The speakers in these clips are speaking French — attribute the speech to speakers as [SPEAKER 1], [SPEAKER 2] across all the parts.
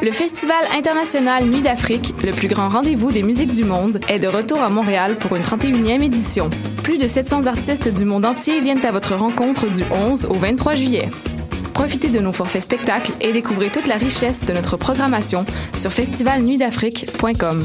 [SPEAKER 1] Le Festival international Nuit d'Afrique, le plus grand rendez-vous des musiques du monde, est de retour à Montréal pour une 31e édition. Plus de 700 artistes du monde entier viennent à votre rencontre du 11 au 23 juillet. Profitez de nos forfaits spectacles et découvrez toute la richesse de notre programmation sur festivalnuitdafrique.com.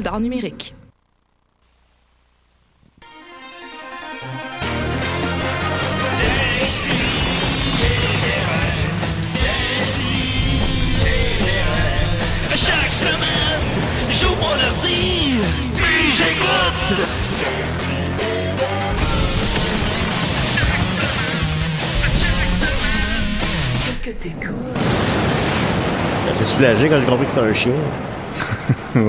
[SPEAKER 1] d'art numérique.
[SPEAKER 2] Chaque semaine, j'ouvre mon ordi, puis j'écoute. Qu'est-ce que t'écoutes?
[SPEAKER 3] C'est soulagé quand j'ai compris que c'était un chien.
[SPEAKER 4] Ouais.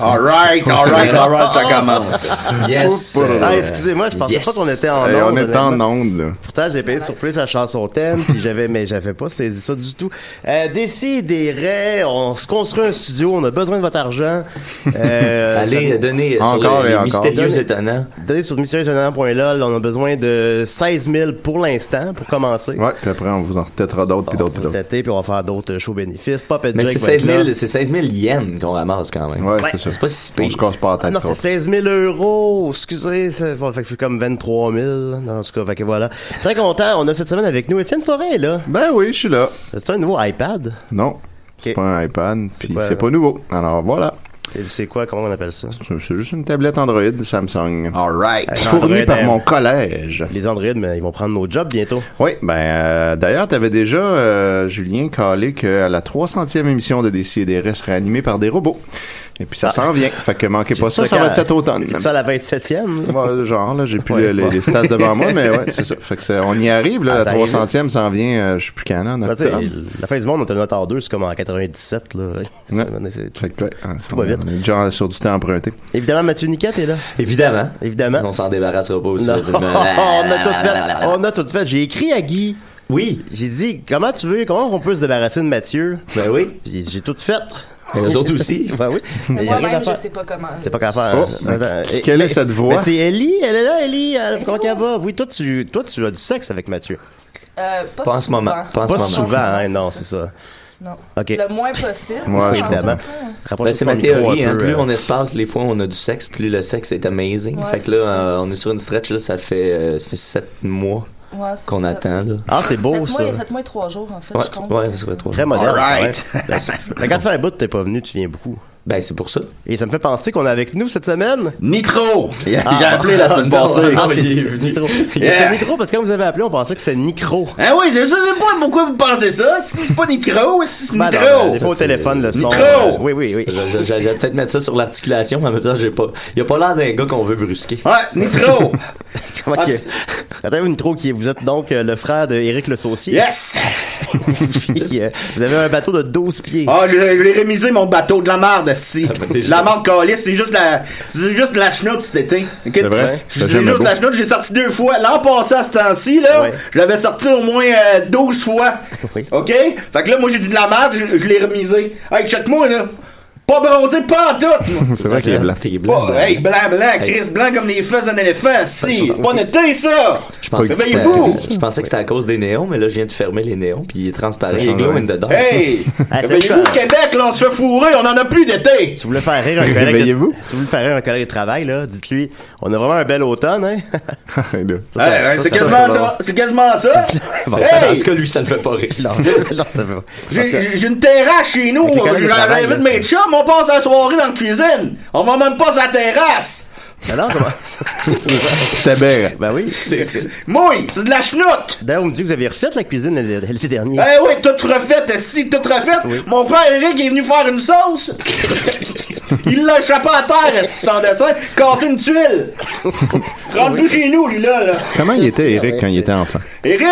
[SPEAKER 5] Alright, alright, alright, ça commence.
[SPEAKER 6] Yes.
[SPEAKER 3] Ah, excusez-moi, je pensais
[SPEAKER 6] Yes.
[SPEAKER 3] pas qu'on était en
[SPEAKER 4] Hey,
[SPEAKER 3] onde.
[SPEAKER 4] on est en onde, là.
[SPEAKER 3] Pourtant, j'ai payé sur Play sa chanson thème, puis j'avais, mais j'avais pas saisi ça du tout. Euh, Décis, des raies, on se construit un studio, on a besoin de votre argent. Euh,
[SPEAKER 6] Allez, donnez sur
[SPEAKER 4] Encore
[SPEAKER 6] le-
[SPEAKER 4] et
[SPEAKER 6] les
[SPEAKER 4] encore.
[SPEAKER 6] mystérieux
[SPEAKER 3] Donnez-
[SPEAKER 6] étonnants.
[SPEAKER 3] ça- donnez sur mystérieuxétonnant.lol, on a besoin de 16 000 pour l'instant, pour commencer.
[SPEAKER 4] Ouais, puis après, on vous en retetera d'autres, puis d'autres,
[SPEAKER 3] On
[SPEAKER 4] puis
[SPEAKER 3] va
[SPEAKER 4] d'autres.
[SPEAKER 3] tâter, puis on va faire d'autres shows bénéfices. Pop and
[SPEAKER 6] Mais
[SPEAKER 3] Jake
[SPEAKER 6] c'est
[SPEAKER 3] va être
[SPEAKER 6] 16 000,
[SPEAKER 3] là.
[SPEAKER 6] c'est 16 000 yens qu'on ramasse quand même.
[SPEAKER 4] Ouais, c'est ça.
[SPEAKER 6] C'est pas si
[SPEAKER 4] On
[SPEAKER 6] pire.
[SPEAKER 4] se casse pas la
[SPEAKER 3] Ah
[SPEAKER 4] tête.
[SPEAKER 3] non, c'est
[SPEAKER 4] quoi.
[SPEAKER 3] 16 000 euros. Excusez, ça bon, fait que c'est comme 23 000. En tout cas, fait que voilà. Très content. On a cette semaine avec nous Étienne Forêt, là.
[SPEAKER 4] Ben oui, je suis là.
[SPEAKER 3] C'est un nouveau iPad.
[SPEAKER 4] Non. C'est
[SPEAKER 3] Ok.
[SPEAKER 4] pas un iPad, puis
[SPEAKER 3] pas-
[SPEAKER 4] c'est pas nouveau. Alors voilà,
[SPEAKER 3] Et C'est quoi, comment on appelle ça?
[SPEAKER 4] c'est c'est juste une tablette Android Samsung.
[SPEAKER 5] Alright.
[SPEAKER 4] Fournie
[SPEAKER 3] Android,
[SPEAKER 4] par
[SPEAKER 3] hein.
[SPEAKER 4] mon collège.
[SPEAKER 3] Les Android, mais ils vont prendre nos jobs bientôt.
[SPEAKER 4] Oui, ben euh, d'ailleurs, t'avais déjà, euh, Julien, calé qu'à la 300e émission de DCDR serait animée par des robots. Et puis ça s'en vient. Fait que manquez pas ça,
[SPEAKER 3] Ah. J'ai dit
[SPEAKER 4] ça va
[SPEAKER 3] quand-
[SPEAKER 4] être cet automne.
[SPEAKER 3] j'ai dit Ça à la 27e. là.
[SPEAKER 4] Ouais, genre, là, j'ai plus
[SPEAKER 3] Ouais,
[SPEAKER 4] les- les,
[SPEAKER 3] bon.
[SPEAKER 4] les stats devant moi, mais ouais, c'est ça. Fait que c'est- on y arrive, là,
[SPEAKER 3] Ah,
[SPEAKER 4] la
[SPEAKER 3] ça arrive.
[SPEAKER 4] 300e s'en vient, euh, je suis plus qu'à là, en
[SPEAKER 3] Bah, tu sais,
[SPEAKER 4] octobre.
[SPEAKER 3] la fin du monde, on était notre en deux, c'est comme en 97. Là.
[SPEAKER 4] Ouais.
[SPEAKER 3] C'est-
[SPEAKER 4] Fait que, ouais, ah,
[SPEAKER 3] Tout
[SPEAKER 4] on,
[SPEAKER 3] va vite.
[SPEAKER 4] on est déjà sur du temps emprunté.
[SPEAKER 3] Évidemment, Mathieu Niquette est là.
[SPEAKER 6] Évidemment.
[SPEAKER 3] Évidemment.
[SPEAKER 6] On s'en débarrassera pas aussi
[SPEAKER 3] Non.
[SPEAKER 6] facilement.
[SPEAKER 3] on a tout fait. On a tout fait. J'ai écrit à Guy.
[SPEAKER 6] Oui.
[SPEAKER 3] J'ai dit, comment tu veux, comment on peut se débarrasser de Mathieu?
[SPEAKER 6] Ben oui.
[SPEAKER 3] Puis j'ai tout fait.
[SPEAKER 6] Et eux autres aussi.
[SPEAKER 3] Ben oui. Mais il y a rien à
[SPEAKER 7] Moi-même, je
[SPEAKER 3] faire.
[SPEAKER 7] sais pas comment.
[SPEAKER 3] C'est pas qu'à faire.
[SPEAKER 4] Oh, mais qui- quelle est cette voix?
[SPEAKER 3] mais C'est Ellie, elle est là, Ellie. Elle- Comment qu'elle va? Oui, toi tu, toi, tu as du sexe avec Mathieu.
[SPEAKER 7] Euh, pas,
[SPEAKER 6] Pas en ce moment. Pas en ce
[SPEAKER 3] Pas
[SPEAKER 6] moment.
[SPEAKER 3] souvent, hein,
[SPEAKER 7] c'est
[SPEAKER 3] non,
[SPEAKER 7] ça.
[SPEAKER 3] c'est ça.
[SPEAKER 7] Non.
[SPEAKER 3] OK.
[SPEAKER 7] Le moins possible.
[SPEAKER 4] Ouais, je
[SPEAKER 3] Évidemment.
[SPEAKER 6] Ben,
[SPEAKER 3] Rapproche-toi
[SPEAKER 6] c'est
[SPEAKER 3] de ton
[SPEAKER 6] ma
[SPEAKER 3] micro
[SPEAKER 6] théorie,
[SPEAKER 3] un
[SPEAKER 6] hein.
[SPEAKER 3] peu,
[SPEAKER 6] Plus
[SPEAKER 3] euh,
[SPEAKER 6] on espace, les fois où on a du sexe, plus le sexe est amazing.
[SPEAKER 7] Ouais,
[SPEAKER 6] fait que
[SPEAKER 7] c'est
[SPEAKER 6] là,
[SPEAKER 7] ça.
[SPEAKER 6] euh, on est sur une stretch, là, ça fait, euh, ça fait 7 mois
[SPEAKER 7] Ouais, c'est
[SPEAKER 6] qu'on
[SPEAKER 7] ça.
[SPEAKER 6] attend, là.
[SPEAKER 3] Ah, c'est
[SPEAKER 7] Sept
[SPEAKER 3] beau,
[SPEAKER 7] mois,
[SPEAKER 3] ça.
[SPEAKER 7] il y a 7 mois et 3 jours, en fait,
[SPEAKER 6] Ouais,
[SPEAKER 7] je compte.
[SPEAKER 6] ouais, ça fait 3
[SPEAKER 3] Très moderne.
[SPEAKER 5] Alright.
[SPEAKER 3] quand même. Ben, Quand tu fais un bout, t'es pas venu, tu viens beaucoup.
[SPEAKER 6] Ben, c'est pour ça.
[SPEAKER 3] Et ça me fait penser qu'on est avec nous cette semaine.
[SPEAKER 5] Nitro! Ah, Il a- J'ai appelé la semaine passée.
[SPEAKER 3] Ah, c'est
[SPEAKER 6] il est venu.
[SPEAKER 3] Nitro.
[SPEAKER 5] Yeah.
[SPEAKER 3] C'est Nitro, parce que quand vous avez appelé, on pensait que c'est Nicro.
[SPEAKER 5] Hein oui, je savais pas pourquoi vous pensez ça. Si c'est pas Nitro, si c'est
[SPEAKER 3] Ben non,
[SPEAKER 5] Nitro.
[SPEAKER 3] Des fois au
[SPEAKER 6] Ça, c'est-
[SPEAKER 3] téléphone, le son.
[SPEAKER 5] Nitro!
[SPEAKER 3] euh, Oui, oui, oui.
[SPEAKER 6] Je- je- J'allais peut-être mettre ça sur l'articulation, mais en même temps, j'ai pas. Il a pas l'air d'un gars qu'on veut brusquer.
[SPEAKER 5] Ouais, Nitro.
[SPEAKER 3] Comment
[SPEAKER 5] Ah,
[SPEAKER 3] que-
[SPEAKER 5] tu-
[SPEAKER 3] Attendez-vous, Nitro, qui est- vous êtes donc euh, le frère d'Éric Le Saucier.
[SPEAKER 5] Yes!
[SPEAKER 3] Puis, euh, vous avez un bateau de 12 pieds.
[SPEAKER 5] Ah, je je l'ai remisé mon bateau de la merde, si.
[SPEAKER 6] ben,
[SPEAKER 5] De
[SPEAKER 6] déjà.
[SPEAKER 5] la merde calice, c'est juste la, c'est juste de la chenoute cet été. Ok?
[SPEAKER 4] C'est vrai?
[SPEAKER 5] C'est
[SPEAKER 4] T'as jamais
[SPEAKER 5] juste de la
[SPEAKER 4] beau.
[SPEAKER 5] chenoute, j'ai sorti deux fois. L'an passé à ce temps-ci, là,
[SPEAKER 3] Ouais.
[SPEAKER 5] je l'avais sorti au moins euh, 12 fois.
[SPEAKER 3] Oui.
[SPEAKER 5] Ok? Fait que là, moi, j'ai dit de la merde, je, je l'ai remisé. Hey, check-moi, là. Pas bronzé, pas en tout! moi.
[SPEAKER 4] C'est vrai qu'il est blanc.
[SPEAKER 6] T'es hein? blanc.
[SPEAKER 5] Pas, Oh, hey, blanc, blanc, Chris blanc comme les fesses d'un éléphant, si! Pas noté, ça!
[SPEAKER 6] Je pensais, que c'était,
[SPEAKER 5] Réveillez-vous!
[SPEAKER 6] je pensais que c'était à cause des néons, mais là, je viens de fermer les néons, puis il est transparent.
[SPEAKER 4] Ça
[SPEAKER 6] Il est glow
[SPEAKER 4] change
[SPEAKER 6] in the dark.
[SPEAKER 5] Hey!
[SPEAKER 3] Ah, c'est
[SPEAKER 5] Réveillez-vous,
[SPEAKER 3] quoi?
[SPEAKER 5] Québec, là, on se fait fourrer, on en a plus d'été!
[SPEAKER 3] Si vous voulez faire rire un collègue, de,
[SPEAKER 4] Réveillez-vous.
[SPEAKER 3] si vous voulez faire rire un collègue de travail, là, dites-lui, on a vraiment un bel automne, hein?
[SPEAKER 4] Et là,
[SPEAKER 6] Ça, ça-
[SPEAKER 5] Hey,
[SPEAKER 6] ça,
[SPEAKER 5] hey, c'est
[SPEAKER 6] ça,
[SPEAKER 5] quasiment
[SPEAKER 6] ça,
[SPEAKER 5] ça! C'est quasiment ça!
[SPEAKER 3] Bon,
[SPEAKER 6] ça-
[SPEAKER 5] Hey!
[SPEAKER 6] En tout cas, lui, ça le fait pas rire.
[SPEAKER 3] non, non, ça va.
[SPEAKER 5] J'ai- J'ai j'ai une terrasse chez nous,
[SPEAKER 3] Avec les collègues de travail,
[SPEAKER 5] j'invite
[SPEAKER 3] là,
[SPEAKER 5] mes chums, on passe la soirée dans la cuisine! On va même pas sur la terrasse!
[SPEAKER 3] Non, non, comment?
[SPEAKER 4] C'était bien.
[SPEAKER 3] Ben oui.
[SPEAKER 5] Mouille, c'est de la chenoute!
[SPEAKER 3] D'ailleurs, on me dit que vous avez refait la cuisine l'été l'été dernier.
[SPEAKER 5] Eh oui, tout refait, esti, tout refait! Mon frère Eric est venu faire une sauce! Il l'a échappé à terre, esti, sans dessin, cassé une tuile! Rentre plus chez nous, lui-là, là!
[SPEAKER 4] Comment il était, Eric, quand il était enfant?
[SPEAKER 5] Eric!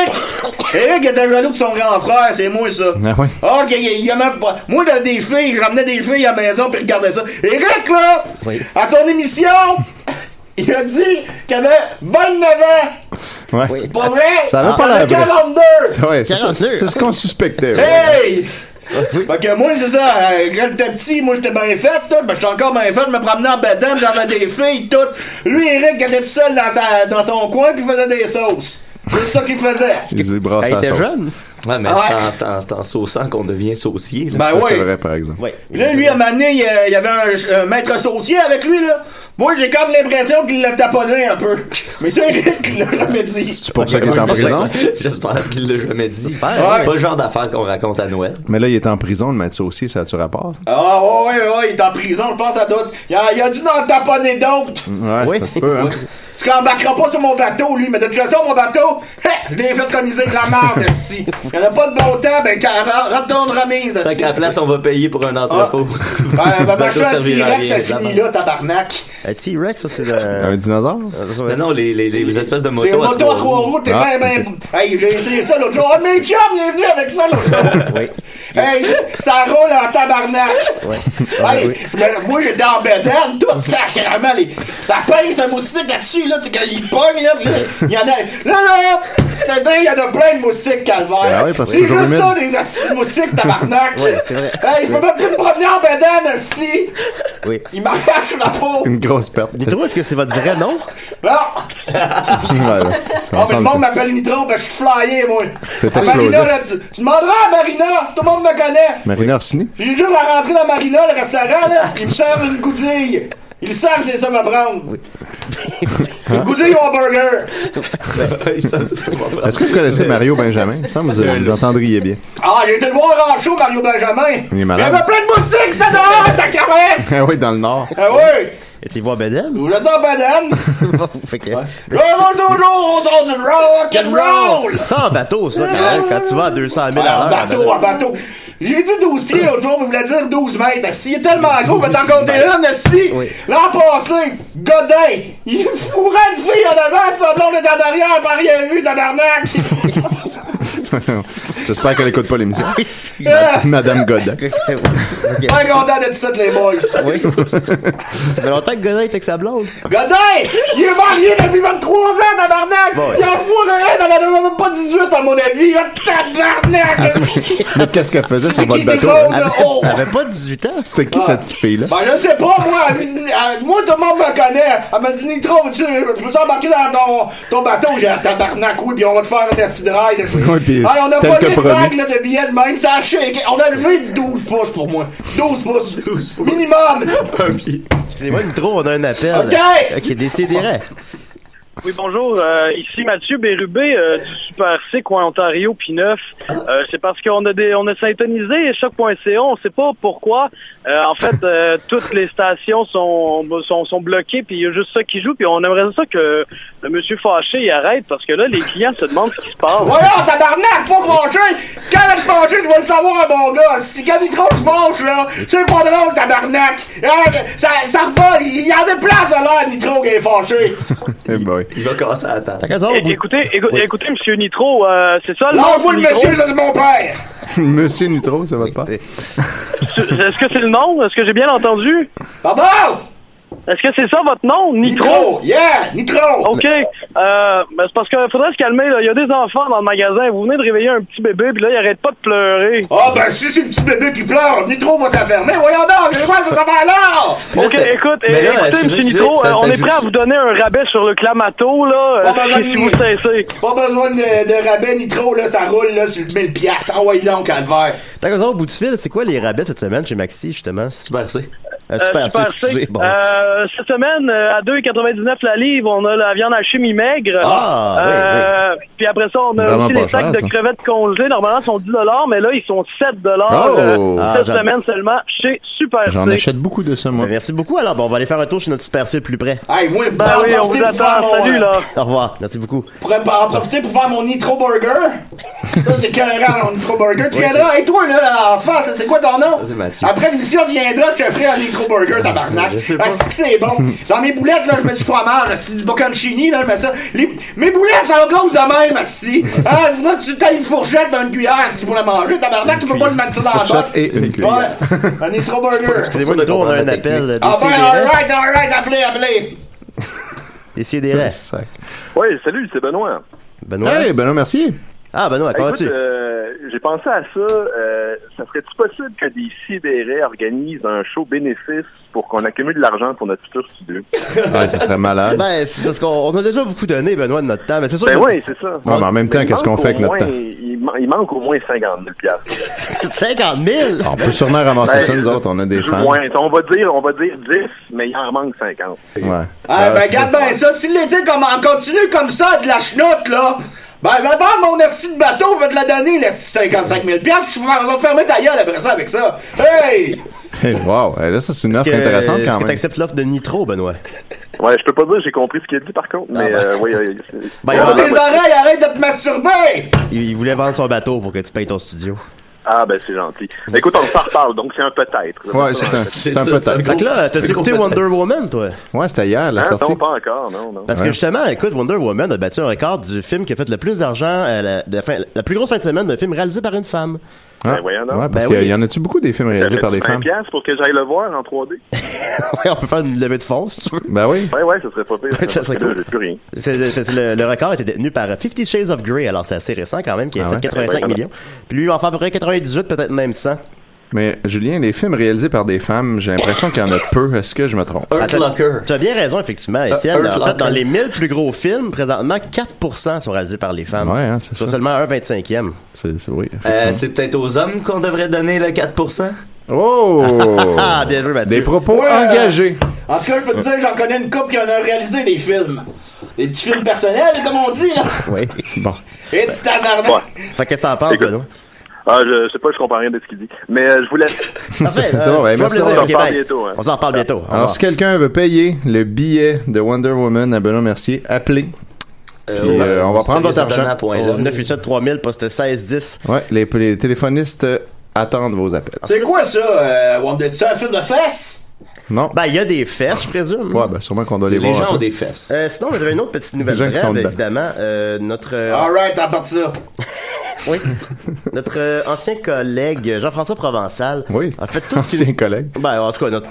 [SPEAKER 5] Eric était jaloux de son grand frère, c'est moi, ça!
[SPEAKER 4] Ah ouais?
[SPEAKER 5] Ah, qu'il y a- il y a même pas. Moi, j'avais des filles, je ramenais des filles à la maison puis regardais ça. Eric, là,
[SPEAKER 3] Oui.
[SPEAKER 5] à son émission, il a dit qu'il avait 29 ans.
[SPEAKER 4] Ouais.
[SPEAKER 3] Oui.
[SPEAKER 5] Pas vrai?
[SPEAKER 4] Ça avait
[SPEAKER 5] Il
[SPEAKER 4] pas l'air
[SPEAKER 5] avait
[SPEAKER 4] vrai.
[SPEAKER 5] 42.
[SPEAKER 4] C'est- ouais, c'est ça.
[SPEAKER 3] 42.
[SPEAKER 4] C'est ce qu'on suspectait. ouais.
[SPEAKER 5] Hey! Fait que moi, c'est ça, euh, quand j'étais petit, moi, j'étais bien fait, tout. Ben, j'étais encore bien fait, je me promenais en badane, j'avais des filles, tout. Lui, Eric, il était tout seul dans, sa, dans son coin puis il faisait des sauces. C'est ça qu'il faisait.
[SPEAKER 4] Ils lui
[SPEAKER 3] Ah,
[SPEAKER 4] brassaient
[SPEAKER 3] il
[SPEAKER 4] la
[SPEAKER 3] était
[SPEAKER 4] sauce.
[SPEAKER 3] jeune?
[SPEAKER 6] Ouais, mais
[SPEAKER 5] Ah
[SPEAKER 6] c'est
[SPEAKER 5] ouais.
[SPEAKER 6] en- c'est en, c'est en saussant qu'on devient saucier. Là.
[SPEAKER 5] Ben
[SPEAKER 3] Ah,
[SPEAKER 4] Ça, c'est
[SPEAKER 5] oui.
[SPEAKER 4] vrai, par exemple.
[SPEAKER 3] Oui.
[SPEAKER 5] Puis là, lui, à un moment donné, il y a- il y avait un, un maître saucier avec lui, là. Moi, j'ai comme l'impression qu'il l'a taponné un peu. Mais ça, Eric l'a jamais dit.
[SPEAKER 4] C'est pour ça qu'il est en prison.
[SPEAKER 6] J'espère qu'il l'a jamais dit.
[SPEAKER 3] J'espère.
[SPEAKER 6] C'est Pas le genre d'affaire qu'on raconte à Noël.
[SPEAKER 4] Mais là, il est en prison, le maître aussi, ça a-tu rapport? ça?
[SPEAKER 5] Ah, ouais, ouais, ouais, il est en prison, je pense à d'autres. Il a, il a dû en taponner d'autres.
[SPEAKER 4] Ouais,
[SPEAKER 3] Oui.
[SPEAKER 4] ça se peut, hein?
[SPEAKER 5] Parce qu'il embarquera pas sur mon bateau, lui. Mais de déjà sur mon bateau, hé, je l'ai fait remiser de la merde, esti. Il y en a pas de bon temps, ben, qu'à ra- retourne remise,
[SPEAKER 6] Fait
[SPEAKER 5] esti.
[SPEAKER 6] qu'à la place, on va payer pour
[SPEAKER 5] Ah.
[SPEAKER 6] un entrepôt.
[SPEAKER 5] Ben, ben,
[SPEAKER 6] Bateau
[SPEAKER 5] machin, un
[SPEAKER 6] servira à
[SPEAKER 5] T-Rex,
[SPEAKER 6] rien,
[SPEAKER 5] ça finit
[SPEAKER 6] la
[SPEAKER 5] là, tabarnak.
[SPEAKER 3] Un T-Rex, ça, c'est de...
[SPEAKER 4] Un dinosaure?
[SPEAKER 3] Euh.
[SPEAKER 6] Non, non, les, les, les, espèces de
[SPEAKER 5] C'est
[SPEAKER 6] motos.
[SPEAKER 5] une moto à trois roues, t'es
[SPEAKER 4] Ah,
[SPEAKER 5] bien, ben. Hey, j'ai essayé ça l'autre jour. Ah, mes chums, il est venu avec ça l'autre jour.
[SPEAKER 3] Oui.
[SPEAKER 5] Hey, ça roule en tabarnak! Hey, mais moi j'étais en bédane, tout ça, carrément, les, ça pèse un moustique là-dessus, là, tu sais, quand il pogne, là, pis là, il y en a, là, là, c'est un dingue, il y en a plein de moustiques, calvaire.
[SPEAKER 4] Ah oui, parce que
[SPEAKER 5] c'est
[SPEAKER 4] c'est toujours
[SPEAKER 5] juste
[SPEAKER 4] humide.
[SPEAKER 5] ça, des assis de moustiques, tabarnak.
[SPEAKER 3] c'est vrai.
[SPEAKER 5] Hey, je peux même plus me promener en bédane, assis.
[SPEAKER 3] Oui.
[SPEAKER 5] Il m'arrache la peau.
[SPEAKER 4] Une grosse perte.
[SPEAKER 3] Nitro, est-ce que c'est votre vrai nom?
[SPEAKER 5] Non,
[SPEAKER 4] Ouais, ouais, ça
[SPEAKER 5] Ah, mais le
[SPEAKER 4] ressemble
[SPEAKER 5] monde
[SPEAKER 4] tout.
[SPEAKER 5] m'appelle Nitro, ben je suis flyé, moi.
[SPEAKER 4] C'est
[SPEAKER 5] À Marina,
[SPEAKER 4] explosif.
[SPEAKER 5] là, tu, tu demanderas à Marina, tout le monde me connaît.
[SPEAKER 4] Marina Orsini?
[SPEAKER 5] J'ai juste à rentrer dans Marina, le restaurant, là, ils me servent une goudille. Ils savent que c'est ça me prendre. Une goudille ou un burger.
[SPEAKER 4] Est-ce que vous connaissez Mario Benjamin? Ça, vous, vous entendriez bien.
[SPEAKER 5] Ah, j'ai été le voir en show, Mario Benjamin.
[SPEAKER 4] Il est
[SPEAKER 5] y
[SPEAKER 4] malade.
[SPEAKER 5] avait plein de moustiques, c'était dehors, ça caresse.
[SPEAKER 4] Ah oui, dans le Nord.
[SPEAKER 5] Ah oui,
[SPEAKER 3] Et voir Beden?
[SPEAKER 5] vous êtes en banane.
[SPEAKER 3] fait que...
[SPEAKER 5] Là, on toujours, on sort du rock and roll.
[SPEAKER 3] Ça, en bateau, ça, quand, même, quand tu vas à 200 000 à l'heure.
[SPEAKER 5] En bateau, en bateau. J'ai dit 12 pieds l'autre jour, mais voulait dire 12 mètres. Si, il est tellement gros, va t'en compter une, si.
[SPEAKER 3] Oui.
[SPEAKER 5] L'an passé, Godin, il fourrait une fille en avant, puis son blonde est en arrière, elle n'a rien vu, tabarnak.
[SPEAKER 4] J'espère qu'elle n'écoute pas l'émission.
[SPEAKER 5] Ah,
[SPEAKER 4] Madame Godin.
[SPEAKER 3] Ok.
[SPEAKER 5] Bien content d'être ici, les boys.
[SPEAKER 3] Oui. Ça fait longtemps que Godin était avec sa blonde.
[SPEAKER 5] Godin, il est marié depuis 23 ans, tabarnak.
[SPEAKER 3] Bon,
[SPEAKER 5] Il en fourrait une, elle en avait même pas 18, à mon avis. Ah, Tabarnak.
[SPEAKER 4] Mais qu'est-ce qu'elle faisait sur
[SPEAKER 5] C'est qui
[SPEAKER 4] votre
[SPEAKER 5] des
[SPEAKER 4] bateau?
[SPEAKER 5] gros,
[SPEAKER 4] hein?
[SPEAKER 5] là? Oh.
[SPEAKER 3] Elle avait pas 18 ans.
[SPEAKER 4] C'était qui, cette petite fille-là?
[SPEAKER 5] Ben, je sais pas, moi, elle vit- elle- moi, tout le monde me connaît. Elle m'a dit, Nitro, veux-tu- je veux embarquer dans ton, ton bateau? J'ai un tabarnak, oui, puis on va te faire un acid ride. ici.
[SPEAKER 4] Ouais, puis
[SPEAKER 5] Ah, on a
[SPEAKER 4] tel
[SPEAKER 5] pas
[SPEAKER 4] que
[SPEAKER 5] mis de
[SPEAKER 4] promis.
[SPEAKER 5] vague, là, de billets de même. Ça a shaké. On a levé 12 pouces pour moi. 12 pouces. Minimum.
[SPEAKER 3] Excusez-moi, Nitro, on a un appel.
[SPEAKER 5] OK.
[SPEAKER 3] Ok, décidérez.
[SPEAKER 8] Oui, bonjour. Euh, ici Mathieu Bérubé euh, du Super C, coin Ontario, puis 9. Euh, c'est parce qu'on a des, on a syntonisé choc.ca, on sait pas pourquoi. Euh, en fait, euh, toutes les stations sont, sont, sont bloquées, puis il y a juste ça qui joue, puis on aimerait ça que le monsieur fâché y arrête, parce que là, les clients se demandent ce qui se passe.
[SPEAKER 5] Voilà, tabarnak, pas fâché. Quand elle est fâchée, tu vas le savoir, mon gars. Si quand Nitro se fâche, là, c'est pas drôle, tabarnak. Ah, Ça, ça revole. Il y en a des places, là, Nitro, qui est fâché.
[SPEAKER 4] Eh boy.
[SPEAKER 6] Il va casser la table.
[SPEAKER 3] T'as raison.
[SPEAKER 8] É- Écoutez, écou- écoutez, Monsieur Nitro, euh, c'est ça. le nom
[SPEAKER 5] Lâche-moi
[SPEAKER 8] du
[SPEAKER 5] le
[SPEAKER 8] Nitro?
[SPEAKER 5] monsieur, ça, c'est mon père.
[SPEAKER 4] Monsieur Nitro, ça va pas?
[SPEAKER 8] Est-ce que c'est le nom Est-ce que j'ai bien entendu
[SPEAKER 5] Pardon?
[SPEAKER 8] Est-ce que c'est ça votre nom? Nitro?
[SPEAKER 5] Nitro! Yeah! Nitro!
[SPEAKER 8] OK. Euh, ben, c'est parce qu'il faudrait se calmer. Là. Il y a des enfants dans le magasin. Vous venez de réveiller un petit bébé, puis là, il arrête pas de pleurer.
[SPEAKER 5] Ah, ben, si c'est le petit bébé qui pleure, Nitro va s'enfermer. Voyons donc, c'est quoi cette affaire-là?
[SPEAKER 8] OK,
[SPEAKER 6] c'est-
[SPEAKER 8] écoute,
[SPEAKER 6] Mais là,
[SPEAKER 8] écoutez,
[SPEAKER 6] excusez,
[SPEAKER 8] monsieur
[SPEAKER 6] excusez,
[SPEAKER 8] Nitro,
[SPEAKER 6] ça-
[SPEAKER 8] euh,
[SPEAKER 6] ça
[SPEAKER 8] on est
[SPEAKER 6] joue-
[SPEAKER 8] prêt à vous donner un rabais sur le clamato, là.
[SPEAKER 5] Pas
[SPEAKER 8] euh,
[SPEAKER 5] besoin de
[SPEAKER 8] si
[SPEAKER 5] lui.
[SPEAKER 8] vous cessez.
[SPEAKER 5] Pas besoin de, de rabais, Nitro, là, ça roule, là, sur le 1000 piastres. Envoyez donc, calvaire.
[SPEAKER 3] Tant qu'on est au bout du fil, c'est quoi les rabais cette semaine chez Maxi, justement?
[SPEAKER 6] Super C.
[SPEAKER 3] Un
[SPEAKER 8] Euh,
[SPEAKER 3] super,
[SPEAKER 8] Super
[SPEAKER 3] super
[SPEAKER 8] C. Euh, cette semaine, euh, à 2,99 la livre, on a la viande hachée mi-maigre.
[SPEAKER 3] Ah,
[SPEAKER 8] Euh, Puis après ça, on a
[SPEAKER 4] Vraiment
[SPEAKER 8] aussi
[SPEAKER 4] pas
[SPEAKER 8] les sacs
[SPEAKER 4] cher,
[SPEAKER 8] de
[SPEAKER 4] ça.
[SPEAKER 8] crevettes congelées. Normalement, ils sont 10 mais là, ils sont 7
[SPEAKER 4] Oh!
[SPEAKER 8] euh,
[SPEAKER 3] Ah,
[SPEAKER 8] cette
[SPEAKER 3] j'adore.
[SPEAKER 8] semaine seulement chez Super
[SPEAKER 4] J'en
[SPEAKER 8] C.
[SPEAKER 4] achète beaucoup de ça, moi.
[SPEAKER 3] Merci beaucoup. Alors, bon, on va aller faire un tour chez notre super C le plus près.
[SPEAKER 5] Hey, moi, je
[SPEAKER 8] Ben
[SPEAKER 5] pourrais
[SPEAKER 8] oui,
[SPEAKER 5] en
[SPEAKER 8] on vous
[SPEAKER 5] profiter pour faire
[SPEAKER 8] attend.
[SPEAKER 5] mon-
[SPEAKER 8] Salut, là.
[SPEAKER 3] Au revoir. Merci beaucoup.
[SPEAKER 5] Je pourrais en profiter pour faire mon Nitro Burger. Ça, c'est carrément mon Nitro Burger. Tu viendras, et toi, là, là, en face, c'est quoi ton nom?
[SPEAKER 6] C'est Mathieu.
[SPEAKER 5] Après l'émission, viendra, je te ferai un Nitro Burger, tabarnak.
[SPEAKER 6] Je sais pas.
[SPEAKER 5] Ah, c'est que c'est bon. Dans mes boulettes, là, je mets du fromage, asti, du bocconcini, là, je mets ça. Les- Mes boulettes, ça gosse de même, asti. Ah, il faudra que tu tailles une fourchette dans une cuillère, si pour la manger, tabarnak, tu peux pas le mettre ça dans la
[SPEAKER 4] Fourchette
[SPEAKER 5] botte.
[SPEAKER 4] et une cuillère.
[SPEAKER 5] Ouais, un Nitro Burger.
[SPEAKER 3] Excusez-moi,
[SPEAKER 6] ça de
[SPEAKER 3] Nitro, on a un
[SPEAKER 6] comprendre la
[SPEAKER 3] appel. euh,
[SPEAKER 5] Ah ben,
[SPEAKER 3] Décidérez.
[SPEAKER 6] hein.
[SPEAKER 5] alright, alright, appelez, appelez.
[SPEAKER 3] Décidérez.
[SPEAKER 4] Sac.
[SPEAKER 8] Oui, salut, c'est Benoît.
[SPEAKER 3] Benoît.
[SPEAKER 4] Hey, Benoît, ben merci.
[SPEAKER 3] Ah, Benoît, comment vas-tu?
[SPEAKER 8] euh, j'ai pensé à ça. euh, ça serait-tu possible que des Sibérais organisent un show bénéfice pour qu'on accumule de l'argent pour notre futur studio?
[SPEAKER 4] Ouais, ça serait malade.
[SPEAKER 3] Ben, c'est parce qu'on on a déjà beaucoup donné, Benoît, de notre temps, mais c'est sûr
[SPEAKER 8] Ben
[SPEAKER 3] que
[SPEAKER 8] oui, c'est ça.
[SPEAKER 4] Ouais, mais en même temps, qu'est-ce qu'on fait avec notre temps?
[SPEAKER 8] Il, manque au moins 50 000
[SPEAKER 3] c'est 50 000!
[SPEAKER 4] On peut sûrement ramasser
[SPEAKER 8] Ben,
[SPEAKER 4] ça, nous
[SPEAKER 8] je-
[SPEAKER 4] autres, on a des fans.
[SPEAKER 8] Moins, on va dire, on va dire 10, mais il en manque 50.
[SPEAKER 4] Ouais.
[SPEAKER 5] Ah, ben,
[SPEAKER 4] Euh,
[SPEAKER 5] regarde ben ça, si l'été comme on continue comme ça, de la chenoute, là, ben, ben, ben, mon esti de bateau va te la donner, les 55 000 piastres, tu vas- on va fermer ta gueule après ça avec ça. Hey!
[SPEAKER 4] Hey, wow, là, ça, c'est une offre
[SPEAKER 3] Que-
[SPEAKER 4] intéressante
[SPEAKER 3] Est-ce
[SPEAKER 4] quand
[SPEAKER 3] que
[SPEAKER 4] même.
[SPEAKER 3] t'acceptes l'offre de Nitro, Benoît?
[SPEAKER 8] Ouais, je peux pas dire, j'ai compris ce qu'il a dit par contre, mais
[SPEAKER 3] ben.
[SPEAKER 8] euh, oui, euh,
[SPEAKER 3] Ben,
[SPEAKER 8] euh,
[SPEAKER 5] Ouvre
[SPEAKER 3] voilà,
[SPEAKER 5] tes oreilles, arrête de te masturber!
[SPEAKER 3] Il, il voulait vendre son bateau pour que tu payes ton studio.
[SPEAKER 8] Ah, ben c'est gentil. Écoute, on s'en reparle, donc c'est un peut-être.
[SPEAKER 4] Ouais, c'est un,
[SPEAKER 6] C'est
[SPEAKER 4] c'est un
[SPEAKER 6] ça,
[SPEAKER 4] peu
[SPEAKER 6] c'est un
[SPEAKER 4] tard.
[SPEAKER 6] gros-
[SPEAKER 3] Fait que
[SPEAKER 8] Oh.
[SPEAKER 3] là, t'as-tu écouté Wonder Woman, toi?
[SPEAKER 4] Ouais, c'était hier, la
[SPEAKER 8] Hein,
[SPEAKER 4] sortie.
[SPEAKER 8] non, pas encore, non, non.
[SPEAKER 3] Parce que
[SPEAKER 4] Ouais.
[SPEAKER 3] justement, écoute, Wonder Woman a battu un record du film qui a fait le plus d'argent, euh, la, de fin- la plus grosse fin de semaine d'un film réalisé par une femme.
[SPEAKER 4] Ah.
[SPEAKER 8] Ben, voyons donc.
[SPEAKER 4] Ouais, parce
[SPEAKER 3] Ben
[SPEAKER 4] qu'il
[SPEAKER 3] oui.
[SPEAKER 4] y en a-tu beaucoup des films réalisés par des femmes?
[SPEAKER 8] piastres pour que j'aille le voir en 3D.
[SPEAKER 3] ouais, on peut faire une levée de fonds, si tu veux.
[SPEAKER 4] Ben oui.
[SPEAKER 8] Ouais, ouais, ça serait pas pire.
[SPEAKER 3] Ouais, ça serait
[SPEAKER 8] Parce que
[SPEAKER 3] cool.
[SPEAKER 8] là, J'ai plus rien.
[SPEAKER 3] C'est- c'est- le, le record était détenu par Fifty Shades of Grey, alors c'est assez récent quand même, qui a
[SPEAKER 4] Ah
[SPEAKER 3] fait
[SPEAKER 4] ouais?
[SPEAKER 3] 85
[SPEAKER 8] Ouais.
[SPEAKER 3] millions. Puis lui, il va en faire à peu près 98, peut-être même 100.
[SPEAKER 4] Mais Julien, les films réalisés par des femmes, j'ai l'impression qu'il y en a peu. Est-ce que je me trompe?
[SPEAKER 6] Earth
[SPEAKER 3] Attends.
[SPEAKER 6] Locker.
[SPEAKER 3] Tu as bien raison, effectivement,
[SPEAKER 4] Ah,
[SPEAKER 3] Étienne.
[SPEAKER 6] Earth
[SPEAKER 3] en fait,
[SPEAKER 6] Locker.
[SPEAKER 3] dans les 1000 plus gros films, présentement, 4% sont réalisés par les femmes.
[SPEAKER 4] Ouais, hein, c'est
[SPEAKER 3] Soit
[SPEAKER 4] ça.
[SPEAKER 3] seulement un 25e.
[SPEAKER 4] C'est, c'est- oui,
[SPEAKER 6] Euh,
[SPEAKER 4] effectivement.
[SPEAKER 6] c'est peut-être aux hommes qu'on devrait donner le 4%.
[SPEAKER 4] Oh!
[SPEAKER 3] Ah, bien joué, Mathieu.
[SPEAKER 4] Des propos
[SPEAKER 5] Ouais.
[SPEAKER 4] engagés.
[SPEAKER 5] En tout cas, je peux te dire, j'en connais une couple qui en a réalisé des films. Des petits films personnels, comme on dit, là.
[SPEAKER 3] Oui.
[SPEAKER 4] Bon.
[SPEAKER 5] Et tabarnak!
[SPEAKER 3] Fait que qu'est-ce que t'en penses,
[SPEAKER 8] Écoute.
[SPEAKER 3] Benoît?
[SPEAKER 8] Ah, je, je sais pas, je comprends rien de ce qu'il dit. Mais euh, je voulais.
[SPEAKER 3] Parfait. euh,
[SPEAKER 4] C'est bon, ben,
[SPEAKER 3] je vais
[SPEAKER 4] merci
[SPEAKER 3] vous laisser
[SPEAKER 4] d'avoir-
[SPEAKER 3] au Québec.
[SPEAKER 8] On s'en parle bientôt, hein.
[SPEAKER 3] On s'en reparle bientôt. Au revoir.
[SPEAKER 4] Alors, si quelqu'un veut payer le billet de Wonder Woman à Benoît Mercier, appelez. Puis, euh, on va prendre votre argent.
[SPEAKER 3] Au 987 3000 poste 1610.
[SPEAKER 4] Ouais, les, les téléphonistes euh, attendent vos appels.
[SPEAKER 5] C'est quoi ça, euh, Wonder- c'est un film de fesses?
[SPEAKER 4] Non?
[SPEAKER 3] Ben, il y a des fesses, je présume.
[SPEAKER 4] Ouais, ben sûrement qu'on doit les,
[SPEAKER 6] Les
[SPEAKER 4] voir. un
[SPEAKER 6] gens ont
[SPEAKER 4] peu.
[SPEAKER 6] des fesses.
[SPEAKER 3] Euh, sinon, j'avais une autre petite nouvelle
[SPEAKER 4] Les gens qui sont
[SPEAKER 3] brève,
[SPEAKER 4] dedans.
[SPEAKER 3] évidemment. Euh, notre euh,
[SPEAKER 5] Alright, à part de ça.
[SPEAKER 3] oui, notre euh, ancien collègue Jean-François Provençal
[SPEAKER 4] Oui.
[SPEAKER 3] a fait toute
[SPEAKER 4] Ancien
[SPEAKER 3] une...
[SPEAKER 4] collègue.
[SPEAKER 3] Ben, en tout cas, notre...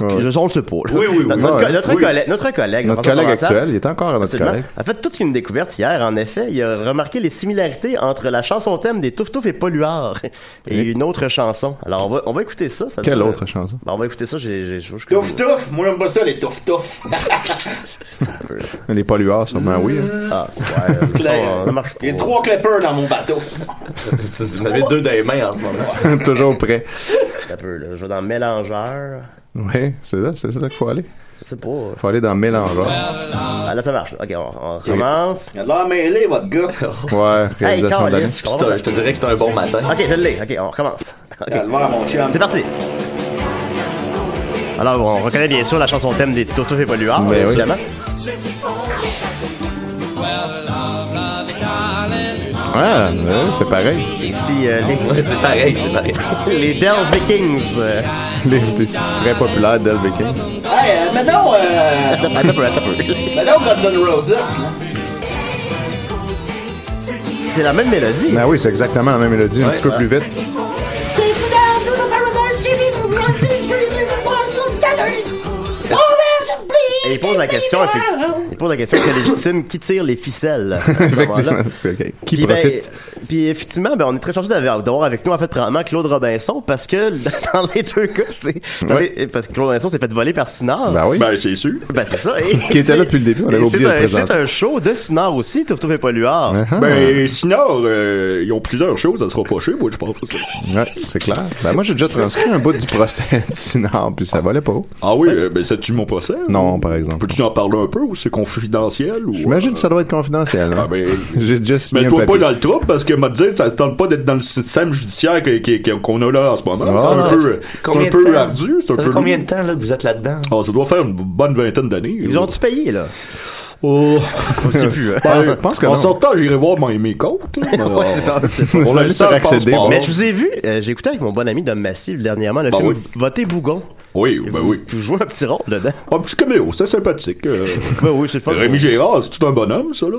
[SPEAKER 4] Ouais.
[SPEAKER 3] je- on le sait pas. là.
[SPEAKER 6] Oui, oui, oui.
[SPEAKER 3] Notre, notre-
[SPEAKER 4] Ouais.
[SPEAKER 3] notre
[SPEAKER 6] Oui.
[SPEAKER 3] collègue, notre collègue,
[SPEAKER 4] Notre
[SPEAKER 3] Jean-François
[SPEAKER 4] collègue
[SPEAKER 3] Provençal,
[SPEAKER 4] actuel, il est encore notre
[SPEAKER 3] Absolument.
[SPEAKER 4] collègue.
[SPEAKER 3] A fait toute une découverte hier, en effet. Il a remarqué les similarités entre la chanson thème des Touf Touf et Polluard et
[SPEAKER 4] Oui.
[SPEAKER 3] une autre chanson. Alors, on va, on va écouter ça. ça
[SPEAKER 4] Quelle
[SPEAKER 3] doit-
[SPEAKER 4] autre chanson?
[SPEAKER 3] Ben, on va écouter ça. J'ai, j'ai, je- je-
[SPEAKER 5] Touf touf, moi j'aime pas ça, les touf touf.
[SPEAKER 4] Les pollueurs, sûrement, oui. hein.
[SPEAKER 3] Ah, c'est ouais, le son, euh, ça marche pas.
[SPEAKER 5] Il y a trois clippers dans mon bateau.
[SPEAKER 6] Vous en avez deux dans les mains en ce moment.
[SPEAKER 4] hein. Toujours prêt.
[SPEAKER 3] Un peu, là. Je vais dans Mélangeur.
[SPEAKER 4] Oui, c'est là, c'est là qu'il faut aller.
[SPEAKER 3] Je sais pas. euh.
[SPEAKER 4] Il faut aller dans hein. Mélangeur.
[SPEAKER 3] Ah, là, ça marche. Ok, on, on recommence.
[SPEAKER 5] Il a de l'air mêlé, votre gars.
[SPEAKER 4] Ouais,
[SPEAKER 3] Hey,
[SPEAKER 4] réalisation de l'année.
[SPEAKER 3] câlisse, je
[SPEAKER 6] C'est
[SPEAKER 3] comprends
[SPEAKER 6] un- Je te dirais que c'est un bon matin.
[SPEAKER 4] Ah,
[SPEAKER 3] pas. Ok, je l'ai. Ok, on recommence. Ok.
[SPEAKER 5] Calvaire, mon chum.
[SPEAKER 3] C'est parti. Alors, on reconnaît bien sûr la chanson thème des Touf Touf et Polluard,
[SPEAKER 4] Ben oui.
[SPEAKER 3] évidemment.
[SPEAKER 4] Ouais, ouais, c'est pareil.
[SPEAKER 3] Ici, euh,
[SPEAKER 4] Ah
[SPEAKER 3] les,
[SPEAKER 6] Ouais, c'est pareil, c'est pareil.
[SPEAKER 3] les Dell Vikings. euh,
[SPEAKER 4] Les- C'est très populaire d'El Vikings.
[SPEAKER 5] Hey, euh, mettons, euh,
[SPEAKER 3] Attends un peu, attends un peu.
[SPEAKER 5] mettons Ben Guns N' Roses. là.
[SPEAKER 3] C'est la même mélodie.
[SPEAKER 4] Ben oui, c'est exactement la même mélodie, un petit peu plus vite.
[SPEAKER 9] People down to the paradise city, the Brazil screaming, the Brazil Saturday. Oh, there's a
[SPEAKER 3] Et il pose la question, effectivement- il pose la question très légitime, qui tire les ficelles? à ce moment-là?
[SPEAKER 4] Effectivement. c'est ok. Qui
[SPEAKER 3] Puis, ben,
[SPEAKER 4] profite?
[SPEAKER 3] euh, puis effectivement, ben, on est très chanceux d'avoir d'avoir avec nous, en fait, premièrement, Claude Robinson, parce que dans les deux cas, c'est. dans
[SPEAKER 4] Ouais.
[SPEAKER 3] les- Parce que Claude Robinson s'est fait voler par Sinard.
[SPEAKER 4] Ben, oui.
[SPEAKER 5] c'est sûr.
[SPEAKER 3] Ben, c'est ça. Et-
[SPEAKER 4] Qui était là depuis le début, on
[SPEAKER 3] et
[SPEAKER 4] avait oublié de le
[SPEAKER 3] c'est un- C'est
[SPEAKER 4] présenter.
[SPEAKER 3] un show de Sinard aussi, tu retrouves pas Luard.
[SPEAKER 4] Uh-huh.
[SPEAKER 5] Ben, sinon, euh, ils ont plusieurs choses à se reprocher, moi, je pense.
[SPEAKER 4] Ouais, c'est clair. Ben, moi, j'ai déjà transcrit un bout du procès de Sinard, puis ça valait pas haut.
[SPEAKER 5] Ah oui, euh, ben, c'est-tu mon procès?
[SPEAKER 4] Non,
[SPEAKER 5] ou-
[SPEAKER 4] par exemple.
[SPEAKER 5] Peux-tu en parler un peu ou c'est confidentiel? Ou...
[SPEAKER 4] J'imagine que ça doit être confidentiel. hein.
[SPEAKER 5] Ah, ben,
[SPEAKER 4] J'ai déjà signé
[SPEAKER 5] Mais
[SPEAKER 4] un
[SPEAKER 5] toi pas
[SPEAKER 4] papier.
[SPEAKER 5] dans le trouble parce que m'a dit ça te tente pas d'être dans le système judiciaire que- que- que- qu'on a là en ce moment.
[SPEAKER 4] Ah,
[SPEAKER 5] c'est un
[SPEAKER 4] ouais.
[SPEAKER 5] peu, c'est un
[SPEAKER 6] Combien de
[SPEAKER 5] peu
[SPEAKER 6] temps?
[SPEAKER 5] ardu, c'est un
[SPEAKER 6] Ça
[SPEAKER 5] peu
[SPEAKER 6] fait combien
[SPEAKER 5] lourd.
[SPEAKER 6] de temps là, que vous êtes là-dedans?
[SPEAKER 5] Ah, ça doit faire une bonne vingtaine d'années.
[SPEAKER 3] Ils ont-tu payé, là?
[SPEAKER 5] Oh.
[SPEAKER 3] Je sais plus. hein.
[SPEAKER 4] Ah, je pense que
[SPEAKER 5] en
[SPEAKER 4] non.
[SPEAKER 5] sortant, j'irai voir mes, mes comptes. là. Mais,
[SPEAKER 3] Ouais, c'est ça,
[SPEAKER 5] ah,
[SPEAKER 3] c'est
[SPEAKER 5] Pour
[SPEAKER 4] Ça,
[SPEAKER 5] l'instant,
[SPEAKER 4] ça,
[SPEAKER 5] je pense
[SPEAKER 4] accéder,
[SPEAKER 5] pas.
[SPEAKER 4] bon.
[SPEAKER 3] Mais je vous ai vu, euh, j'ai écouté avec mon bon ami Dom Massif dernièrement le
[SPEAKER 5] Bah
[SPEAKER 3] film
[SPEAKER 5] oui.
[SPEAKER 3] Votez Bougon.
[SPEAKER 5] Oui,
[SPEAKER 4] Bah
[SPEAKER 5] ben oui.
[SPEAKER 3] Tu joues un petit rôle dedans.
[SPEAKER 5] Un petit caméo, c'est sympathique. euh.
[SPEAKER 4] Bah
[SPEAKER 3] Ben oui, c'est le fun.
[SPEAKER 5] Rémi Gérard, c'est tout un bonhomme, ça, là.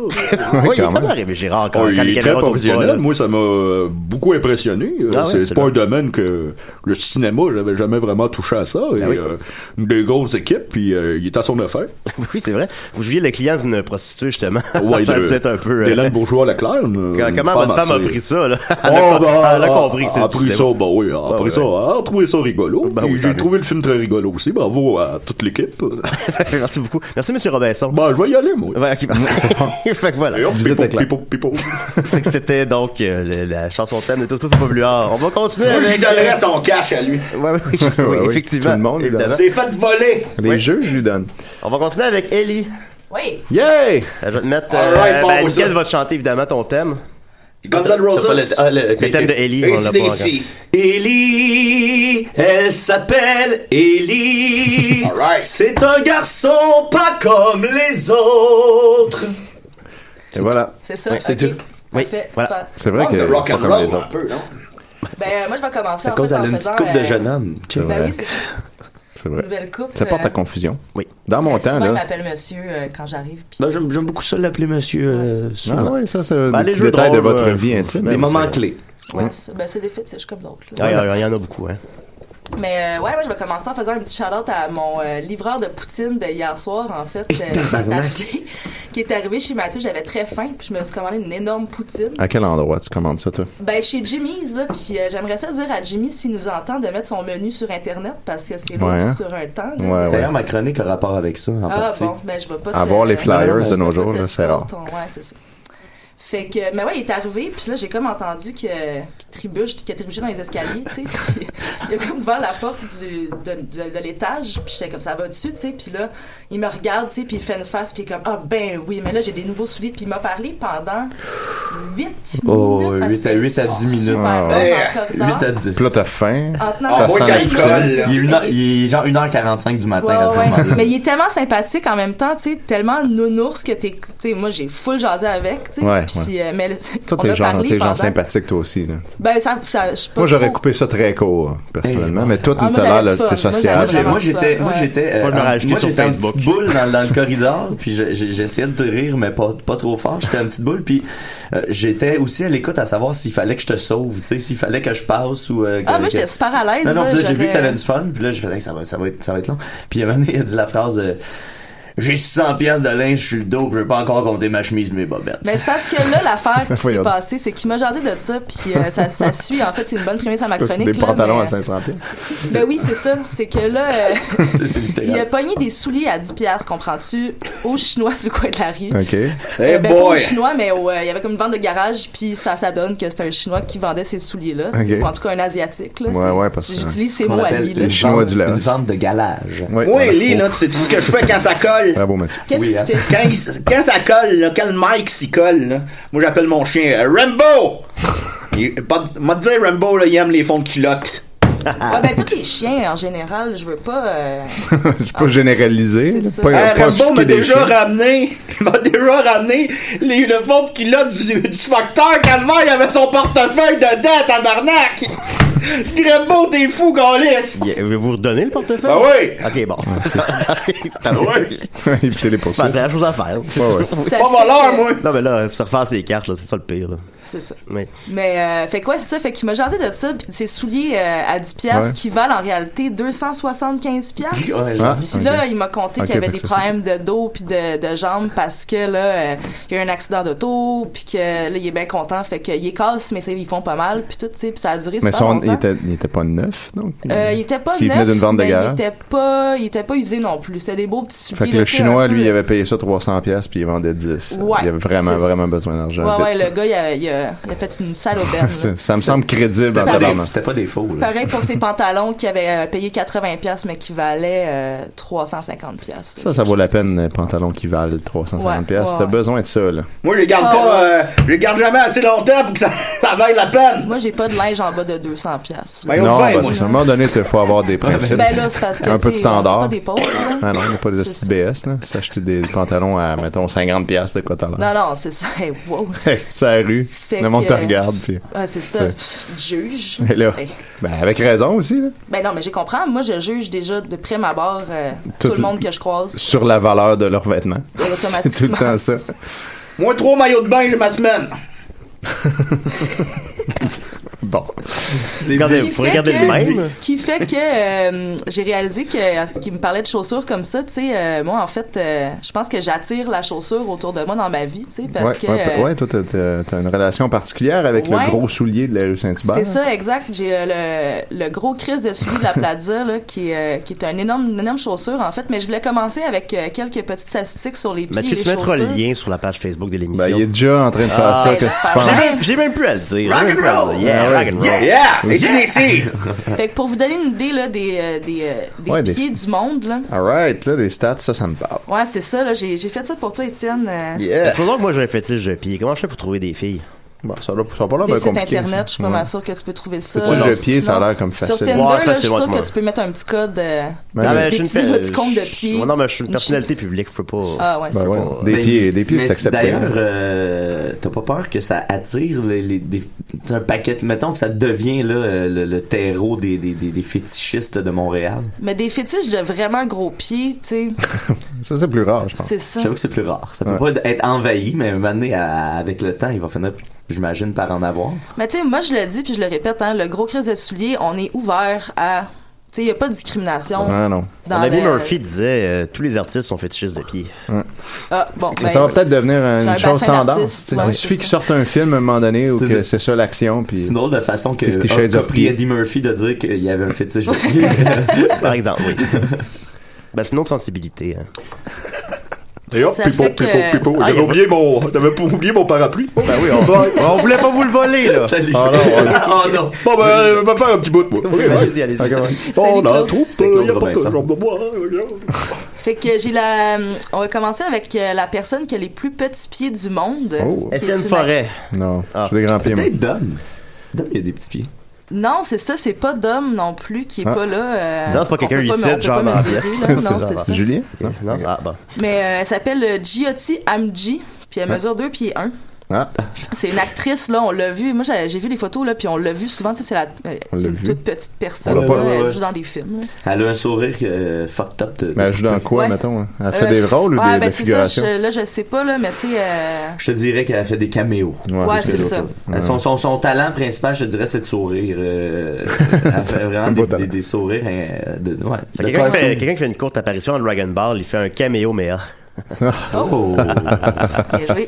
[SPEAKER 4] Ouais,
[SPEAKER 3] Ouais,
[SPEAKER 4] Oh,
[SPEAKER 3] il est
[SPEAKER 4] quand
[SPEAKER 3] pas
[SPEAKER 4] même.
[SPEAKER 3] mal Rémi Gérard quand,
[SPEAKER 5] Ah, il
[SPEAKER 3] quand les
[SPEAKER 5] est très
[SPEAKER 3] caméras tournent pas, là.
[SPEAKER 5] professionnel. Moi, ça m'a euh, beaucoup impressionné. Euh,
[SPEAKER 3] Ah ouais,
[SPEAKER 5] c'est
[SPEAKER 3] c'est
[SPEAKER 5] c'est pas
[SPEAKER 3] là.
[SPEAKER 5] un domaine que le cinéma, j'avais jamais vraiment touché à ça. Et,
[SPEAKER 3] Ben oui.
[SPEAKER 5] euh, une des grosses équipes, puis euh, il est à son affaire.
[SPEAKER 3] Oui, c'est vrai. Vous jouiez le client d'une prostituée, justement. ça
[SPEAKER 5] de-
[SPEAKER 3] devait être un peu... euh,
[SPEAKER 5] D'Hélène Bourgeois-Leclerc. une-
[SPEAKER 3] quand-
[SPEAKER 5] une
[SPEAKER 3] comment votre femme a
[SPEAKER 5] assez-
[SPEAKER 3] pris ça, là?
[SPEAKER 5] Oh,
[SPEAKER 3] Elle a,
[SPEAKER 5] ben,
[SPEAKER 3] elle a
[SPEAKER 5] ah,
[SPEAKER 3] compris que
[SPEAKER 5] ah,
[SPEAKER 3] c'était
[SPEAKER 5] a pris
[SPEAKER 3] du
[SPEAKER 5] ça,
[SPEAKER 3] cinéma.
[SPEAKER 5] ben oui, a
[SPEAKER 3] Ah,
[SPEAKER 5] pris
[SPEAKER 3] ouais.
[SPEAKER 5] ça, a trouvé ça rigolo.
[SPEAKER 3] Ben
[SPEAKER 5] Puis
[SPEAKER 3] oui, tant
[SPEAKER 5] j'ai trouvé le film très rigolo aussi. Bravo à toute l'équipe.
[SPEAKER 3] Merci beaucoup. Merci, Monsieur Robinson.
[SPEAKER 5] ben, je vais y aller, moi.
[SPEAKER 3] Ouais, ok, parfait. fait que voilà.
[SPEAKER 5] D'ailleurs,
[SPEAKER 4] visite
[SPEAKER 5] people,
[SPEAKER 4] éclair.
[SPEAKER 5] people, people.
[SPEAKER 3] Fait que C'était donc euh, le- la chanson thème de Toto Populuard. On va continuer
[SPEAKER 5] Moi,
[SPEAKER 3] avec... euh,
[SPEAKER 5] j'y donnerais son cash à lui.
[SPEAKER 3] Ouais, ouais, oui, oui,
[SPEAKER 4] ouais,
[SPEAKER 3] effectivement.
[SPEAKER 4] tout le monde est
[SPEAKER 3] évidemment.
[SPEAKER 5] C'est fait voler.
[SPEAKER 4] Les jeux, je lui donne.
[SPEAKER 3] On va continuer avec Ellie.
[SPEAKER 7] Oui.
[SPEAKER 4] Yay!
[SPEAKER 3] Euh, Je vais te mettre...
[SPEAKER 5] All right,
[SPEAKER 3] Euh,
[SPEAKER 5] bon,
[SPEAKER 3] ben,
[SPEAKER 5] on
[SPEAKER 3] Mickaël
[SPEAKER 5] va-
[SPEAKER 3] va te chanter, évidemment, ton thème.
[SPEAKER 5] Guns N'
[SPEAKER 6] T'as pas le-
[SPEAKER 5] Roses.
[SPEAKER 6] ah, le- ok,
[SPEAKER 3] Le thème
[SPEAKER 6] ok.
[SPEAKER 3] de Ellie, on l'a pas encore.
[SPEAKER 5] AC/DC.
[SPEAKER 6] Ellie, elle s'appelle Ellie.
[SPEAKER 5] Alright.
[SPEAKER 6] C'est un garçon pas comme les autres.
[SPEAKER 4] Et voilà.
[SPEAKER 7] C'est ça.
[SPEAKER 6] Ouais, c'est
[SPEAKER 7] ok.
[SPEAKER 6] tout.
[SPEAKER 3] Oui,
[SPEAKER 7] Parfait,
[SPEAKER 3] voilà.
[SPEAKER 7] super.
[SPEAKER 4] C'est vrai que.
[SPEAKER 5] Le rock
[SPEAKER 4] pas
[SPEAKER 5] and
[SPEAKER 4] comme les
[SPEAKER 5] roll, un
[SPEAKER 4] autres.
[SPEAKER 5] peu, non?
[SPEAKER 7] Ben, euh, moi, je vais commencer.
[SPEAKER 6] Ça
[SPEAKER 7] en
[SPEAKER 6] cause
[SPEAKER 7] fait,
[SPEAKER 6] elle a
[SPEAKER 7] en
[SPEAKER 6] une
[SPEAKER 7] faisant,
[SPEAKER 6] petite coupe de
[SPEAKER 7] euh,
[SPEAKER 6] jeune homme.
[SPEAKER 4] C'est
[SPEAKER 7] Ben
[SPEAKER 4] vrai.
[SPEAKER 7] oui, c'est ça.
[SPEAKER 4] C'est vrai.
[SPEAKER 7] Nouvelle couple.
[SPEAKER 4] Ça porte
[SPEAKER 7] euh,
[SPEAKER 4] à confusion.
[SPEAKER 3] Oui.
[SPEAKER 4] Dans mon temps,
[SPEAKER 7] souvent, il
[SPEAKER 4] là.
[SPEAKER 7] m'appelle monsieur euh, quand j'arrive. puis-
[SPEAKER 6] Ben, j'aime j'aime beaucoup ça l'appeler monsieur euh,
[SPEAKER 4] Ah
[SPEAKER 6] souvent.
[SPEAKER 4] ouais, ça, c'est
[SPEAKER 3] Ben,
[SPEAKER 4] des
[SPEAKER 3] les
[SPEAKER 4] petits
[SPEAKER 3] jeux
[SPEAKER 4] détails de
[SPEAKER 3] drôles,
[SPEAKER 4] votre
[SPEAKER 3] euh,
[SPEAKER 4] vie intime.
[SPEAKER 6] Des
[SPEAKER 4] hein,
[SPEAKER 6] moments
[SPEAKER 4] c'est-
[SPEAKER 6] clés.
[SPEAKER 7] Ouais, c'est- ben, c'est des fétiches comme d'autres. là.
[SPEAKER 3] Ah, Il y en- il y en a beaucoup, hein.
[SPEAKER 7] Mais euh, ouais, moi je vais commencer en faisant un petit shout-out à mon euh, livreur de poutine de hier soir, en fait,
[SPEAKER 6] Eh,
[SPEAKER 7] euh, Tartaruga, qui est arrivé chez Mathieu. J'avais très faim, puis je me suis commandé une énorme poutine.
[SPEAKER 4] À quel endroit tu commandes ça, toi?
[SPEAKER 7] Ben chez Jimmy's, là, puis euh, j'aimerais ça dire à Jimmy s'il nous entend de mettre son menu sur Internet, parce que c'est lourd
[SPEAKER 4] Ouais, hein?
[SPEAKER 7] sur un temps. là.
[SPEAKER 4] Ouais, ouais.
[SPEAKER 6] D'ailleurs, ma chronique a rapport avec ça en
[SPEAKER 7] Ah
[SPEAKER 6] partie.
[SPEAKER 7] bon, ben je vais pas... te-
[SPEAKER 4] Avoir les
[SPEAKER 7] euh,
[SPEAKER 4] flyers de nos jours,
[SPEAKER 7] te
[SPEAKER 4] là, c'est
[SPEAKER 7] spoil
[SPEAKER 4] rare.
[SPEAKER 7] ton- Ouais, c'est ça. Fait que, mais ouais, il est arrivé, puis là, j'ai comme entendu que- qu'il trébuche, qu'il a trébuché dans les escaliers, tu sais. puis il a comme ouvert la porte du, de, de- de l'étage, puis j'étais comme, ça va dessus, tu sais. Puis là, il me regarde, tu sais, puis il fait une face, puis il est comme, ah ben oui, mais là, j'ai des nouveaux souliers, puis il m'a parlé pendant 8
[SPEAKER 6] Oh,
[SPEAKER 7] minutes.
[SPEAKER 6] huit à- huit à dix minutes.
[SPEAKER 4] Ah,
[SPEAKER 7] ouais.
[SPEAKER 4] ouais.
[SPEAKER 6] 8 à 10.
[SPEAKER 4] Puis là, t'as faim.
[SPEAKER 7] En tenant
[SPEAKER 4] Ça
[SPEAKER 7] mon
[SPEAKER 4] sent la poutine.
[SPEAKER 6] Il est, une heure- il est genre 1h45 du matin
[SPEAKER 7] Ouais,
[SPEAKER 6] à ce
[SPEAKER 7] ouais.
[SPEAKER 6] moment-là.
[SPEAKER 7] Mais il est tellement sympathique en même temps, tu sais, tellement nounours que t'es, tu sais, moi j'ai full jasé avec, tu sais.
[SPEAKER 4] Ouais,
[SPEAKER 7] Puis, euh, mais le-
[SPEAKER 4] Toi,
[SPEAKER 7] on
[SPEAKER 4] t'es
[SPEAKER 7] a
[SPEAKER 4] genre,
[SPEAKER 7] parlé
[SPEAKER 4] t'es genre
[SPEAKER 7] pendant-
[SPEAKER 4] sympathique, toi aussi. Là.
[SPEAKER 7] Ben ça, ça, je suis pas
[SPEAKER 4] Moi, j'aurais
[SPEAKER 7] trop-
[SPEAKER 4] coupé ça très court, personnellement. Mais toi,
[SPEAKER 7] Ah, moi,
[SPEAKER 4] tout à
[SPEAKER 7] j'avais
[SPEAKER 4] l'heure,
[SPEAKER 7] du
[SPEAKER 4] là,
[SPEAKER 7] fun.
[SPEAKER 4] t'es
[SPEAKER 7] Moi,
[SPEAKER 6] Moi,
[SPEAKER 4] sociable.
[SPEAKER 7] j'avais
[SPEAKER 6] j'ai- moi, j'étais,
[SPEAKER 7] Ouais.
[SPEAKER 6] moi, j'étais, euh,
[SPEAKER 3] Moi, je me
[SPEAKER 6] en-
[SPEAKER 3] rajoutais
[SPEAKER 6] moi,
[SPEAKER 3] sur
[SPEAKER 6] j'étais en
[SPEAKER 3] Facebook.
[SPEAKER 6] petite boule dans, dans le corridor, puis je- j'ai- j'essayais de te rire, mais pas, pas trop fort. J'étais en petite boule, puis euh, j'étais aussi à l'écoute à savoir s'il fallait que je te sauve, tu sais, s'il fallait que je passe ou. euh, que-
[SPEAKER 7] Ah, moi
[SPEAKER 6] que-
[SPEAKER 7] j'étais super à l'aise.
[SPEAKER 6] Non, non,
[SPEAKER 7] là,
[SPEAKER 6] puis là, j'ai vu
[SPEAKER 7] j'avais-
[SPEAKER 6] que t'avais du fun, puis là, j'ai fait, Hey, ça va, ça va être, ça va être long. Puis à un moment donné, il a dit la phrase. euh, j'ai 600 pièces de linge sur le dos, puis je veux pas encore compter ma chemise, mes bobettes.
[SPEAKER 7] Mais c'est parce que là, l'affaire qui s'est
[SPEAKER 4] Voyons.
[SPEAKER 7] passée, c'est qu'il m'a jasé de ça, puis euh, ça, ça suit. En fait, c'est une bonne prémisse à ma
[SPEAKER 4] C'est
[SPEAKER 7] chronique.
[SPEAKER 4] des
[SPEAKER 7] là,
[SPEAKER 4] pantalons
[SPEAKER 7] mais- euh,
[SPEAKER 4] à 500 pièces.
[SPEAKER 7] Ben oui, c'est ça. C'est que là, euh,
[SPEAKER 6] c'est, c'est
[SPEAKER 7] il a
[SPEAKER 6] littéral.
[SPEAKER 7] pogné des souliers à 10 piastres, comprends-tu, aux Chinois sur le coin de la rue.
[SPEAKER 4] OK.
[SPEAKER 7] Eh
[SPEAKER 5] Hey
[SPEAKER 7] ben, pas au
[SPEAKER 5] boy!
[SPEAKER 7] chinois, mais au, euh, il y avait comme une vente de garage, puis ça, ça donne que c'était un chinois qui vendait ces souliers-là. tu sais,
[SPEAKER 4] Ok.
[SPEAKER 7] ou En tout cas, un asiatique. Là,
[SPEAKER 4] Ouais,
[SPEAKER 7] c'est-
[SPEAKER 4] ouais, parce que-
[SPEAKER 7] J'utilise ces
[SPEAKER 6] On
[SPEAKER 7] mots à
[SPEAKER 6] appelle
[SPEAKER 7] lui. là.
[SPEAKER 6] une
[SPEAKER 4] Chinois
[SPEAKER 6] vente-
[SPEAKER 4] du Laos.
[SPEAKER 6] Une vente de galage.
[SPEAKER 4] Ouais,
[SPEAKER 5] Moi,
[SPEAKER 4] voilà.
[SPEAKER 5] Ellie, là, tu sais-tu ce que je fais quand ça colle?
[SPEAKER 4] Bravo, Mathieu.
[SPEAKER 7] Qu'est-ce
[SPEAKER 6] Oui,
[SPEAKER 7] que
[SPEAKER 6] hein.
[SPEAKER 7] tu fais?
[SPEAKER 5] Quand, il- quand ça colle, là, quand le mic s'y colle, là, moi j'appelle mon chien euh, Rambo! Il- pas- M'a dit Rambo, là, il aime les fonds de culotte.
[SPEAKER 7] Ah, ben, tous les chiens, en général, je veux pas. euh,
[SPEAKER 4] Je suis pas
[SPEAKER 7] C'est
[SPEAKER 4] généralisé. là,
[SPEAKER 7] ça. Eh,
[SPEAKER 4] Pas,
[SPEAKER 5] Hey,
[SPEAKER 4] pas
[SPEAKER 5] Hein, Rambo m'a
[SPEAKER 4] offusquer des
[SPEAKER 5] déjà
[SPEAKER 4] chiens.
[SPEAKER 5] ramené, m'a déjà ramené les, le fond de culotte du, du facteur Calvaire, il avait son portefeuille dedans, tabarnak! Rambo, t'es fou, Gaulis!
[SPEAKER 3] Il- Vous redonnez le portefeuille?
[SPEAKER 5] Ah oui!
[SPEAKER 3] Ok, bon. T'as raison.
[SPEAKER 4] Éviter les
[SPEAKER 3] Ben, c'est
[SPEAKER 4] poursuites.
[SPEAKER 3] la chose à faire. c'est
[SPEAKER 4] Ouais,
[SPEAKER 3] sûr.
[SPEAKER 4] ouais.
[SPEAKER 7] ça
[SPEAKER 5] Pas
[SPEAKER 7] fait
[SPEAKER 5] voleur,
[SPEAKER 7] que-
[SPEAKER 5] moi!
[SPEAKER 3] Non, mais là, se refaire ses cartes, là, c'est ça le pire. Là.
[SPEAKER 7] C'est ça.
[SPEAKER 3] Oui.
[SPEAKER 7] Mais, euh, fait quoi, c'est ça. Fait qu'il m'a jasé de ça, puis de ses souliers euh, à 10$ piastres
[SPEAKER 4] Ouais.
[SPEAKER 7] qui valent en réalité 275$. piastres.
[SPEAKER 6] Ouais,
[SPEAKER 4] Ah,
[SPEAKER 7] Puis
[SPEAKER 4] ok.
[SPEAKER 7] là, il m'a conté
[SPEAKER 4] Ok,
[SPEAKER 7] qu'il y avait
[SPEAKER 4] fait
[SPEAKER 7] des
[SPEAKER 4] que ça,
[SPEAKER 7] problèmes de dos puis de, de jambes parce que là, euh, il y a eu un accident d'auto puis que là, il est bien content. Fait qu'il est casse, mais ça, ils font pas mal puis tout, tu sais, puis ça a duré
[SPEAKER 4] Mais
[SPEAKER 7] super
[SPEAKER 4] son, il,
[SPEAKER 7] longtemps.
[SPEAKER 4] était, il était pas neuf, donc.
[SPEAKER 7] Euh, il était pas
[SPEAKER 4] S'il
[SPEAKER 7] neuf,
[SPEAKER 4] venait d'une vente de
[SPEAKER 7] mais
[SPEAKER 4] garage.
[SPEAKER 7] il était pas, il était pas usé non plus. C'était des beaux petits souliers.
[SPEAKER 4] Fait que
[SPEAKER 7] là,
[SPEAKER 4] le
[SPEAKER 7] tu sais, un
[SPEAKER 4] Chinois,
[SPEAKER 7] peu-
[SPEAKER 4] lui, il avait payé ça 300$ pièces puis il vendait 10.
[SPEAKER 7] Ouais,
[SPEAKER 4] il avait vraiment,
[SPEAKER 7] c'est-
[SPEAKER 4] vraiment besoin d'argent.
[SPEAKER 7] Ouais,
[SPEAKER 4] vite.
[SPEAKER 7] ouais, le gars, il a, il a, il a fait une sale aubaine. là.
[SPEAKER 4] ça, ça me semble crédible
[SPEAKER 6] C'était
[SPEAKER 4] en
[SPEAKER 6] pas,
[SPEAKER 4] tabarnak.
[SPEAKER 6] des, c'était pas des faux, là.
[SPEAKER 7] Pareil pour ses pantalons qui avaient euh, payé 80 pièces mais qui valaient euh, 350 pièces.
[SPEAKER 4] Ça, ça vaut la peine, les pantalons qui valent 350$.
[SPEAKER 7] Ouais, ouais,
[SPEAKER 4] T'as
[SPEAKER 7] ouais.
[SPEAKER 4] besoin de ça, là.
[SPEAKER 5] Moi, je les garde pas, euh, je les garde jamais assez longtemps pour que ça, ça vaille la peine.
[SPEAKER 7] Moi, j'ai pas de linge en bas de 200 pièces.
[SPEAKER 5] Ben,
[SPEAKER 4] non,
[SPEAKER 5] non,
[SPEAKER 4] bah, c'est ça. À un moment donné, il faut avoir des principes.
[SPEAKER 7] Ben là, c'est parce que
[SPEAKER 4] Un peu de
[SPEAKER 7] tu sais,
[SPEAKER 4] standard.
[SPEAKER 7] on a pas des pauvres, là.
[SPEAKER 4] Ah non, il n'y a pas des
[SPEAKER 7] C'est
[SPEAKER 4] BS, là. S'acheter des pantalons à, mettons, 50$ de quoi t'as l'air.
[SPEAKER 7] Non, non, c'est ça. Hey, wow.
[SPEAKER 4] Hey, c'est la rue.
[SPEAKER 7] Fait
[SPEAKER 4] le monde te
[SPEAKER 7] que-
[SPEAKER 4] regarde, puis.
[SPEAKER 7] Ah, c'est ça. Pff, Juge.
[SPEAKER 4] Mais là,
[SPEAKER 7] Hey.
[SPEAKER 4] ben, avec raison aussi, là.
[SPEAKER 7] Ben non, mais j'ai compris. Moi, je juge déjà de près ma barre tout,
[SPEAKER 4] Tout-
[SPEAKER 7] le monde que je croise.
[SPEAKER 4] Sur la valeur de leurs vêtements. C'est tout le temps ça.
[SPEAKER 5] Moins trois maillots de bain, j'ai ma semaine.
[SPEAKER 4] Bon.
[SPEAKER 6] C'est
[SPEAKER 3] Regardez,
[SPEAKER 7] qui
[SPEAKER 3] faut
[SPEAKER 7] fait
[SPEAKER 3] regarder
[SPEAKER 7] que-
[SPEAKER 3] le même.
[SPEAKER 7] Ce qui fait que euh, j'ai réalisé que euh, qu'il me parlait de chaussures comme ça, tu sais, euh, moi en fait, euh, je pense que j'attire la chaussure autour de moi dans ma vie, tu sais, parce
[SPEAKER 4] Ouais,
[SPEAKER 7] que
[SPEAKER 4] ouais,
[SPEAKER 7] euh,
[SPEAKER 4] ouais, toi, t'as- t'as t'as une relation particulière avec
[SPEAKER 7] Ouais.
[SPEAKER 4] le gros soulier de la rue Saint-Hubert.
[SPEAKER 7] C'est ça, exact. J'ai euh, le, le gros crise de celui de la Plaza, là, qui, est, euh, qui est un énorme, une énorme chaussure, en fait. Mais je voulais commencer avec euh, quelques petites statistiques sur les pieds
[SPEAKER 3] Mathieu,
[SPEAKER 7] et les
[SPEAKER 3] tu mettras le
[SPEAKER 7] chaussures.
[SPEAKER 3] lien sur la page Facebook de l'émission.
[SPEAKER 4] Ben, il est déjà en train de faire
[SPEAKER 3] Ah.
[SPEAKER 4] ça, qu'est-ce que tu penses?
[SPEAKER 3] J'ai même- J'ai même plus à le dire. J'ai même plus à le
[SPEAKER 5] Rock'n'roll!
[SPEAKER 3] dire. Yeah,
[SPEAKER 4] Ah ouais.
[SPEAKER 3] rock'n'roll.
[SPEAKER 5] Yeah, yeah! Et c'est ici!
[SPEAKER 7] Fait que pour vous donner une idée là, des, euh, des, euh, des
[SPEAKER 4] Ouais, des-
[SPEAKER 7] pieds du monde, là.
[SPEAKER 4] Alright, là, les stats, ça, ça me parle.
[SPEAKER 7] Ouais, c'est ça, là. J'ai j'ai fait ça pour toi, Étienne. euh,
[SPEAKER 4] Yeah!
[SPEAKER 3] Supposons que moi j'ai un fétiche de pied. Comment je fais pour trouver des filles?
[SPEAKER 4] Bon, ça doit ça a pas l'air
[SPEAKER 7] Des
[SPEAKER 4] bien
[SPEAKER 7] sites
[SPEAKER 4] compliqué.
[SPEAKER 7] internet,
[SPEAKER 4] ça.
[SPEAKER 7] je suis pas
[SPEAKER 4] Ouais.
[SPEAKER 7] mal sûre que tu peux trouver ça.
[SPEAKER 4] Faut-tu
[SPEAKER 7] Alors,
[SPEAKER 4] le pied, ça a
[SPEAKER 7] sinon,
[SPEAKER 4] l'air comme
[SPEAKER 7] Sur
[SPEAKER 4] facile.
[SPEAKER 7] Tinder,
[SPEAKER 3] Ouais,
[SPEAKER 7] là,
[SPEAKER 3] ça,
[SPEAKER 7] je
[SPEAKER 3] c'est
[SPEAKER 7] suis
[SPEAKER 3] moi
[SPEAKER 7] sûre
[SPEAKER 3] qui
[SPEAKER 7] que
[SPEAKER 3] me-
[SPEAKER 7] tu peux mettre un petit code. euh,
[SPEAKER 4] Ben,
[SPEAKER 3] Ah,
[SPEAKER 4] des-
[SPEAKER 3] ben, je
[SPEAKER 7] des
[SPEAKER 3] suis
[SPEAKER 7] petits
[SPEAKER 3] une
[SPEAKER 7] émoticônes de
[SPEAKER 3] je-
[SPEAKER 7] pieds.
[SPEAKER 3] Non, mais je suis une
[SPEAKER 7] Une
[SPEAKER 3] personnalité publique, je peux pas.
[SPEAKER 7] Ah ouais, c'est
[SPEAKER 4] Ben
[SPEAKER 7] ça.
[SPEAKER 4] ouais, des
[SPEAKER 6] Mais-
[SPEAKER 4] pieds, des pieds,
[SPEAKER 6] mais
[SPEAKER 4] c'est accepté.
[SPEAKER 6] D'ailleurs, euh, t'as pas peur que ça attire les, les- des- t'sais, un paquet, mettons que ça devient là, euh, le, le terreau des, des, des, des fétichistes de Montréal.
[SPEAKER 7] Mais des fétiches de vraiment gros pieds, tu sais,
[SPEAKER 4] hein. ça, c'est plus rare, je pense.
[SPEAKER 7] c'est ça.
[SPEAKER 6] J'avoue que c'est plus rare. Ça peut
[SPEAKER 4] Ouais.
[SPEAKER 6] pas être envahi, mais maintenant, avec le temps, il va finir, j'imagine, par en avoir.
[SPEAKER 7] Mais tu sais, moi je le dis puis je le répète, hein, le gros crise de souliers, on est ouvert à. Tu sais, il n'y a pas de discrimination.
[SPEAKER 4] Ah, non.
[SPEAKER 7] Dans
[SPEAKER 3] Mon ami
[SPEAKER 7] le-
[SPEAKER 3] Murphy disait euh, tous les artistes sont fétichistes de pied.
[SPEAKER 7] Ah, bon,
[SPEAKER 4] Mais
[SPEAKER 7] ben,
[SPEAKER 4] ça va peut-être devenir
[SPEAKER 7] un
[SPEAKER 4] une chose
[SPEAKER 7] bassin
[SPEAKER 4] tendance.
[SPEAKER 7] d'artiste,
[SPEAKER 4] tu sais.
[SPEAKER 7] ouais,
[SPEAKER 4] Il
[SPEAKER 7] c'est
[SPEAKER 4] suffit
[SPEAKER 7] ça.
[SPEAKER 4] qu'ils sortent un film à un moment donné ou
[SPEAKER 6] C'est
[SPEAKER 4] que
[SPEAKER 6] de-
[SPEAKER 4] c'est ça l'action.
[SPEAKER 6] C'est
[SPEAKER 4] Puis...
[SPEAKER 6] une drôle de façon que
[SPEAKER 4] Fifty
[SPEAKER 6] a
[SPEAKER 4] Shades of
[SPEAKER 6] copié
[SPEAKER 4] Pee.
[SPEAKER 6] Eddie Murphy de dire qu'il y avait un fétiche de pied.
[SPEAKER 3] Par exemple, oui. Ben, c'est une autre sensibilité. hein.
[SPEAKER 4] Et
[SPEAKER 7] hop, Ça pipo, fait que- pipo, pipo.
[SPEAKER 3] Ah, J'avais y a-
[SPEAKER 4] oublié mon, oublié mon parapluie.
[SPEAKER 5] Oh,
[SPEAKER 3] Ben oui, on... on voulait pas vous le voler, là.
[SPEAKER 6] Salut.
[SPEAKER 4] Ah non, on
[SPEAKER 6] Ah, oh non.
[SPEAKER 4] Bon, ben, va faire un petit bout, moi.
[SPEAKER 3] Allez-y, allez-y.
[SPEAKER 7] Salut, Claude.
[SPEAKER 6] C'est Claude Robinson.
[SPEAKER 7] Fait que j'ai la. On va commencer avec euh, la personne qui a les plus petits pieds du monde.
[SPEAKER 4] Oh.
[SPEAKER 3] Étienne
[SPEAKER 7] C'est
[SPEAKER 3] Forêt.
[SPEAKER 4] Non,
[SPEAKER 3] Ah.
[SPEAKER 4] je l'ai grand pied,
[SPEAKER 6] C'est
[SPEAKER 4] moi.
[SPEAKER 6] peut-être Dom. Dom, il a des petits pieds.
[SPEAKER 7] Non, c'est ça, c'est pas d'homme non plus qui est
[SPEAKER 4] Ah.
[SPEAKER 7] pas là. euh,
[SPEAKER 3] Non, c'est pas quelqu'un
[SPEAKER 7] on peut
[SPEAKER 3] ici,
[SPEAKER 7] mais on peut
[SPEAKER 3] genre
[SPEAKER 7] pas
[SPEAKER 3] dans la
[SPEAKER 7] mesurer,
[SPEAKER 3] pièce.
[SPEAKER 7] là.
[SPEAKER 3] C'est
[SPEAKER 7] Non,
[SPEAKER 3] ça,
[SPEAKER 7] c'est
[SPEAKER 3] va.
[SPEAKER 7] ça.
[SPEAKER 4] Julien?
[SPEAKER 3] Non, non, ah, bon.
[SPEAKER 7] Mais euh, elle s'appelle euh, Giotti Amji, puis elle mesure 2 pieds 1.
[SPEAKER 4] Ah,
[SPEAKER 7] C'est une actrice, là, on l'a vu. Moi, j'ai j'ai vu les photos, là, puis on l'a vu souvent. Tu sais, c'est la- euh,
[SPEAKER 4] On l'a
[SPEAKER 7] c'est une
[SPEAKER 4] vu.
[SPEAKER 7] toute petite personne.
[SPEAKER 4] On l'a pas-
[SPEAKER 7] là,
[SPEAKER 6] ouais,
[SPEAKER 7] elle
[SPEAKER 6] ouais.
[SPEAKER 7] joue dans des films. là.
[SPEAKER 6] Elle a un sourire euh, fucked up de.
[SPEAKER 4] mais elle joue dans quoi,
[SPEAKER 7] Ouais.
[SPEAKER 4] mettons? hein? Elle fait
[SPEAKER 7] Euh,
[SPEAKER 4] des rôles ou
[SPEAKER 7] ouais,
[SPEAKER 4] des, de
[SPEAKER 7] ben,
[SPEAKER 4] la
[SPEAKER 7] c'est ça.
[SPEAKER 4] figuration?
[SPEAKER 7] je- là, je sais pas, là, mais tu sais. euh,
[SPEAKER 6] Je te dirais qu'elle a fait des caméos.
[SPEAKER 7] ouais, c'est
[SPEAKER 6] c'est
[SPEAKER 7] ça.
[SPEAKER 4] Ouais.
[SPEAKER 6] Son, son, son talent principal, je te dirais, c'est de sourire. euh, elle fait
[SPEAKER 4] un
[SPEAKER 6] vraiment
[SPEAKER 4] beau
[SPEAKER 6] des,
[SPEAKER 4] talent.
[SPEAKER 6] des- des sourires euh, de. Ouais,
[SPEAKER 3] Fait
[SPEAKER 6] de
[SPEAKER 3] Quelqu'un qui, fait-
[SPEAKER 6] cartoon.
[SPEAKER 3] quelqu'un qui fait une courte apparition en Dragon Ball, il fait un caméo, mais ah,
[SPEAKER 6] Oh!
[SPEAKER 7] bien joué.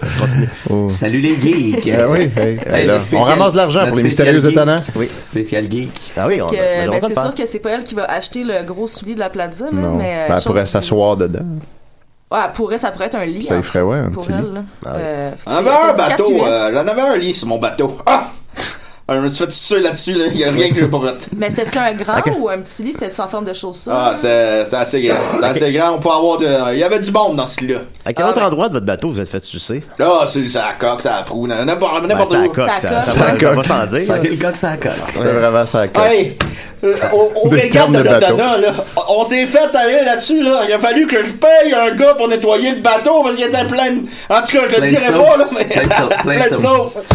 [SPEAKER 6] Salut les geeks!
[SPEAKER 4] Ah oui, hey.
[SPEAKER 6] Hey,
[SPEAKER 4] Là,
[SPEAKER 6] notre
[SPEAKER 4] on
[SPEAKER 6] spécial-
[SPEAKER 4] ramasse de l'argent pour
[SPEAKER 6] notre
[SPEAKER 4] les
[SPEAKER 6] spécial
[SPEAKER 4] mystérieux
[SPEAKER 6] geek.
[SPEAKER 4] étonnants.
[SPEAKER 6] Oui, spécial geek.
[SPEAKER 3] ah oui, on,
[SPEAKER 7] Que,
[SPEAKER 3] ben, on
[SPEAKER 7] ben,
[SPEAKER 3] va le
[SPEAKER 7] c'est
[SPEAKER 3] faire.
[SPEAKER 7] sûr que c'est pas elle qui va acheter le gros soulier de la plaza, là,
[SPEAKER 4] Non,
[SPEAKER 7] mais. euh,
[SPEAKER 4] Ben, elle
[SPEAKER 7] chose
[SPEAKER 4] pourrait
[SPEAKER 7] qui-
[SPEAKER 4] s'asseoir dedans.
[SPEAKER 7] Ouais, elle pourrait, ça pourrait être un lit.
[SPEAKER 4] Ça
[SPEAKER 7] en
[SPEAKER 4] lui ferait, ouais, un
[SPEAKER 7] fait, pour
[SPEAKER 4] petit lit.
[SPEAKER 7] elle, là.
[SPEAKER 3] Ah oui.
[SPEAKER 7] Euh,
[SPEAKER 5] J'en avais un
[SPEAKER 7] c'est quatre
[SPEAKER 5] bah, bateau,
[SPEAKER 7] US.
[SPEAKER 5] euh, j'en avais un lit sur mon bateau. Ah! Ah, Je me suis fait tuer là-dessus, là. y a rien que j'ai pas fait.
[SPEAKER 7] Mais c'était-tu un grand ou un petit lit? C'était-tu en forme de chaussure?
[SPEAKER 5] Ah, c'est- c'était assez grand. C'était assez grand. On pouvait avoir de. Il y avait du monde dans ce lit-là.
[SPEAKER 3] À quel
[SPEAKER 7] Ah,
[SPEAKER 3] autre
[SPEAKER 7] ben.
[SPEAKER 3] endroit de votre bateau vous êtes fait sucer?
[SPEAKER 5] Là, c'est ça la coque, ça la proue, n'a- n'importe
[SPEAKER 3] Ben,
[SPEAKER 5] n'importe
[SPEAKER 3] ça
[SPEAKER 5] où.
[SPEAKER 3] coque, ça,
[SPEAKER 7] Ça
[SPEAKER 3] ça,
[SPEAKER 7] coque.
[SPEAKER 3] va-
[SPEAKER 4] Ça
[SPEAKER 3] ça va
[SPEAKER 4] coque.
[SPEAKER 3] s'en dire.
[SPEAKER 6] Ça
[SPEAKER 3] là.
[SPEAKER 6] colle coque, ça colle.
[SPEAKER 4] C'était vraiment ça.
[SPEAKER 5] Hey! euh, Au, au
[SPEAKER 4] Des
[SPEAKER 5] regarde
[SPEAKER 4] termes
[SPEAKER 5] de
[SPEAKER 4] de bateau.
[SPEAKER 5] l'Atana, là, on on s'est fait aller là-dessus, là. Il a fallu que je paye un gars pour nettoyer le bateau parce qu'il était plein de... En tout cas, je le
[SPEAKER 6] Plein de
[SPEAKER 5] dirais pas, là,
[SPEAKER 6] sauce.
[SPEAKER 5] mais...
[SPEAKER 6] Plein de sauce. Plein de sauce.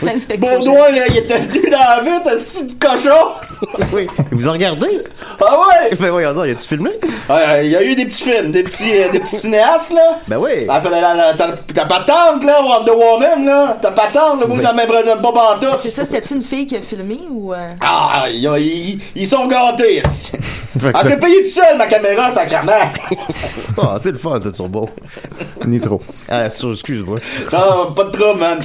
[SPEAKER 7] Plein de spectacles.
[SPEAKER 5] Baudouin, là, il était venu dans la vite, un petit cochon.
[SPEAKER 3] oui. Vous en regardez?
[SPEAKER 5] Ah ouais!
[SPEAKER 3] Ben voyons donc, y a-tu filmé?
[SPEAKER 5] Ah, Il y a eu des petits films, des petits, euh, des petits cinéastes, là.
[SPEAKER 3] Ben oui.
[SPEAKER 5] Ah, fait, la, la, la, ta, ta patente, là, Wonder Woman, là. Ta patente, là, moi, ça m'impressionne pas pantoute.
[SPEAKER 7] C'est ça, c'était-tu une fille qui a filmé ou. euh,
[SPEAKER 5] Ah, ils, ont- ils- ils sont gâtés, ici.
[SPEAKER 4] Fait que
[SPEAKER 5] Ah,
[SPEAKER 4] ça-
[SPEAKER 5] c'est payé tout seul, ma caméra, sacrément.
[SPEAKER 3] Ah, c'est le fun, de turbo.
[SPEAKER 4] ni trop.
[SPEAKER 3] Ah, sur- excuse-moi.
[SPEAKER 5] Non, Ah, pas de trouble, man.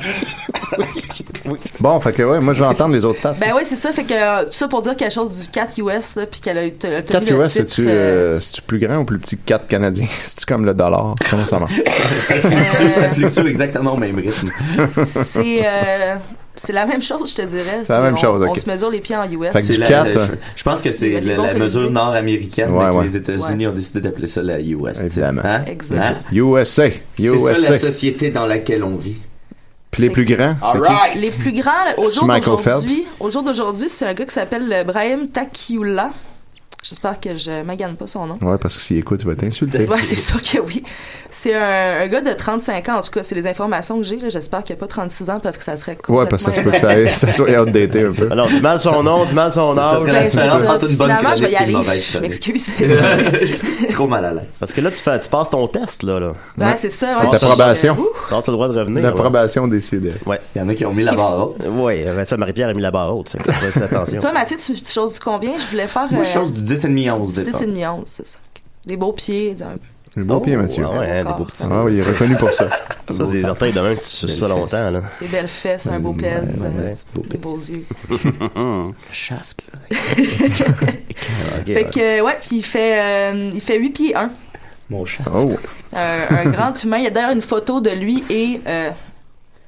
[SPEAKER 4] Bon, fait que ouais, moi je vais entendre les autres stats.
[SPEAKER 7] Ben ouais, c'est ça. Fait que euh, tout ça pour dire quelque chose du 4 US, là, puis qu'elle a eu.
[SPEAKER 4] 4 US, c'est-tu euh, c'est-tu plus grand ou plus petit que 4 canadiens? C'est-tu comme le dollar? Comment ça marche?
[SPEAKER 6] fluctue, ça fluctue exactement au même rythme.
[SPEAKER 7] C'est. euh, C'est la même chose, je te dirais.
[SPEAKER 4] C'est la même
[SPEAKER 7] on-
[SPEAKER 4] chose, ok.
[SPEAKER 7] On se mesure les pieds en US.
[SPEAKER 4] Fait que
[SPEAKER 6] C'est
[SPEAKER 4] du
[SPEAKER 6] la-
[SPEAKER 4] 4,
[SPEAKER 6] la-
[SPEAKER 4] euh,
[SPEAKER 6] je, je pense que c'est
[SPEAKER 7] La
[SPEAKER 6] la,
[SPEAKER 7] libre
[SPEAKER 6] la mesure
[SPEAKER 7] politique.
[SPEAKER 6] nord-américaine,
[SPEAKER 4] Ouais,
[SPEAKER 6] mais que
[SPEAKER 4] ouais.
[SPEAKER 6] les États-Unis
[SPEAKER 7] Ouais.
[SPEAKER 6] ont décidé d'appeler ça la US.
[SPEAKER 4] Évidemment.
[SPEAKER 6] Hein?
[SPEAKER 7] Exact.
[SPEAKER 6] Hein?
[SPEAKER 4] USA.
[SPEAKER 6] C'est ça la
[SPEAKER 4] USA.
[SPEAKER 6] société dans laquelle on vit.
[SPEAKER 4] Puis les plus grands, c'est qui?
[SPEAKER 5] Alright.
[SPEAKER 7] Les plus grands, là, au
[SPEAKER 4] C'est-tu
[SPEAKER 7] jour
[SPEAKER 4] Michael
[SPEAKER 7] d'aujourd'hui, au jour d'aujourd'hui, c'est un gars qui s'appelle euh, Brahim Takiullah. J'espère que je magane pas son nom.
[SPEAKER 4] Ouais, parce que s'il écoute, il va t'insulter.
[SPEAKER 7] Ouais, c'est sûr que oui. C'est un, un gars de 35 ans, en tout cas, c'est les informations que j'ai. là. J'espère qu'il n'y a pas 36 ans parce que ça serait
[SPEAKER 4] Ouais, parce que ça se peut que
[SPEAKER 7] complètement-
[SPEAKER 4] ça, ça soit outdated un peu.
[SPEAKER 3] Alors, du mal son nom, du mal son
[SPEAKER 6] Ça
[SPEAKER 3] âge.
[SPEAKER 6] serait
[SPEAKER 7] Ben,
[SPEAKER 6] la
[SPEAKER 7] c'est
[SPEAKER 6] différence
[SPEAKER 7] ça.
[SPEAKER 6] entre une bonne
[SPEAKER 7] Finalement, je vais y
[SPEAKER 6] chronique et
[SPEAKER 7] aller.
[SPEAKER 6] une mauvaise
[SPEAKER 7] Je
[SPEAKER 6] chronique.
[SPEAKER 7] m'excuse.
[SPEAKER 6] Trop mal à l'aise.
[SPEAKER 3] Parce que là, tu, fais, tu passes ton test, là. là.
[SPEAKER 7] Ouais, c'est ça.
[SPEAKER 4] C'est
[SPEAKER 7] ouais,
[SPEAKER 4] ta
[SPEAKER 7] je-
[SPEAKER 4] probation.
[SPEAKER 7] Ouh,
[SPEAKER 3] Tu as le droit de revenir.
[SPEAKER 4] L'approbation décidée.
[SPEAKER 6] Il y en a qui ont mis la barre haute.
[SPEAKER 3] Oui, ça, Marie-Pierre a mis la barre haute. Fait que faut faire attention.
[SPEAKER 7] Toi, Mathieu, tu, tu choses du combien? Je voulais faire.
[SPEAKER 6] Moi,
[SPEAKER 7] euh,
[SPEAKER 6] je chose du 10,5-11
[SPEAKER 7] 10
[SPEAKER 6] départ.
[SPEAKER 7] et demi, 11, c'est ça. Des beaux pieds. d'un-
[SPEAKER 4] Le
[SPEAKER 7] Oh,
[SPEAKER 4] beau pied, Mathieu.
[SPEAKER 3] Ah ouais, hein, des
[SPEAKER 7] corps.
[SPEAKER 3] beaux petits.
[SPEAKER 4] Ah oui, il est reconnu pour ça.
[SPEAKER 3] Ça, c'est des orteils de main que tu suces ça
[SPEAKER 6] Belle
[SPEAKER 3] longtemps, là.
[SPEAKER 7] Des belles fesses, un beau pèse,
[SPEAKER 6] ouais,
[SPEAKER 7] euh,
[SPEAKER 6] ouais. Beau
[SPEAKER 7] des beaux yeux.
[SPEAKER 6] Shaft, là.
[SPEAKER 3] Ok,
[SPEAKER 7] Fait
[SPEAKER 3] ouais.
[SPEAKER 7] que, euh, ouais, puis il fait, euh, il fait 8 pieds 1.
[SPEAKER 6] Mon chat.
[SPEAKER 4] Oh,
[SPEAKER 7] Un, Euh, un grand humain. Il y a d'ailleurs une photo de lui et euh,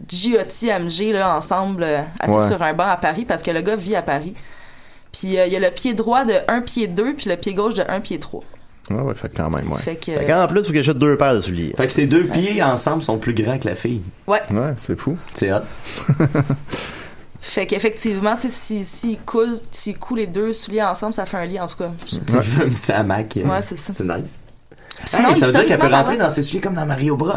[SPEAKER 7] Giotti MG, là, ensemble, euh, assis
[SPEAKER 4] Ouais.
[SPEAKER 7] sur un banc à Paris, parce que le gars vit à Paris. Puis euh, il y a le pied droit de 1 pied 2, puis le pied gauche de 1 pied 3.
[SPEAKER 4] Ah ouais, ouais, fait quand même, ouais.
[SPEAKER 7] Fait que,
[SPEAKER 3] Fait qu'en plus, il faut que j'achète deux paires de souliers.
[SPEAKER 6] Fait que ces deux
[SPEAKER 7] Ouais, c'est
[SPEAKER 6] pieds
[SPEAKER 7] ça.
[SPEAKER 6] ensemble sont plus grands que la fille.
[SPEAKER 4] Ouais, c'est fou.
[SPEAKER 6] C'est hot.
[SPEAKER 7] Fait qu'effectivement, tu sais, si- s'il coule, s'il coule les deux souliers ensemble, ça fait un lit, en tout cas.
[SPEAKER 6] Ça fait un petit hamac. euh,
[SPEAKER 7] Ouais, c'est ça. Ben,
[SPEAKER 6] nice.
[SPEAKER 7] Sinon,
[SPEAKER 6] Hey, ça veut dire qu'elle peut
[SPEAKER 7] historiquement,
[SPEAKER 6] rentrer dans ses souliers comme dans Mario Bros.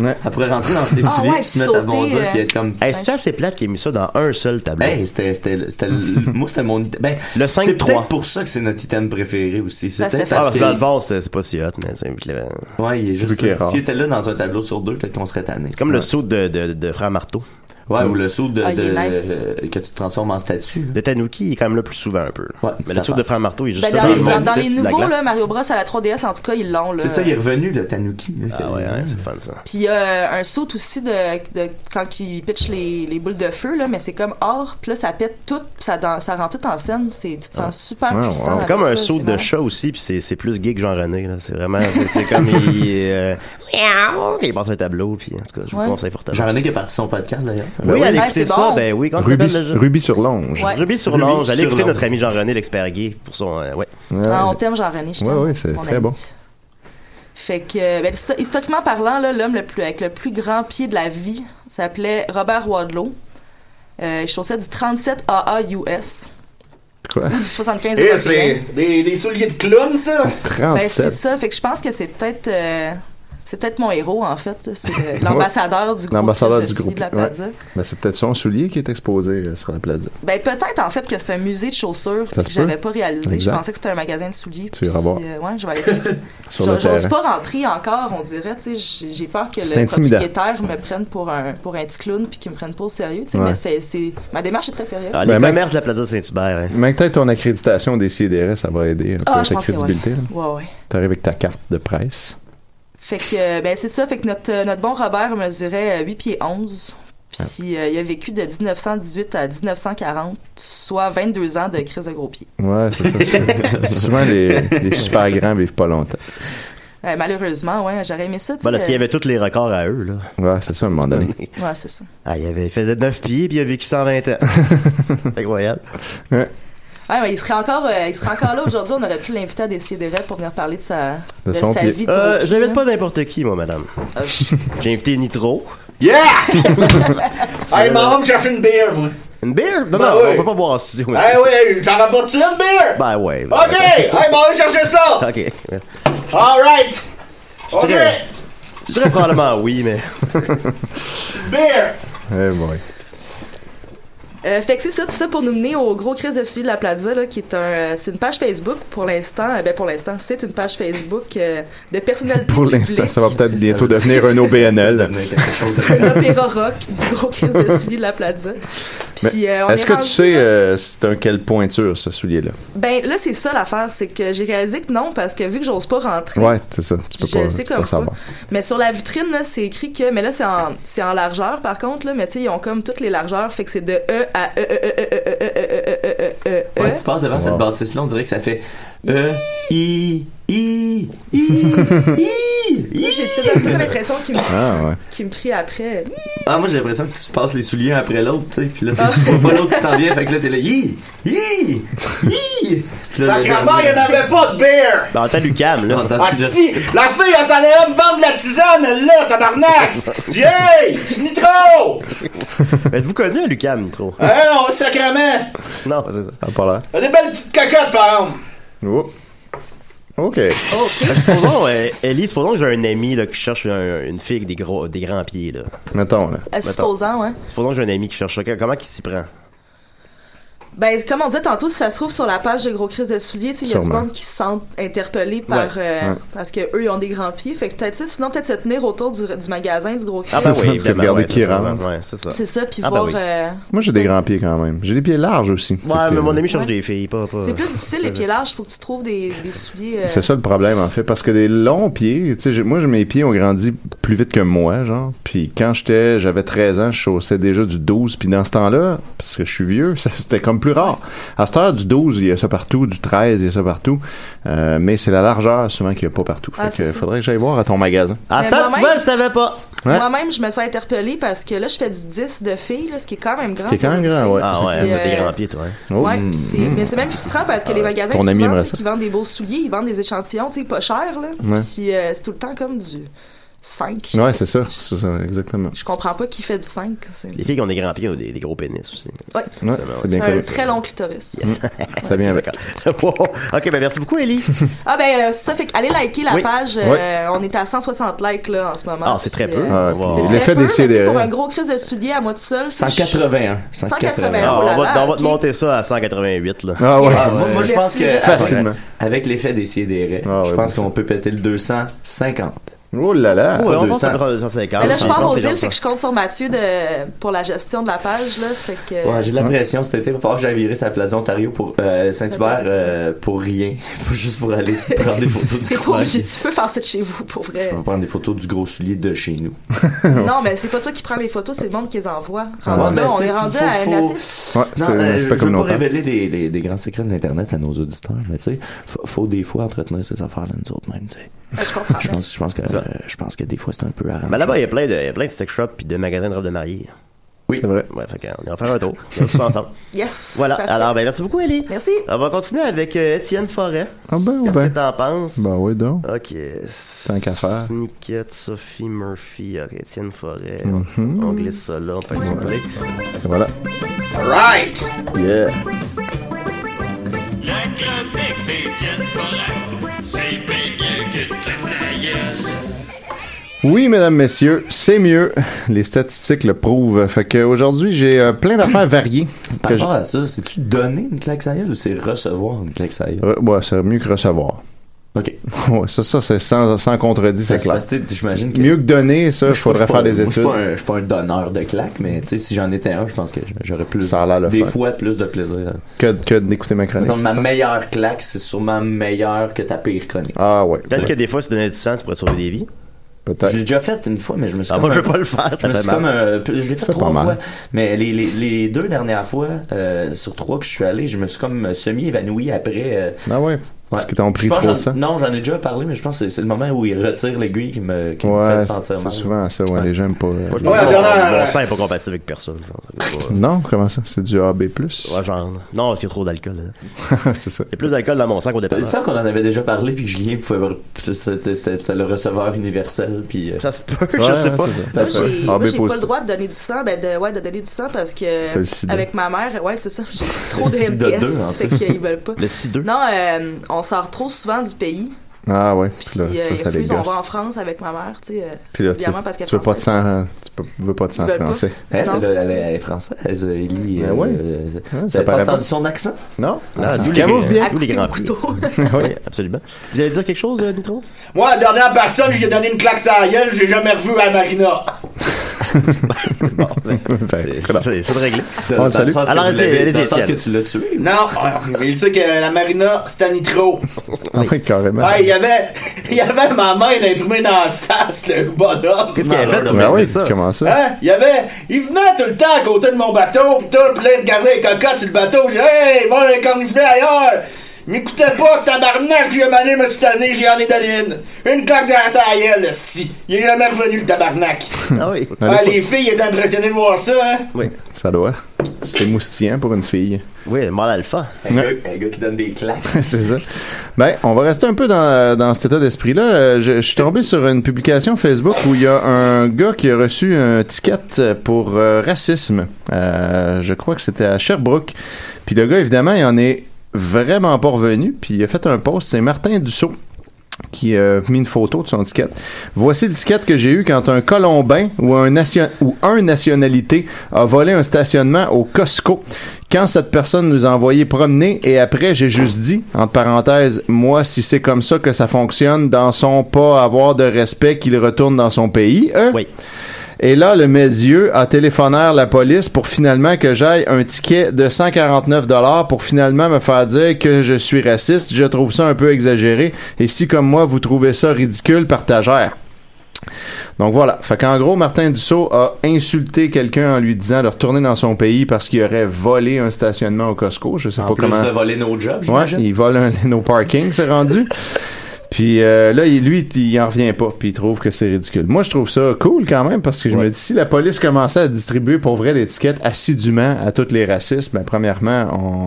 [SPEAKER 4] Ouais.
[SPEAKER 6] Elle pourrait rentrer dans ses
[SPEAKER 7] Ah
[SPEAKER 6] souliers
[SPEAKER 7] ouais,
[SPEAKER 6] puis se mettre à
[SPEAKER 7] sauter,
[SPEAKER 6] bondir
[SPEAKER 7] euh.
[SPEAKER 6] puis être comme.
[SPEAKER 3] Hey, c'est ça, c'est plate qui a mis ça dans un seul tableau.
[SPEAKER 6] Hey, c'était, c'était, c'était, le- moi, c'était mon item. Ben,
[SPEAKER 3] Le
[SPEAKER 6] c'est
[SPEAKER 3] 5-3.
[SPEAKER 6] peut-être pour ça que c'est notre item préféré aussi. C'est
[SPEAKER 7] Parce
[SPEAKER 6] peut-être
[SPEAKER 7] que-
[SPEAKER 3] Ah,
[SPEAKER 6] parce
[SPEAKER 3] parce que dans le
[SPEAKER 6] que.
[SPEAKER 3] fond, c'est c'est pas si hot, mais c'est c'est
[SPEAKER 6] Ouais, il est juste.
[SPEAKER 4] Vu qu'il est rare.
[SPEAKER 6] S'il était là dans un tableau sur deux, peut-être qu'on serait tanné.
[SPEAKER 3] comme
[SPEAKER 6] Ouais.
[SPEAKER 3] le saut de, de, de Frère Marteau.
[SPEAKER 6] Ouais, ou le saut de,
[SPEAKER 7] Ah, il est
[SPEAKER 6] de-
[SPEAKER 7] nice.
[SPEAKER 6] euh, que tu te transformes en statue. là.
[SPEAKER 3] Le Tanuki il est quand même là plus souvent un peu.
[SPEAKER 6] Ouais,
[SPEAKER 3] mais
[SPEAKER 6] c'est
[SPEAKER 3] le saut
[SPEAKER 6] ça.
[SPEAKER 3] de Frère Marteau, il est juste
[SPEAKER 7] Ben,
[SPEAKER 3] là
[SPEAKER 7] dans,
[SPEAKER 3] dans
[SPEAKER 7] les-
[SPEAKER 3] le
[SPEAKER 7] dans-
[SPEAKER 3] monde
[SPEAKER 7] dans les
[SPEAKER 3] 6 de la
[SPEAKER 7] nouveaux, là,
[SPEAKER 3] glace.
[SPEAKER 7] Mario Bros à la 3DS, en tout cas, ils l'ont. là.
[SPEAKER 6] C'est ça, il est revenu, le Tanuki. là,
[SPEAKER 3] Ah
[SPEAKER 6] que-
[SPEAKER 3] ouais, ouais, c'est fun ça.
[SPEAKER 7] Puis euh, un saut aussi de, de- quand il pitch les, les boules de feu, là, mais c'est comme or, puis là, ça pète tout, puis ça, dans- ça rend tout en scène. c'est- Tu te sens super
[SPEAKER 4] Ouais, ouais.
[SPEAKER 7] puissant. après
[SPEAKER 3] Comme
[SPEAKER 7] ça,
[SPEAKER 3] un saut
[SPEAKER 7] c'est
[SPEAKER 3] de
[SPEAKER 7] bon.
[SPEAKER 3] chat aussi, puis c'est c'est plus gay que Jean-René. là. C'est vraiment, c'est c'est comme il. euh, miaou, il passe un tableau, puis en tout cas, je vous
[SPEAKER 7] Ouais.
[SPEAKER 3] conseille fortement.
[SPEAKER 6] Jean-René qui a parti son podcast d'ailleurs.
[SPEAKER 3] Oui, allez
[SPEAKER 7] Ah,
[SPEAKER 3] écouter
[SPEAKER 7] c'est
[SPEAKER 3] ça,
[SPEAKER 7] bon.
[SPEAKER 3] ben oui, quand ça
[SPEAKER 4] Ruby,
[SPEAKER 3] s'appelle le jeu.
[SPEAKER 4] Ruby sur l'onge.
[SPEAKER 7] Ouais.
[SPEAKER 3] Ruby sur
[SPEAKER 6] Ruby
[SPEAKER 3] l'ange, allez
[SPEAKER 6] sur
[SPEAKER 3] écouter
[SPEAKER 6] l'onge.
[SPEAKER 3] notre ami Jean-René l'expert gay pour son. euh, ouais.
[SPEAKER 4] Ouais,
[SPEAKER 7] Ah, on t'aime, Jean-René, je
[SPEAKER 4] ouais,
[SPEAKER 7] t'aime,
[SPEAKER 4] ouais, c'est
[SPEAKER 7] mon
[SPEAKER 4] très
[SPEAKER 7] ami.
[SPEAKER 4] bon.
[SPEAKER 7] Fait que, euh, ben, ça, historiquement parlant, là, l'homme le plus, avec le plus grand pied de la vie s'appelait Robert Wadlow. Euh, il chaussait du 37 AA US,
[SPEAKER 4] Quoi?
[SPEAKER 7] du 75
[SPEAKER 5] Et
[SPEAKER 7] européen.
[SPEAKER 5] c'est des, des souliers de clown, ça.
[SPEAKER 7] Ben, c'est
[SPEAKER 4] 37.
[SPEAKER 7] ça. Fait que je pense que c'est peut-être. euh, C'est peut-être mon héros, en fait. C'est euh, l'ambassadeur du groupe.
[SPEAKER 4] L'ambassadeur
[SPEAKER 7] de
[SPEAKER 4] du
[SPEAKER 7] Sully
[SPEAKER 4] groupe,
[SPEAKER 7] de la
[SPEAKER 4] ouais.
[SPEAKER 7] Plaza.
[SPEAKER 4] Ben, c'est peut-être son soulier qui est exposé euh, sur la plaza.
[SPEAKER 7] Ben, peut-être, en fait, que c'est un musée de chaussures
[SPEAKER 4] Ça
[SPEAKER 7] que
[SPEAKER 4] se peut.
[SPEAKER 7] j'avais pas réalisé. Je
[SPEAKER 4] Exact.
[SPEAKER 7] pensais que c'était un magasin de souliers.
[SPEAKER 4] Tu
[SPEAKER 7] Puis,
[SPEAKER 4] iras voir.
[SPEAKER 7] euh, ouais, je vais aller checker.
[SPEAKER 4] Sur le
[SPEAKER 7] J'ose j'ose
[SPEAKER 4] terrain.
[SPEAKER 7] pas rentrer encore, on dirait. tu sais, J'ai j'ai peur que
[SPEAKER 4] C'est
[SPEAKER 7] le
[SPEAKER 4] intimidant.
[SPEAKER 7] propriétaire me prenne pour un, pour un petit clown puis qu'il me prenne pas au sérieux. tu sais,
[SPEAKER 4] Ouais.
[SPEAKER 7] Mais c'est c'est- ma démarche est très sérieuse.
[SPEAKER 3] Ah, les
[SPEAKER 4] Ben, mec-
[SPEAKER 3] commerces de la Plaza Saint-Hubert, hein.
[SPEAKER 4] Mais peut-être ton accréditation des CDR, ça va aider un peu
[SPEAKER 7] Ah, je
[SPEAKER 4] ta
[SPEAKER 7] pense que
[SPEAKER 4] crédibilité. là.
[SPEAKER 7] Ouais, ouais.
[SPEAKER 4] T'arrives avec ta carte de presse.
[SPEAKER 7] Fait que, euh, ben, c'est ça. Fait que notre, euh, notre bon Robert mesurait euh, 8 pieds 11. Puis euh, il a vécu de 1918 à 1940, soit 22 ans de crise de gros pieds.
[SPEAKER 4] Ouais, c'est ça. Sou- Souvent, les, les super grands vivent pas longtemps.
[SPEAKER 7] Euh, malheureusement, ouais, j'aurais aimé ça. tu sais,
[SPEAKER 3] Voilà, Bah, s'il y
[SPEAKER 7] euh,
[SPEAKER 3] avait tous les records à eux, là.
[SPEAKER 4] Ouais, c'est ça, à un moment donné.
[SPEAKER 7] Ouais, c'est ça.
[SPEAKER 3] Ah, il, avait, il faisait 9 pieds, puis il a vécu 120 ans. C'est incroyable.
[SPEAKER 7] Ouais, ouais, il serait encore, euh, il serait encore là aujourd'hui. On aurait pu l'inviter à des rêves pour venir parler de sa, de
[SPEAKER 4] De son
[SPEAKER 7] sa
[SPEAKER 4] pied.
[SPEAKER 7] vie. De gros
[SPEAKER 3] Euh,
[SPEAKER 7] pieds,
[SPEAKER 3] je n'invite
[SPEAKER 7] là.
[SPEAKER 3] pas n'importe qui, moi, madame.
[SPEAKER 7] Euh, je-
[SPEAKER 3] J'ai invité Nitro.
[SPEAKER 5] Yeah! hey, m'en va me chercher une bière, moi.
[SPEAKER 3] Une bière?
[SPEAKER 5] Ben
[SPEAKER 3] Non, non,
[SPEAKER 5] oui.
[SPEAKER 3] on peut pas boire en studio. mais-
[SPEAKER 5] Hey, oui, t'en as pas-tu une bière?
[SPEAKER 3] Ben ouais. Ah!
[SPEAKER 5] OK! hey, m'en va me chercher ça!
[SPEAKER 3] OK.
[SPEAKER 5] Alright! OK!
[SPEAKER 3] très- Je dirais probablement oui, mais...
[SPEAKER 5] Bière!
[SPEAKER 4] Eh boy.
[SPEAKER 7] Euh, fait que c'est ça, tout ça pour nous mener au gros crise de celui de la Plaza, là, qui est un, euh, c'est une page Facebook pour l'instant. Euh, ben pour l'instant, c'est une page Facebook euh, de personnel
[SPEAKER 4] Pour l'instant, ça va peut-être bientôt devenir un OBNL.
[SPEAKER 6] Devenir quelque chose de-
[SPEAKER 7] un opéra rock du gros crise de celui de la Plaza. Puis, euh, on
[SPEAKER 4] Est-ce
[SPEAKER 7] est
[SPEAKER 4] que tu
[SPEAKER 7] rendu-
[SPEAKER 4] sais euh, c'est un quelle pointure, ce soulier-là?
[SPEAKER 7] Ben là, c'est ça l'affaire, c'est que j'ai réalisé que non, parce que vu que j'ose pas rentrer.
[SPEAKER 4] Ouais, c'est ça. Tu peux
[SPEAKER 7] Je
[SPEAKER 4] pas,
[SPEAKER 7] sais
[SPEAKER 4] tu peux
[SPEAKER 7] comme
[SPEAKER 4] pas savoir.
[SPEAKER 7] quoi. Mais sur la vitrine, là, c'est écrit que. Mais là, c'est en, c'est en largeur, par contre, là. Mais tu sais, ils ont comme toutes les largeurs. Fait que c'est de E à E, E, E, E, E, E, E, E, E, E, E, E, E.
[SPEAKER 6] Ouais, tu passes devant cette bâtisse-là, on dirait que ça fait E, I, I, I, I,
[SPEAKER 7] Là,
[SPEAKER 6] I.
[SPEAKER 7] J'ai tout à fait l'impression qu'ils me,
[SPEAKER 4] Ah, ouais.
[SPEAKER 7] qu'ils me crient après.
[SPEAKER 6] Ah, moi j'ai l'impression que tu passes les souliers un après l'autre, tu sais, puis là tu vois pas l'autre qui s'en vient, fait que là t'es là, I, I, I. Puis là,
[SPEAKER 5] Ta
[SPEAKER 6] le
[SPEAKER 5] grand-mère, il n'y en
[SPEAKER 6] dernier-
[SPEAKER 5] avait pas de bière!
[SPEAKER 3] Dans ta lucam, là.
[SPEAKER 6] Ah,
[SPEAKER 5] Ah,
[SPEAKER 6] dans-
[SPEAKER 5] si! La fille, elle s'en allait me vendre de la tisane, elle, là, tabarnak! J'ai, hey! Je suis trop!
[SPEAKER 3] Ah, Êtes-vous connu à lucam, trop?
[SPEAKER 5] Hein, on sacrement!
[SPEAKER 3] Non, c'est ça.
[SPEAKER 4] Ah, pas là.
[SPEAKER 5] T'as des belles petites cocottes, par exemple!
[SPEAKER 4] Oh. OK.
[SPEAKER 3] Ben, supposons, euh, Ellie, supposons que j'ai un ami là, qui cherche un- une fille avec des, gros, des grands pieds. Là.
[SPEAKER 4] Mettons, là.
[SPEAKER 7] Euh, Supposant, ouais.
[SPEAKER 3] Supposons que j'ai un ami qui cherche ça. Comment il s'y prend?
[SPEAKER 7] Ben, comme on disait tantôt, si ça se trouve sur la page de Gros Crise de Souliers, tu sais, il y a du
[SPEAKER 4] Sûrement.
[SPEAKER 7] monde qui se sentent interpellés par, euh,
[SPEAKER 4] ouais.
[SPEAKER 7] parce que eux, ils ont des grands pieds. Fait que peut-être ça, sinon peut-être se tenir autour du, du magasin du Gros Crise.
[SPEAKER 3] Ah ben
[SPEAKER 4] C'est
[SPEAKER 3] oui,
[SPEAKER 4] ça,
[SPEAKER 3] évidemment.
[SPEAKER 4] regarder
[SPEAKER 3] ouais,
[SPEAKER 4] qui
[SPEAKER 3] c'est ça,
[SPEAKER 4] rentre.
[SPEAKER 3] Ouais, c'est ça.
[SPEAKER 7] C'est ça, puis
[SPEAKER 3] Ah, ben
[SPEAKER 7] voir.
[SPEAKER 3] oui.
[SPEAKER 7] euh,
[SPEAKER 4] Moi, j'ai des grands pieds quand même. J'ai des pieds larges aussi.
[SPEAKER 3] Ouais,
[SPEAKER 4] Fait que,
[SPEAKER 3] mais mon ami cherche
[SPEAKER 7] Ouais.
[SPEAKER 3] des filles, pas... pas...
[SPEAKER 7] C'est plus difficile les pieds larges, faut que tu trouves des, des souliers. euh,
[SPEAKER 4] C'est ça le problème, en fait. Parce que des longs pieds, tu sais, j'ai- moi, j'ai- mes pieds ont grandi plus vite que moi, genre. Puis quand j'étais, j'avais 13 ans, je chaussais déjà du 12. Puis dans ce temps-là, parce que je suis vieux, ça, c'était comme plus rare. À cette heure, du 12, il y a ça partout. Du 13, il y a ça partout. Euh, mais c'est la largeur, souvent, qu'il n'y a pas partout.
[SPEAKER 7] Ah,
[SPEAKER 4] fait
[SPEAKER 7] c'est
[SPEAKER 4] que
[SPEAKER 7] ça.
[SPEAKER 4] faudrait que j'aille voir à ton magasin.
[SPEAKER 3] Ah,
[SPEAKER 7] Mais
[SPEAKER 3] ça, tu
[SPEAKER 7] moi-même-
[SPEAKER 3] vois, je savais pas.
[SPEAKER 4] Ouais.
[SPEAKER 7] Moi-même, je me sens interpellée parce que là, je fais du 10 de filles, là, ce qui est quand même grand.
[SPEAKER 4] qui est quand même
[SPEAKER 7] pour une
[SPEAKER 4] grand,
[SPEAKER 7] fille.
[SPEAKER 4] ouais.
[SPEAKER 3] Ah ouais,
[SPEAKER 7] Puis,
[SPEAKER 3] t'as des
[SPEAKER 7] euh,
[SPEAKER 3] grands pieds, toi. hein.
[SPEAKER 4] Oh. Ah
[SPEAKER 7] Ouais, pis c'est- mais c'est même frustrant parce que les magasins
[SPEAKER 4] Ton ami
[SPEAKER 7] souvent,
[SPEAKER 4] aimerait
[SPEAKER 7] ceux
[SPEAKER 4] ça.
[SPEAKER 7] qui vendent des beaux souliers, ils vendent des échantillons, tu sais, pas chers là.
[SPEAKER 4] Ouais.
[SPEAKER 7] Puis euh, c'est tout le temps comme du 5.
[SPEAKER 4] Ouais, c'est ça. C'est ça, exactement.
[SPEAKER 7] Je comprends pas qui fait du 5. C'est
[SPEAKER 3] Les filles qui ont des grands pieds ont des, des gros pénis aussi.
[SPEAKER 7] ouais.
[SPEAKER 4] Ouais,
[SPEAKER 3] Absolument,
[SPEAKER 4] c'est bien
[SPEAKER 7] un
[SPEAKER 4] connu.
[SPEAKER 7] très long clitoris.
[SPEAKER 4] Ça vient avec.
[SPEAKER 3] Wow. Ok, ben merci beaucoup, Ellie.
[SPEAKER 7] Ah ben euh, ça fait que allez liker la
[SPEAKER 3] Oui.
[SPEAKER 7] page, euh, on est à 160 likes là en ce moment.
[SPEAKER 3] Ah, c'est très
[SPEAKER 7] Puis,
[SPEAKER 3] peu.
[SPEAKER 7] euh,
[SPEAKER 4] Ah,
[SPEAKER 3] On va-
[SPEAKER 4] puis
[SPEAKER 7] c'est
[SPEAKER 3] on va-
[SPEAKER 7] très
[SPEAKER 4] L'effet hein.
[SPEAKER 7] peu,
[SPEAKER 4] des
[SPEAKER 7] mais tu sais,
[SPEAKER 3] E.
[SPEAKER 4] CDR.
[SPEAKER 7] pour un gros crise de souliers à moi tout seul, c'est-
[SPEAKER 6] 181.
[SPEAKER 7] 181.
[SPEAKER 3] Ah,
[SPEAKER 7] Oh là
[SPEAKER 3] on, va,
[SPEAKER 7] là,
[SPEAKER 3] on va te
[SPEAKER 7] ok.
[SPEAKER 3] monter ça à 188, là.
[SPEAKER 4] Ah ouais.
[SPEAKER 6] Ah, moi, moi, je pense que
[SPEAKER 4] Facilement.
[SPEAKER 6] avec- avec l'effet des sidérés,
[SPEAKER 4] Ah, ouais,
[SPEAKER 6] je pense
[SPEAKER 4] bon,
[SPEAKER 6] qu'on peut péter le 250.
[SPEAKER 4] Oh là là.
[SPEAKER 3] Ouais, on
[SPEAKER 6] 200.
[SPEAKER 3] pense que ça prend 150.
[SPEAKER 7] Mais là, je pars
[SPEAKER 3] pense
[SPEAKER 7] aux
[SPEAKER 3] que c'est
[SPEAKER 7] îles, fait
[SPEAKER 3] genre
[SPEAKER 7] que je compte sur Mathieu de, pour la gestion de la page, là. Fait que.
[SPEAKER 6] Ouais,
[SPEAKER 4] Ah.
[SPEAKER 6] j'ai de la pression cet été. Il va falloir que j'aille virer sa Plaza Ontario pour euh, Saint-Hubert
[SPEAKER 7] Saint-Hubert.
[SPEAKER 6] euh, pour rien. Juste pour aller prendre des photos du
[SPEAKER 7] C'est pas
[SPEAKER 6] gros
[SPEAKER 7] obligé,
[SPEAKER 6] soulier.
[SPEAKER 7] tu peux faire ça de chez vous, pour
[SPEAKER 6] Je
[SPEAKER 7] vrai.
[SPEAKER 6] peux prendre des photos du gros soulier de chez nous.
[SPEAKER 7] Non, mais c'est pas toi qui prends les photos, c'est le monde qui les envoie. Rendu
[SPEAKER 6] Ah, Ouais,
[SPEAKER 7] là,
[SPEAKER 6] mais
[SPEAKER 7] Ah, on
[SPEAKER 6] tu sais,
[SPEAKER 7] est
[SPEAKER 6] faut-
[SPEAKER 7] rendu
[SPEAKER 6] faut-
[SPEAKER 7] à
[SPEAKER 6] faut-
[SPEAKER 7] la
[SPEAKER 4] Ouais,
[SPEAKER 6] Non,
[SPEAKER 4] c'est
[SPEAKER 6] euh,
[SPEAKER 4] c'est
[SPEAKER 6] je
[SPEAKER 4] pas
[SPEAKER 6] veux pas
[SPEAKER 4] communautaire.
[SPEAKER 6] révéler des, des- des grands secrets de l'Internet à nos auditeurs, mais tu sais, faut, faut des fois entretenir ces affaires-là nous autres même, tu sais.
[SPEAKER 7] Je comprends.
[SPEAKER 6] Je pense, je pense que, euh, je pense que des fois c'est un peu arrangé.
[SPEAKER 3] Mais Ben, là-bas, il y a plein de, il y a plein de sex shops puis de magasins de robes de mariée.
[SPEAKER 4] Oui, c'est vrai.
[SPEAKER 3] Ouais, fait qu'on va faire un tour. On est tous ensemble.
[SPEAKER 7] Yes!
[SPEAKER 3] Voilà.
[SPEAKER 7] parfait.
[SPEAKER 3] Alors, ben, merci beaucoup, Ellie.
[SPEAKER 7] Merci!
[SPEAKER 3] On va continuer avec euh, Étienne Forêt.
[SPEAKER 4] Ah ben,
[SPEAKER 3] Qu'est-ce
[SPEAKER 4] ben.
[SPEAKER 3] que t'en penses?
[SPEAKER 4] Ben oui, donc.
[SPEAKER 3] Ok.
[SPEAKER 4] Tant qu'à faire.
[SPEAKER 3] Snicket, Sophie Murphy, ok, Étienne Forêt.
[SPEAKER 4] Mhm.
[SPEAKER 3] On glisse ça là, on peut s'envoler.
[SPEAKER 4] Et Voilà.
[SPEAKER 5] Right!
[SPEAKER 4] Yeah.
[SPEAKER 2] Le chronique d'Étienne Forêt, c'est bien mieux que de la gueule.
[SPEAKER 4] Oui, mesdames, messieurs, c'est mieux. Les statistiques le prouvent. Fait qu'aujourd'hui, j'ai euh, plein d'affaires variées.
[SPEAKER 6] Par
[SPEAKER 4] Que je-
[SPEAKER 6] rapport à ça, c'est-tu donner une claque sa gueule ou c'est recevoir une claque sa gueule?
[SPEAKER 4] Re- ouais, c'est mieux que recevoir. Euh.
[SPEAKER 6] Ok.
[SPEAKER 4] Ouais, ça, ça c'est sans, sans contredit, c'est
[SPEAKER 6] Parce
[SPEAKER 4] clair.
[SPEAKER 6] parce que, tu sais, J'imagine que.
[SPEAKER 4] Mieux que donner, ça, il
[SPEAKER 6] Je suis pas-
[SPEAKER 4] faudrait
[SPEAKER 6] je suis
[SPEAKER 4] faire
[SPEAKER 6] pas-
[SPEAKER 4] des
[SPEAKER 6] moi, Je suis
[SPEAKER 4] études.
[SPEAKER 6] pas un- je suis pas un donneur de claques, mais tu sais, si j'en étais un, je pense que j'aurais plus.
[SPEAKER 4] Ça a l'air le
[SPEAKER 6] Des
[SPEAKER 4] fun.
[SPEAKER 6] fois, plus de plaisir.
[SPEAKER 4] Que, que d'écouter ma chronique.
[SPEAKER 6] Mettons, ma meilleure claque, c'est sûrement meilleure que ta pire chronique.
[SPEAKER 4] Ah ouais,
[SPEAKER 3] Peut-être que des fois, si tu donnais du sang, tu pourrais sauver des vies.
[SPEAKER 6] Je
[SPEAKER 4] peut-être.
[SPEAKER 6] l'ai déjà faite une fois, mais je me suis
[SPEAKER 3] Ah,
[SPEAKER 6] comme
[SPEAKER 3] moi, je
[SPEAKER 6] un-
[SPEAKER 3] veux pas le faire,
[SPEAKER 6] Je
[SPEAKER 3] ça
[SPEAKER 6] me
[SPEAKER 3] fait
[SPEAKER 6] suis comme
[SPEAKER 3] mal.
[SPEAKER 6] euh, je l'ai fait
[SPEAKER 4] fait
[SPEAKER 6] trois
[SPEAKER 4] pas mal.
[SPEAKER 6] fois, mais les, les, les deux dernières fois euh, sur trois que je suis allé, je me suis comme semi évanoui après. euh,
[SPEAKER 4] Ah ouais, parce
[SPEAKER 6] ouais.
[SPEAKER 4] qu'ils t'ont
[SPEAKER 6] Je
[SPEAKER 4] pris
[SPEAKER 6] pense
[SPEAKER 4] trop de
[SPEAKER 6] j'en-
[SPEAKER 4] sang.
[SPEAKER 6] Non, j'en ai déjà parlé, mais je pense que c'est- c'est le moment où ils retirent l'aiguille qui me, qui me
[SPEAKER 4] Ouais,
[SPEAKER 6] fait
[SPEAKER 4] c'est
[SPEAKER 6] sentir
[SPEAKER 4] c'est
[SPEAKER 6] mal.
[SPEAKER 4] souvent ça, ouais, les gens aiment pas. euh,
[SPEAKER 3] Moi, je
[SPEAKER 5] Ouais,
[SPEAKER 3] pense
[SPEAKER 5] la
[SPEAKER 3] que
[SPEAKER 5] dernière,
[SPEAKER 3] mon-
[SPEAKER 5] euh,
[SPEAKER 3] mon sang est pas compatible avec personne. je pense. C'est pas-
[SPEAKER 4] Non, comment ça? C'est du AB+.
[SPEAKER 3] Ouais, genre. là. Non, parce qu'il y a trop d'alcool. là.
[SPEAKER 4] c'est ça.
[SPEAKER 3] Il y a plus d'alcool dans mon sang qu'au départ.
[SPEAKER 6] Il me semble qu'on en avait déjà parlé, puis que Julien pouvait avoir- c'était- C'était c'était le receveur universel, puis. euh,
[SPEAKER 3] Ça se peut,
[SPEAKER 4] Ouais,
[SPEAKER 3] je sais
[SPEAKER 4] ouais,
[SPEAKER 3] pas.
[SPEAKER 7] Moi,
[SPEAKER 4] c'est ça. C'est Ah, ben, ça.
[SPEAKER 7] j'ai moi,
[SPEAKER 4] AB+.
[SPEAKER 7] j'ai pas le droit de donner du sang, ben de, ouais, de donner du sang parce
[SPEAKER 4] T'as le
[SPEAKER 7] que
[SPEAKER 4] sida.
[SPEAKER 7] avec ma mère, ouais, c'est ça, j'ai trop
[SPEAKER 6] Le sida
[SPEAKER 7] de
[SPEAKER 6] deux, en
[SPEAKER 7] MTS, fait qu'ils veulent pas.
[SPEAKER 3] Le style 2.
[SPEAKER 7] Non, euh, on sort trop souvent du pays.
[SPEAKER 4] Ah ouais,
[SPEAKER 7] Puis
[SPEAKER 4] puis là,
[SPEAKER 7] euh,
[SPEAKER 4] ça, ça les
[SPEAKER 7] refuse, on
[SPEAKER 4] gosse.
[SPEAKER 7] va en France avec ma mère, tu sais. euh,
[SPEAKER 4] Puis là, tu,
[SPEAKER 7] évidemment, parce qu'elle
[SPEAKER 4] tu veux pas de
[SPEAKER 7] française.
[SPEAKER 4] sang, tu peux- veux pas de sang
[SPEAKER 7] Ils veulent pas.
[SPEAKER 4] français.
[SPEAKER 6] Elle,
[SPEAKER 7] Non,
[SPEAKER 6] Eh, elle,
[SPEAKER 7] c'est
[SPEAKER 6] elle-
[SPEAKER 7] ça.
[SPEAKER 6] elle est française, Ellie.
[SPEAKER 4] Ben
[SPEAKER 6] euh,
[SPEAKER 4] ouais.
[SPEAKER 6] euh,
[SPEAKER 4] Ouais,
[SPEAKER 6] vous
[SPEAKER 4] ça
[SPEAKER 6] avez pas
[SPEAKER 4] paraît
[SPEAKER 6] entendu
[SPEAKER 4] pas.
[SPEAKER 6] son accent?
[SPEAKER 4] Non?
[SPEAKER 3] Ah,
[SPEAKER 4] tu
[SPEAKER 3] d'où
[SPEAKER 4] le
[SPEAKER 3] les-
[SPEAKER 4] camoufles bien.
[SPEAKER 7] À
[SPEAKER 3] Tous les
[SPEAKER 7] couper au
[SPEAKER 3] grands
[SPEAKER 7] couteau.
[SPEAKER 3] oui, absolument. Vous allez dire quelque chose, euh, Nitro?
[SPEAKER 5] Moi, la dernière personne, j'ai donné une claque sur la gueule, j'ai jamais revu à Marina.
[SPEAKER 3] Bon, ben,
[SPEAKER 4] Ben,
[SPEAKER 3] c'est-
[SPEAKER 4] voilà.
[SPEAKER 3] c'est c'est réglé.
[SPEAKER 6] Dans-
[SPEAKER 4] On le
[SPEAKER 6] dans
[SPEAKER 4] salue.
[SPEAKER 6] sens que
[SPEAKER 3] Alors,
[SPEAKER 6] vous
[SPEAKER 3] allez-y,
[SPEAKER 6] l'avez-
[SPEAKER 3] allez-y,
[SPEAKER 6] Dans le sens que
[SPEAKER 3] Étienne.
[SPEAKER 6] tu l'as tué.
[SPEAKER 5] Non, mais il sait que la Marina, c'était Nitro.
[SPEAKER 4] Ah ouais, carrément.
[SPEAKER 5] Ouais, il y avait, il y avait ma main imprimée dans la face, le bonhomme.
[SPEAKER 3] Qu'est-ce qu'il avait fait pour
[SPEAKER 4] Ben oui,
[SPEAKER 3] mériter ça?
[SPEAKER 4] comment ça?
[SPEAKER 5] Hein? Il y avait, il venait tout le temps à côté de mon bateau, pis tout, pis là, il regardait les cocottes sur le bateau, j'ai dit, hey, va les cornifler ailleurs! Il m'écoutait pas, tabarnak, j'ai amené, je me suis tanné, j'ai en ai donné une. Une claque dans sa gueule, le sti. Il est jamais revenu, le tabarnak.
[SPEAKER 3] Ah oui.
[SPEAKER 4] Allez,
[SPEAKER 5] Ah,
[SPEAKER 4] faut-
[SPEAKER 5] les filles étaient impressionnées de voir ça, hein?
[SPEAKER 3] Oui,
[SPEAKER 4] Ça doit. C'était moustillant pour une fille.
[SPEAKER 3] oui mal alpha.
[SPEAKER 6] Un
[SPEAKER 4] Ouais.
[SPEAKER 6] gars- un gars qui donne des claques.
[SPEAKER 4] C'est ça. Ben, on va rester un peu dans, dans cet état d'esprit-là. Euh, Je, je suis tombé sur une publication Facebook où il y a un gars qui a reçu un ticket pour euh, racisme. Euh, je crois que c'était à Sherbrooke. Puis le gars, évidemment, il en est vraiment pas revenu. Puis il a fait un post. C'est Martin Dussault qui a mis une photo de son ticket. Voici le ticket que j'ai eu quand un Colombin ou un, nation- ou un nationalité a volé un stationnement au Costco. Quand cette personne nous a envoyé promener et après j'ai juste dit, entre parenthèses, moi si c'est comme ça que ça fonctionne dans son pas avoir de respect qu'il retourne dans son pays, hein?
[SPEAKER 3] Oui.
[SPEAKER 4] Et là, le Mézieux a téléphoné à la police pour finalement que j'aille un ticket de 149 dollars pour finalement me faire dire que je suis raciste. Je trouve ça un peu exagéré. Et si, comme moi, vous trouvez ça ridicule, partagère. Donc voilà. Fait qu'en gros, Martin Dussault a insulté quelqu'un en lui disant de retourner dans son pays parce qu'il aurait volé un stationnement au Costco. Je sais
[SPEAKER 6] En
[SPEAKER 4] pas
[SPEAKER 6] plus
[SPEAKER 4] comment.
[SPEAKER 6] de voler nos jobs,
[SPEAKER 4] Ouais,
[SPEAKER 6] j'imagine.
[SPEAKER 4] il vole un, nos parkings, c'est rendu. Puis euh, là, il- lui, il en revient pas, puis il trouve que c'est ridicule. Moi, je trouve ça cool quand même, parce que je me dis, si la police commençait à distribuer pour vrai l'étiquette assidûment à tous les racistes, ben premièrement,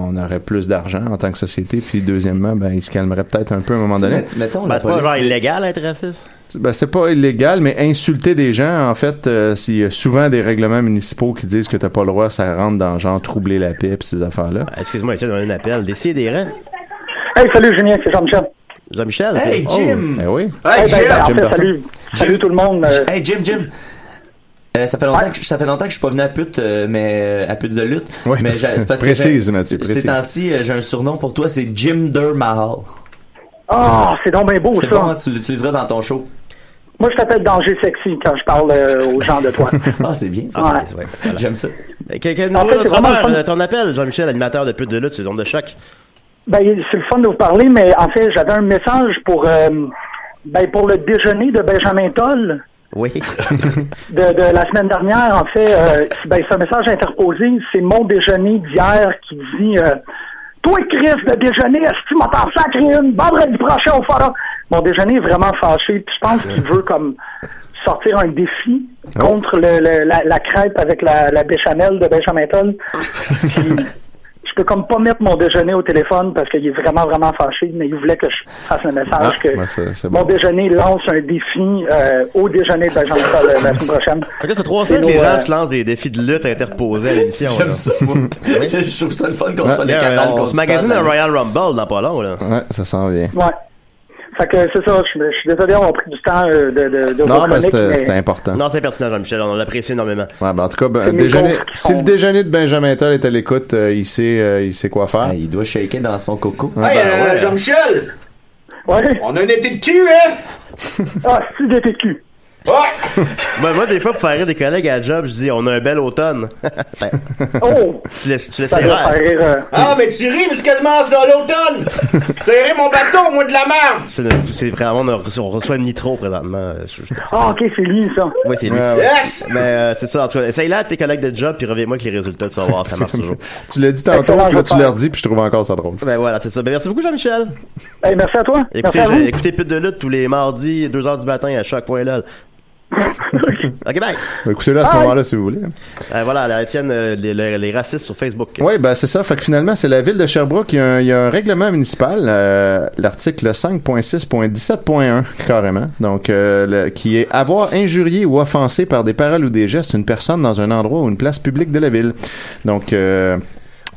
[SPEAKER 4] on aurait plus d'argent en tant que société, puis deuxièmement, ben ils se calmeraient peut-être un peu à un moment
[SPEAKER 6] Tu sais,
[SPEAKER 4] donné.
[SPEAKER 6] met- Mettons,
[SPEAKER 3] Ben,
[SPEAKER 6] la
[SPEAKER 3] c'est pas
[SPEAKER 6] police-
[SPEAKER 3] genre illégal être raciste?
[SPEAKER 4] Ben, c'est pas illégal, mais insulter des gens, en fait, euh, s'il y a souvent des règlements municipaux qui disent que t'as pas le droit, ça rentre dans genre troubler la paix, puis ces affaires-là.
[SPEAKER 3] Ah, Excuse-moi, ici, on a un appel. Décidérez.
[SPEAKER 9] Hey, salut Julien, c'est Jean-Michel.
[SPEAKER 3] Jean-Michel. Oh.
[SPEAKER 6] Hey,
[SPEAKER 3] t'es-
[SPEAKER 6] Jim!
[SPEAKER 4] Ben oui.
[SPEAKER 9] Hey,
[SPEAKER 6] Hey,
[SPEAKER 9] ben,
[SPEAKER 6] Jim!
[SPEAKER 9] en
[SPEAKER 4] Jim
[SPEAKER 9] fait,
[SPEAKER 4] Barton.
[SPEAKER 9] salut, salut tout le monde. euh,
[SPEAKER 6] Hey, Jim, Jim! Euh, ça, fait longtemps que, ça fait longtemps que je suis pas venu à pute, euh, mais euh, à pute de lutte.
[SPEAKER 4] Ouais,
[SPEAKER 6] mais
[SPEAKER 4] parce-
[SPEAKER 6] j'ai- c'est j'ai-
[SPEAKER 4] précise, Mathieu, précise.
[SPEAKER 6] Ces temps-ci, euh, j'ai un surnom pour toi, c'est Jim Dermal.
[SPEAKER 9] Ah, c'est donc bien beau ça.
[SPEAKER 6] C'est bon, hein, tu l'utiliseras dans ton show.
[SPEAKER 9] Moi, je t'appelle Danger Sexy quand je parle euh, aux gens de toi.
[SPEAKER 6] Ah, c'est bien ça.
[SPEAKER 9] Ouais.
[SPEAKER 3] c'est vrai.
[SPEAKER 6] J'aime ça.
[SPEAKER 3] Ben, que- que-
[SPEAKER 9] En fait,
[SPEAKER 3] notre
[SPEAKER 9] c'est vraiment
[SPEAKER 3] honneur,
[SPEAKER 9] le fun.
[SPEAKER 3] euh, ton appel, Jean-Michel, animateur de pute de lutte, c'est zone de choc.
[SPEAKER 9] Ben, c'est le fun de vous parler, mais en fait, j'avais un message pour euh, ben, pour le déjeuner de Benjamin Toll
[SPEAKER 3] Oui.
[SPEAKER 9] de, de la semaine dernière. En fait, euh, ben, c'est un message interposé. C'est mon déjeuner d'hier qui dit euh, Toi, Chris, le déjeuner, est-ce que tu m'entends sacrer une vendredi prochain au forum? Mon déjeuner est vraiment fâché. Puis je pense qu'il veut comme sortir un défi contre le, le- la, la crêpe avec la, la béchamel de Benjamin Toll. Puis, je peux comme pas mettre mon déjeuner au téléphone parce qu'il est vraiment, vraiment fâché, mais il voulait que je fasse le message
[SPEAKER 4] Ah,
[SPEAKER 9] que
[SPEAKER 4] ben, c'est- c'est
[SPEAKER 9] mon
[SPEAKER 4] bon.
[SPEAKER 9] déjeuner lance un défi euh, au déjeuner de Benjamin Toll euh, la semaine prochaine.
[SPEAKER 3] Fait que là, c'est trois semaines
[SPEAKER 9] nos,
[SPEAKER 3] que les gens
[SPEAKER 9] euh,
[SPEAKER 3] se lancent des défis de lutte interposés à l'émission.
[SPEAKER 6] J'aime
[SPEAKER 3] là.
[SPEAKER 6] ça, moi. Je trouve ça le fun qu'on
[SPEAKER 4] Ah,
[SPEAKER 6] soit les
[SPEAKER 3] Là,
[SPEAKER 6] canals.
[SPEAKER 3] on
[SPEAKER 6] qu'on
[SPEAKER 3] se magasine
[SPEAKER 6] parle. hein.
[SPEAKER 3] un Royal Rumble dans pas long, là.
[SPEAKER 4] Ouais, ça sent bien.
[SPEAKER 9] Ouais. Fait que c'est ça, je, je suis désolé, on a pris du temps euh, de, de, de vos
[SPEAKER 4] Non, mais
[SPEAKER 9] chroniques,
[SPEAKER 4] c'était
[SPEAKER 9] mais-
[SPEAKER 4] c'était important.
[SPEAKER 3] Non, c'est pertinent, Jean-Michel. On l'apprécie énormément.
[SPEAKER 4] Ouais, ben, en tout cas, ben,
[SPEAKER 9] C'est mes
[SPEAKER 4] déjeuner-
[SPEAKER 9] confs qui
[SPEAKER 4] si le
[SPEAKER 9] font-
[SPEAKER 4] déjeuner de Benjamin Toll est à l'écoute, euh, il, sait, euh, il sait quoi faire.
[SPEAKER 6] Ah, il doit shaker dans son coco.
[SPEAKER 5] Hey,
[SPEAKER 4] bah
[SPEAKER 5] euh, Jean-Michel,
[SPEAKER 9] Ouais,
[SPEAKER 5] on a un été de cul, hein?
[SPEAKER 9] ah, si de TQ.
[SPEAKER 5] Ouais!
[SPEAKER 3] Moi, moi, des fois, pour faire rire des collègues à la job, je dis on a un bel automne. Ben,
[SPEAKER 9] Oh,
[SPEAKER 3] tu laisses, tu laisses
[SPEAKER 9] ça doit faire
[SPEAKER 3] rire.
[SPEAKER 9] rire. euh,
[SPEAKER 5] Ah, mais tu ris, mais c'est quasiment ça, l'automne! Serrer mon bateau, moi de la merde!
[SPEAKER 3] C'est une- C'est vraiment, on reçoit- on reçoit Nitro présentement. euh, je- je-
[SPEAKER 9] Ah, ok, c'est lui, ça.
[SPEAKER 3] Oui, c'est lui.
[SPEAKER 4] Ouais, ouais.
[SPEAKER 5] Yes!
[SPEAKER 3] Mais euh, c'est ça, en tout cas. Essaye là tes collègues de job, puis reviens-moi avec les résultats, tu vas voir, ça marche toujours.
[SPEAKER 4] Tu l'as dit tantôt,
[SPEAKER 9] Excellent,
[SPEAKER 4] puis là,
[SPEAKER 9] je
[SPEAKER 4] tu
[SPEAKER 9] vais
[SPEAKER 4] leur
[SPEAKER 9] faire.
[SPEAKER 4] dis, puis je trouve encore ça drôle.
[SPEAKER 3] Ben voilà, c'est ça. Ben, merci beaucoup, Jean-Michel.
[SPEAKER 9] Hey, merci à toi. merci
[SPEAKER 3] Écoutez,
[SPEAKER 9] à
[SPEAKER 3] je-
[SPEAKER 9] vous.
[SPEAKER 3] écoutez Pute de lutte tous les mardis, 2h du matin à chaque point là. ok, bye.
[SPEAKER 4] Écoutez-le à ce
[SPEAKER 9] Bye.
[SPEAKER 4] moment-là, si vous voulez.
[SPEAKER 3] Euh, voilà, là, Étienne, euh, les, les- les racistes sur Facebook.
[SPEAKER 4] Oui, ben c'est ça. Fait que finalement, c'est la ville de Sherbrooke. Il y a un, il y a un règlement municipal, euh, l'article 5.6.17.1, carrément, donc euh, le- qui est avoir injurié ou offensé par des paroles ou des gestes une personne dans un endroit ou une place publique de la ville. Donc, euh,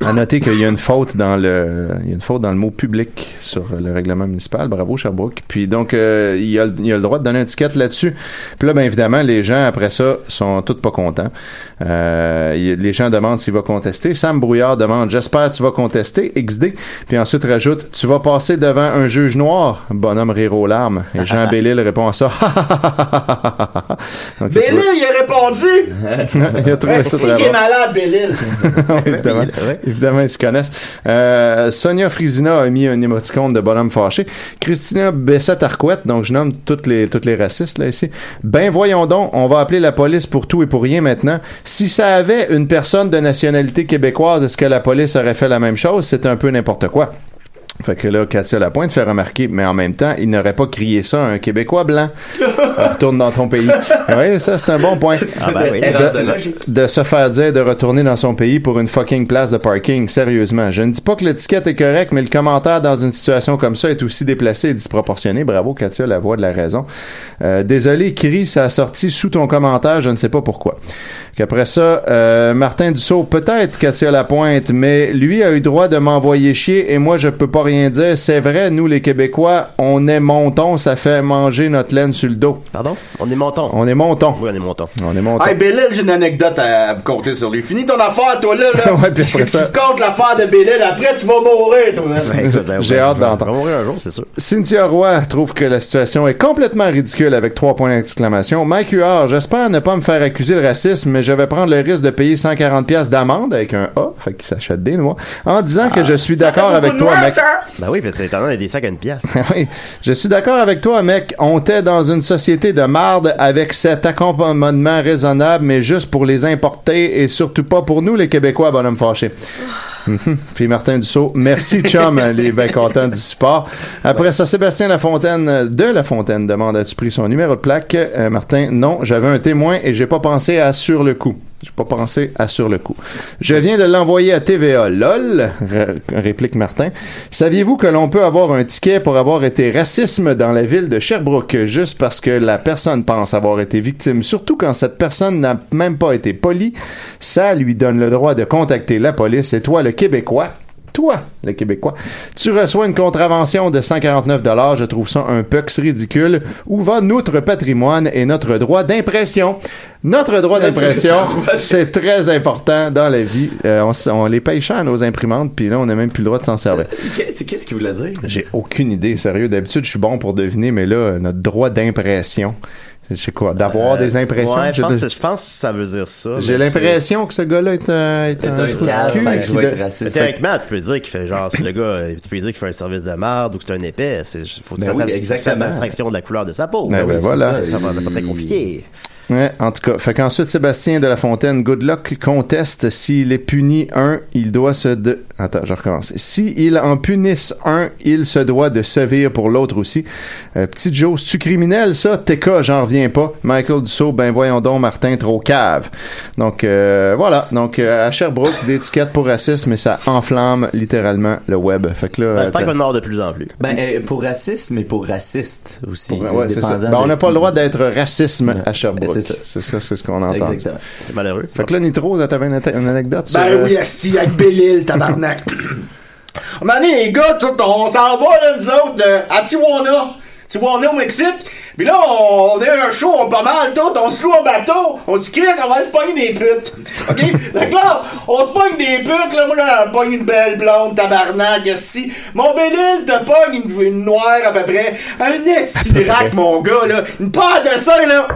[SPEAKER 4] À noter qu'il y a une faute dans le, il y a une faute dans le mot public sur le règlement municipal. Bravo Sherbrooke. Puis donc euh, il, y a, le- il y a le droit de donner un ticket là-dessus. Puis là, bien évidemment, les gens après ça sont tous pas contents. Euh, il y a- les gens demandent s'il va contester. Sam Brouillard demande j'espère tu vas contester XD. Puis ensuite rajoute tu vas passer devant un juge noir. Bonhomme rire aux larmes. Et Jean Bellil répond à ça. Donc, il a
[SPEAKER 5] Bélil, il a répondu!
[SPEAKER 4] trouvé- il a trouvé
[SPEAKER 5] Ouais,
[SPEAKER 4] ça
[SPEAKER 5] c'est
[SPEAKER 4] très
[SPEAKER 5] qui qui est
[SPEAKER 4] bon.
[SPEAKER 5] malade, Bélil?
[SPEAKER 4] Ouais, évidemment. Évidemment, ils se connaissent. Euh, Sonia Frisina a mis un émoticône de bonhomme fâché. Christina Bessette-Arquette, donc je nomme toutes les, toutes les racistes là ici. Ben voyons donc, on va appeler la police pour tout et pour rien maintenant. Si ça avait une personne de nationalité québécoise, est-ce que la police aurait fait la même chose? C'est un peu n'importe quoi. Fait que là, Katia Lapointe fait remarquer, mais en même temps, il n'aurait pas crié ça à un Québécois blanc. Retourne dans ton pays. Oui, ça, c'est un bon point.
[SPEAKER 3] Ah
[SPEAKER 6] bah
[SPEAKER 3] ben oui.
[SPEAKER 6] Erreur de
[SPEAKER 4] De,
[SPEAKER 6] logique.
[SPEAKER 4] de se faire dire de retourner dans son pays pour une fucking place de parking, sérieusement. Je ne dis pas que l'étiquette est correcte, mais le commentaire dans une situation comme ça est aussi déplacé et disproportionné. Bravo, Katia, la voix de la raison. Euh, désolé, Kiri, ça a sorti sous ton commentaire, je ne sais pas pourquoi. Qu'après ça, euh, Martin Dussault, peut-être Katia Lapointe, mais lui a eu droit de m'envoyer chier et moi, je peux pas rien dire. C'est vrai, nous, les Québécois, on est monton, ça fait manger notre laine sur le dos.
[SPEAKER 3] Pardon? On est monton.
[SPEAKER 4] On est monton.
[SPEAKER 3] Oui, on est monton.
[SPEAKER 4] On est monton.
[SPEAKER 5] Hey, Bélil, j'ai une anecdote à vous conter sur lui. Finis ton affaire, toi, là. là.
[SPEAKER 4] Ouais, puis après ça-
[SPEAKER 5] Tu comptes l'affaire de Bélil, après, tu vas mourir, toi. là.
[SPEAKER 3] Ben, écoute, ben,
[SPEAKER 4] J'ai
[SPEAKER 3] ben,
[SPEAKER 4] hâte
[SPEAKER 3] je vais-
[SPEAKER 4] d'entendre.
[SPEAKER 3] je vais mourir un jour, c'est sûr.
[SPEAKER 4] Cynthia Roy trouve que la situation est complètement ridicule avec trois points d'exclamation. Mike Huard, j'espère ne pas me faire accuser de racisme, mais je vais prendre le risque de payer 140 pièces d'amende avec un A, fait qu'il s'achète des noix, en disant que je suis d'accord avec toi, mec.
[SPEAKER 3] Ben oui, parce que c'est étonnant, il y a des sacs à une pièce.
[SPEAKER 4] Oui, je suis d'accord avec toi, mec. On t'est dans une société de marde avec cet accompagnement raisonnable, mais juste pour les importer et surtout pas pour nous, les Québécois, bonhomme fâché. Mhm. Puis Martin Dussault, merci chum, les bien contents du support. Après ça, Sébastien Lafontaine euh, de La Fontaine demande as-tu pris son numéro de plaque Euh, Martin, non, j'avais un témoin et j'ai pas pensé à sur le coup. J'ai pas pensé à sur le coup. Je viens de l'envoyer à TVA. LOL, ré- réplique Martin. Saviez-vous que l'on peut avoir un ticket pour avoir été racisme dans la ville de Sherbrooke juste parce que la personne pense avoir été victime, surtout quand cette personne n'a même pas été polie? Ça lui donne le droit de contacter la police et toi, le Québécois, toi, le Québécois, tu reçois une contravention de 149 je trouve ça un pux ridicule, où va notre patrimoine et notre droit d'impression. Notre droit d'impression, c'est très important dans la vie. Euh, on, s- on les paye cher, nos imprimantes, puis là, on n'a même plus le droit de s'en servir.
[SPEAKER 6] Qu'est-ce qu'est-ce qu'il voulait dire?
[SPEAKER 4] J'ai aucune idée, sérieux. D'habitude, je suis bon pour deviner, mais là, euh, notre droit d'impression, c'est quoi? D'avoir des impressions?
[SPEAKER 3] Euh, Ouais, je
[SPEAKER 4] Je-
[SPEAKER 3] pense, que- je pense que ça veut dire ça.
[SPEAKER 4] J'ai
[SPEAKER 3] mais
[SPEAKER 4] l'impression que ce gars-là est, un- est un, trou de
[SPEAKER 6] cave,
[SPEAKER 4] cul
[SPEAKER 6] fait
[SPEAKER 4] et
[SPEAKER 6] que je
[SPEAKER 4] qu'il
[SPEAKER 6] vais
[SPEAKER 4] de-
[SPEAKER 6] être
[SPEAKER 3] c'est-
[SPEAKER 6] raciste.
[SPEAKER 3] Théoriquement, tu peux dire qu'il fait genre, c'est le gars, euh, tu peux dire qu'il fait un service de marde ou que c'est un épais. C'est, faut que tu
[SPEAKER 6] Ben
[SPEAKER 3] fasses
[SPEAKER 6] oui,
[SPEAKER 3] ab-
[SPEAKER 6] exactement.
[SPEAKER 3] abstraction de la couleur de sa peau.
[SPEAKER 4] Ben oui,
[SPEAKER 3] c'est
[SPEAKER 4] voilà.
[SPEAKER 3] Ça, ça va pas très compliqué.
[SPEAKER 4] Ouais, en tout cas. Fait qu'ensuite, Sébastien de la Fontaine, good luck, conteste. S'il est puni un, il doit se... De... Attends, je recommence. S'il en punisse un, il se doit de sévir pour l'autre aussi. Euh, petit Joe, c'est-tu criminel, ça? TK, j'en reviens pas. Michael Dussault, ben voyons donc, Martin, trop cave. Donc, euh, voilà. Donc, euh, à Sherbrooke, des étiquettes pour racisme, mais ça enflamme littéralement le web. Fait que là...
[SPEAKER 3] Ben, je pense
[SPEAKER 4] attends.
[SPEAKER 3] qu'on en a de plus en plus.
[SPEAKER 6] Ben, euh, pour racisme et pour raciste aussi.
[SPEAKER 4] Ouais, ouais, c'est ça.
[SPEAKER 6] dépendant
[SPEAKER 4] Ben, on
[SPEAKER 6] de
[SPEAKER 4] n'a pas
[SPEAKER 6] qui.
[SPEAKER 4] le droit d'être racisme à Sherbrooke.
[SPEAKER 6] c'est ça.
[SPEAKER 4] C'est ça, c'est ce qu'on entend.
[SPEAKER 6] Exactement.
[SPEAKER 3] C'est malheureux.
[SPEAKER 4] Fait que là, Nitro, là, t'avais une, ate- une anecdote sur...
[SPEAKER 5] Ben
[SPEAKER 4] euh,
[SPEAKER 5] oui, Asti, avec Bélil, tabarnak. On en est, les gars, tout, on s'en va, là, nous autres, euh, à Tijuana. Tijuana, au Mexique. Puis là, on, on a eu un show, on est pas mal tout, on se loue en bateau. On se dit, Chris, on va aller se pogner des putes. OK? Fait que là, on se pogne des putes, là, moi, là, on pogne une belle blonde, tabarnak, Asti. Mon Bélil te pogne une, une noire, à peu près. Un Asti de rack, mon gars, là. Une paire de seins, là.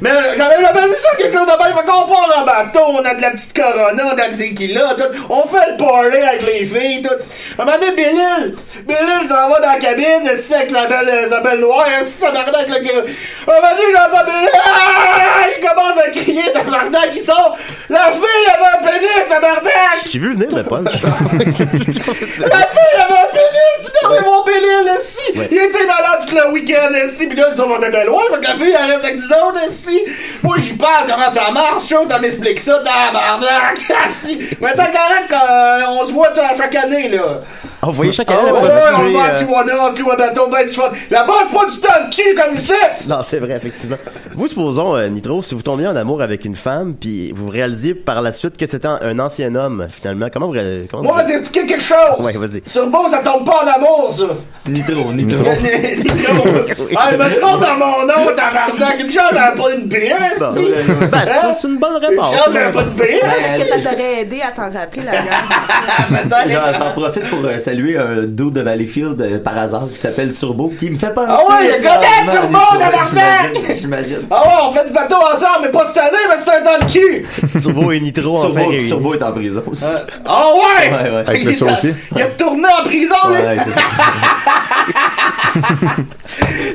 [SPEAKER 5] Mais j'avais jamais vu ça que Claude Aubert fait qu'on part en bateau, on a de la petite Corona, on a de la Xequila, tout. On fait le party avec les filles, tout. À un moment donné, Bélil, Bélil s'en va dans la cabine, elle avec la belle, sa belle noire, elle s'est avec le gars. À un moment donné, j'entends Bélil, Ah! il commence à crier, tabarnak, il sort. La fille avait un pénis, tabarnak!
[SPEAKER 3] J'ai vu venir le punch.
[SPEAKER 5] La fille avait un pénis! Tu devrais voir Bélil, ici! Il était malade tout le week-end, ici! Pis là, nous autres, on était loin, fait que la fille, elle reste avec nous autres, ici! Moi, j'y parle, comment ça marche, chaud, t'en m'expliques euh, ça, tabarnak, ici! Mais t'es correct qu'on se voit toi, à chaque année, là!
[SPEAKER 3] Envoyez chaque
[SPEAKER 5] Ah
[SPEAKER 3] année
[SPEAKER 5] ouais,
[SPEAKER 3] la
[SPEAKER 5] on
[SPEAKER 3] prostituée.
[SPEAKER 5] va à
[SPEAKER 3] euh,
[SPEAKER 5] Tijuana, on cloue un bateau, ben du fun. Là-bas, c'est pas du temps de cul comme ici!
[SPEAKER 3] Non, c'est vrai, effectivement. Vous, supposons, euh, Nitro, si vous tombiez en amour avec une femme, puis vous réalisiez par la suite que c'était un- un ancien homme, finalement, comment vous... ré- Comment
[SPEAKER 5] Moi,
[SPEAKER 3] vous
[SPEAKER 5] je vais t'expliquer quelque chose!
[SPEAKER 3] Ouais, vas-y.
[SPEAKER 5] Sur beau, ça tombe pas en amour, ça!
[SPEAKER 6] Nitro, Nitro.
[SPEAKER 5] C'est drôle. Ah, il me trompe dans mon nom, tabarnak! Une jambe, elle a pas une BS,
[SPEAKER 3] Bon,
[SPEAKER 5] tu sais.
[SPEAKER 3] ben, ça, c'est une bonne réponse.
[SPEAKER 5] Une jambe, elle a pas de BS!
[SPEAKER 7] Est-ce que ça t'aurait aidé à t'en rappeler la gueule? Ah,
[SPEAKER 5] Peut-être.
[SPEAKER 6] J'en j'en profite pour euh, saluer un dude de Valleyfield euh, par hasard qui s'appelle Turbo qui me fait penser.
[SPEAKER 5] Ah ouais, le gars de Turbo,
[SPEAKER 6] J'imagine,
[SPEAKER 5] tabarnak!
[SPEAKER 6] J'imagine.
[SPEAKER 5] Ah ouais, on fait du bateau ensemble, mais pas cette année, mais c'est un temps de cul!
[SPEAKER 3] Turbo et Nitro, enfin,
[SPEAKER 6] Turbo,
[SPEAKER 3] réunis.
[SPEAKER 6] Turbo est en prison aussi.
[SPEAKER 5] Ah ouais!
[SPEAKER 6] Ouais, ouais.
[SPEAKER 4] Avec
[SPEAKER 5] Il
[SPEAKER 4] le
[SPEAKER 5] est en-
[SPEAKER 4] saucier.
[SPEAKER 5] Il est retourné en prison,
[SPEAKER 6] Ouais,
[SPEAKER 5] là!
[SPEAKER 6] c'est-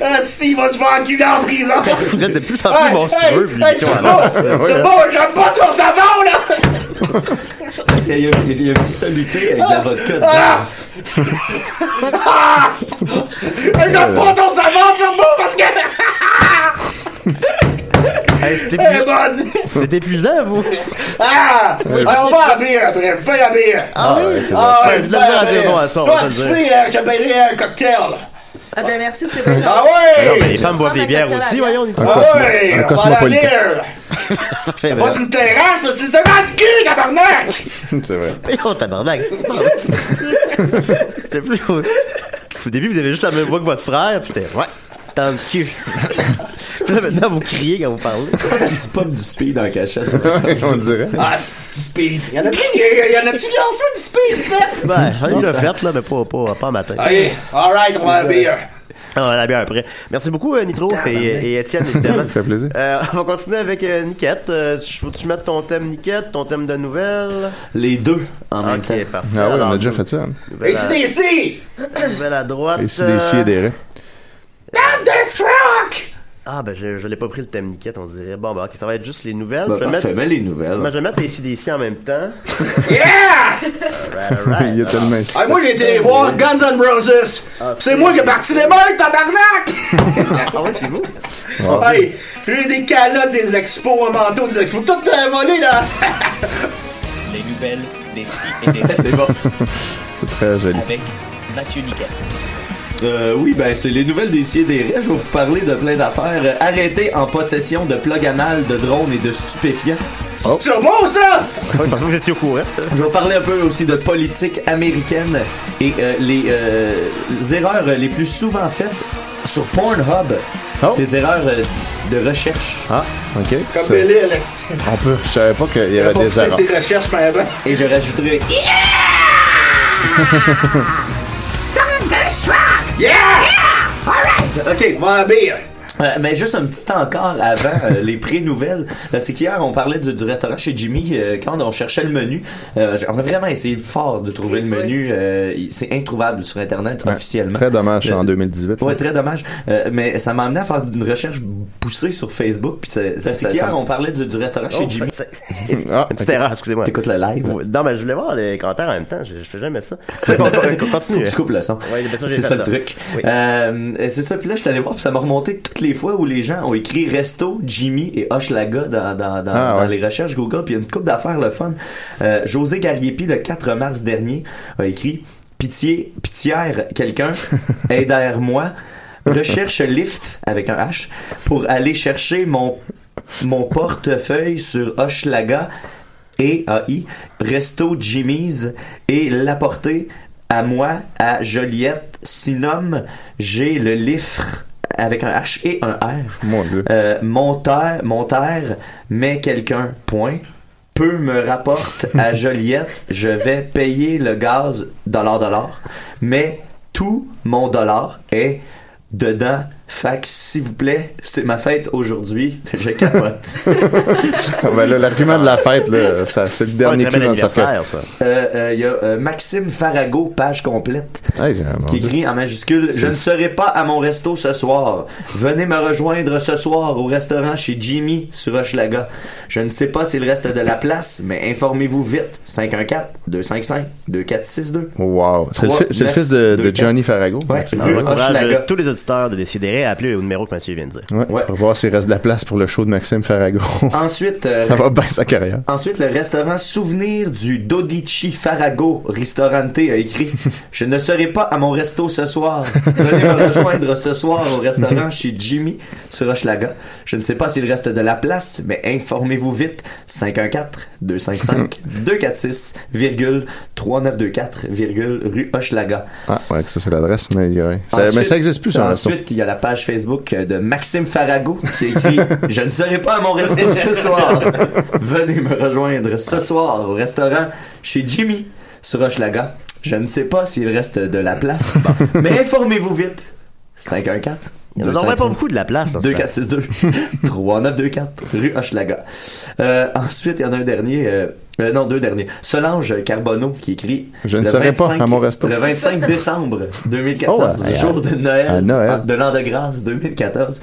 [SPEAKER 5] Ah, si, il va se faire enculer en prison!
[SPEAKER 3] Vous êtes de plus en plus monstrueux, puis
[SPEAKER 5] hey,
[SPEAKER 3] ils sont
[SPEAKER 5] c'est
[SPEAKER 3] à
[SPEAKER 5] bon,
[SPEAKER 3] l'avance.
[SPEAKER 5] c'est
[SPEAKER 3] Ouais,
[SPEAKER 5] bon, j'aime pas ton savon, là!
[SPEAKER 6] parce qu'il y a, il y a un petit soluté avec de l'avocat dedans.
[SPEAKER 5] Ah! J'aime pas ton savon, Turbo, parce que...
[SPEAKER 3] Hey, c'est
[SPEAKER 5] Elle est
[SPEAKER 3] épuisant-
[SPEAKER 5] bonne!
[SPEAKER 3] C'est épuisant, vous.
[SPEAKER 5] Ah! Alors, on va à la bière après, on va à la bière!
[SPEAKER 3] Ah oui?
[SPEAKER 4] c'est
[SPEAKER 3] Ah,
[SPEAKER 5] ouais,
[SPEAKER 3] j'ai de la misère à
[SPEAKER 5] ben,
[SPEAKER 3] dire non à ça, on va
[SPEAKER 5] toi,
[SPEAKER 3] se
[SPEAKER 5] tu
[SPEAKER 3] le dire.
[SPEAKER 5] sais, euh, je te paierai un cocktail.
[SPEAKER 7] Ah ben merci, c'est vrai.
[SPEAKER 5] Ah
[SPEAKER 3] Ben Non, mais
[SPEAKER 5] ouais!
[SPEAKER 3] les femmes boivent des bières aussi, voyons, Nitro.
[SPEAKER 4] Ah,
[SPEAKER 5] Ah
[SPEAKER 4] cosmo-
[SPEAKER 5] ouais!
[SPEAKER 4] un
[SPEAKER 5] on va à la
[SPEAKER 4] cosmopolitain.
[SPEAKER 5] bière.
[SPEAKER 3] Parfait,
[SPEAKER 5] Pas sur
[SPEAKER 3] madame.
[SPEAKER 5] une terrasse, mais c'est un de cul, tabarnak!
[SPEAKER 4] C'est vrai.
[SPEAKER 3] Oh, tabarnak, qu'est-ce qui se passe? C'était plus... Au début, vous avez juste la même voix que votre frère, puis c'était... Ouais, tant de cul. Puis là, maintenant, vous criez quand vous parlez.
[SPEAKER 6] Je pense qu'il se pop du speed en cachette.
[SPEAKER 4] On dirait.
[SPEAKER 5] Ah, c'est du speed. Y'en a-tu y'en a-tu qui lancent du speed, ça?
[SPEAKER 3] Ben, j'en ai déjà fait, là, mais pas, pas, pas en matin.
[SPEAKER 5] Ok, alright, on va à la bière.
[SPEAKER 3] Ah, on a bien après. Merci beaucoup, euh, Nitro et, et Étienne, évidemment.
[SPEAKER 4] Ça fait plaisir.
[SPEAKER 3] Euh, on va continuer avec euh, Niquette. Euh, Faut-tu mettre ton thème Niquette, ton thème de nouvelles?
[SPEAKER 6] Les deux en même
[SPEAKER 3] Ok,
[SPEAKER 6] temps. Bah,
[SPEAKER 3] parfait.
[SPEAKER 4] Ah ouais, on
[SPEAKER 3] Alors, euh,
[SPEAKER 4] a déjà fait ça.
[SPEAKER 5] Et
[SPEAKER 3] Nouvelle
[SPEAKER 5] c'est
[SPEAKER 3] à,
[SPEAKER 5] des si!
[SPEAKER 3] nouvelle à droite. euh,
[SPEAKER 4] Et si des si et des raies.
[SPEAKER 5] Thunderstruck!
[SPEAKER 3] Ah, ben, je, je l'ai pas pris le thème Niquette, on dirait. Bon, ben, ok, ça va être juste les nouvelles.
[SPEAKER 6] Bah,
[SPEAKER 3] je vais
[SPEAKER 6] parfait,
[SPEAKER 3] mettre...
[SPEAKER 6] mets les nouvelles.
[SPEAKER 3] ben, je vais mettre les CDC en même temps.
[SPEAKER 5] Yeah!
[SPEAKER 3] Right, Ah,
[SPEAKER 4] Il y a
[SPEAKER 3] right.
[SPEAKER 4] tellement
[SPEAKER 5] Ah, moi, j'ai été voir Guns N' Roses. c'est moi qui ai parti les meubles, tabarnak!
[SPEAKER 3] Ah ouais, c'est vous?
[SPEAKER 5] hey, j'ai eu des calottes des expos, un manteau des expos, tout euh, volé, là!
[SPEAKER 10] Les nouvelles des si et des
[SPEAKER 6] C'est bon.
[SPEAKER 4] C'est très joli.
[SPEAKER 10] avec Mathieu Niquette.
[SPEAKER 6] Euh, oui, ben c'est les nouvelles des Ciés des Rêves. Je vais vous parler de plein d'affaires. Euh, arrêté en possession de plug anal, de drones et de stupéfiants.
[SPEAKER 5] C'est beau, ça!
[SPEAKER 3] Ah oui, parce que vous étiez au courant.
[SPEAKER 6] Je vais vous parler un peu aussi de politique américaine et euh, les euh, erreurs les plus souvent faites sur Pornhub.
[SPEAKER 4] Oh.
[SPEAKER 6] Des erreurs euh, de recherche.
[SPEAKER 4] Ah, ok.
[SPEAKER 5] Comme
[SPEAKER 4] C'est-
[SPEAKER 5] Belle-Île, là.
[SPEAKER 4] On peut. Je savais pas qu'il y avait
[SPEAKER 5] Pour
[SPEAKER 4] des
[SPEAKER 5] ça,
[SPEAKER 4] erreurs.
[SPEAKER 5] c'est recherches, mais avant.
[SPEAKER 6] Et je rajouterai
[SPEAKER 5] Yeah!
[SPEAKER 6] OK,
[SPEAKER 5] On va à la bière.
[SPEAKER 6] Euh, mais juste un petit temps encore avant euh, les pré-nouvelles. Euh, c'est qu'hier, on parlait du, du restaurant chez Jimmy. euh, quand on cherchait le menu, euh, j- on a vraiment essayé fort de trouver le menu. euh, il- c'est introuvable sur Internet
[SPEAKER 4] Ouais.
[SPEAKER 6] officiellement.
[SPEAKER 4] Très dommage
[SPEAKER 6] Le-
[SPEAKER 4] en 2018.
[SPEAKER 6] Ouais, très dommage. Euh, mais ça m'a amené à faire une recherche poussée sur Facebook. Puis ça, ça,
[SPEAKER 3] C'est
[SPEAKER 6] ça-
[SPEAKER 3] qu'hier,
[SPEAKER 6] ça- on parlait du, du restaurant chez
[SPEAKER 3] Oh,
[SPEAKER 6] Jimmy.
[SPEAKER 3] c'est-
[SPEAKER 4] Ah,
[SPEAKER 3] Une petite erreur, excusez-moi.
[SPEAKER 6] T'écoutes le live.
[SPEAKER 3] Ouais, Non, mais je voulais voir les commentaires en même temps. Je, je fais jamais ça. Continue.
[SPEAKER 6] Faut que tu coupes le son.
[SPEAKER 3] Ouais, ben ça, j'ai
[SPEAKER 6] c'est
[SPEAKER 3] fait
[SPEAKER 6] ça le
[SPEAKER 3] ça.
[SPEAKER 6] truc.
[SPEAKER 3] Oui.
[SPEAKER 6] Euh, c'est ça. Puis là, je suis allé voir, puis ça m'a remonté toutes les fois où les gens ont écrit Resto, Jimmy et Hochelaga dans, dans, dans,
[SPEAKER 4] Ah,
[SPEAKER 6] dans
[SPEAKER 4] ouais.
[SPEAKER 6] les recherches Google. Puis il y a une coupe d'affaires, le fun. Euh, José Gariepi, le 4 mars dernier, a écrit Pitié, pitière, quelqu'un, aide-moi. Recherche lift avec un H pour aller chercher mon, mon portefeuille sur Hochelaga et AI, Resto Jimmy's et l'apporter à moi à Joliette. Sinon, j'ai le LIFRE avec un H et un R.
[SPEAKER 4] Mon Dieu.
[SPEAKER 6] Euh, monteur, monteur, mais quelqu'un, point. Peu me rapporte à Joliette, je vais payer le gaz dollar dollar, mais tout mon dollar est dedans. Fac, s'il vous plaît, c'est ma fête aujourd'hui, je capote.
[SPEAKER 4] Ah, ben là, l'argument de la fête, là, ça- c'est le
[SPEAKER 3] Ouais,
[SPEAKER 4] dernier
[SPEAKER 3] très
[SPEAKER 4] clou
[SPEAKER 3] bel
[SPEAKER 4] dans le cercueil.
[SPEAKER 3] anniversaire, ça.
[SPEAKER 6] Euh, euh, Il y a euh, Maxime Farago, page complète,
[SPEAKER 4] Hey, j'ai- mon
[SPEAKER 6] qui
[SPEAKER 4] Dieu.
[SPEAKER 6] écrit en majuscule Je ne serai pas à mon resto ce soir. Venez me rejoindre ce soir au restaurant chez Jimmy sur Hochelaga. Je ne sais pas s'il reste de la place, mais informez-vous vite. 514-255-2462.
[SPEAKER 4] Wow. C'est le,
[SPEAKER 6] Trois,
[SPEAKER 4] fi- c'est le
[SPEAKER 6] neuf,
[SPEAKER 4] fils de, de
[SPEAKER 6] deux,
[SPEAKER 4] Johnny Farago.
[SPEAKER 6] Ouais,
[SPEAKER 4] Maxime
[SPEAKER 6] ah
[SPEAKER 4] Farago.
[SPEAKER 6] ouais.
[SPEAKER 3] Courage,
[SPEAKER 6] Hochelaga.
[SPEAKER 3] euh, tous les auditeurs de décider intérêt à appeler au numéro que monsieur vient de dire.
[SPEAKER 4] Ouais, Pour voir s'il reste de la place pour le show de Maxime Farrago.
[SPEAKER 6] Ensuite, euh,
[SPEAKER 4] ça va bien sa carrière.
[SPEAKER 6] Ensuite, le restaurant Souvenir du Dodici Farago Ristorante a écrit Je ne serai pas à mon resto ce soir. Venez me rejoindre ce soir au restaurant chez Jimmy sur Hochelaga. Je ne sais pas s'il reste de la place, mais informez-vous vite. 514-255-246,3924, rue Hochelaga.
[SPEAKER 4] Ah, ouais, que ça, c'est l'adresse, mais il y aurait- ça-
[SPEAKER 6] Ensuite-
[SPEAKER 4] mais ça existe plus, ça, resto.
[SPEAKER 6] Ensuite, il y a la page Facebook euh, de Maxime Farago qui écrit Je ne serai pas à mon resto ce soir. Venez me rejoindre ce soir au restaurant chez Jimmy sur Hochelaga. Je ne sais pas s'il reste de la place, Bon. mais informez-vous vite. 514.
[SPEAKER 3] Il n'y en aurait pas beaucoup de la place. en ce moment.
[SPEAKER 6] 2462 3924 rue Hochelaga. Euh, ensuite, il y en a un dernier. euh, euh, non, deux derniers. Solange Carbonneau qui écrit
[SPEAKER 4] Je ne
[SPEAKER 6] le
[SPEAKER 4] serai pas à mon resto.
[SPEAKER 6] Le 25 décembre 2014,
[SPEAKER 4] Oh, à-
[SPEAKER 6] jour de
[SPEAKER 4] à
[SPEAKER 6] Noël,
[SPEAKER 4] Noël.
[SPEAKER 6] ah, de l'an de grâce 2014.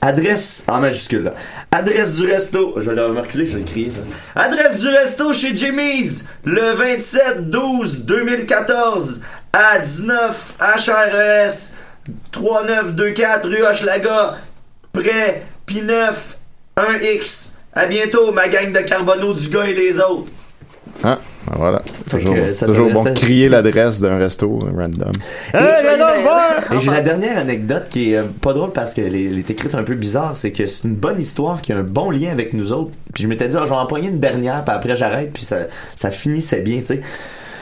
[SPEAKER 6] Adresse en majuscule. là. Adresse du resto. Je vais le remarquer, je vais le crier ça. Adresse du resto chez Jimmy's le 27 12 2014 à 19 HRS 3924 rue Hochelaga près P9 1X. À bientôt ma gang de Carbonneau du gars et les autres.
[SPEAKER 4] Ah, ben voilà. C'est Toujours,
[SPEAKER 6] que ça
[SPEAKER 4] toujours bon.
[SPEAKER 6] s'adresse à-
[SPEAKER 4] Crier l'adresse d'un resto euh, random.
[SPEAKER 3] Hey, viens donc voir!
[SPEAKER 6] Et j'ai la dernière anecdote qui est euh, pas drôle parce qu'elle est, elle est écrite un peu bizarre, c'est que c'est une bonne histoire qui a un bon lien avec nous autres. Puis je m'étais dit, Ah, je vais en pogner une dernière, puis après j'arrête, puis ça, ça finissait bien, tu sais.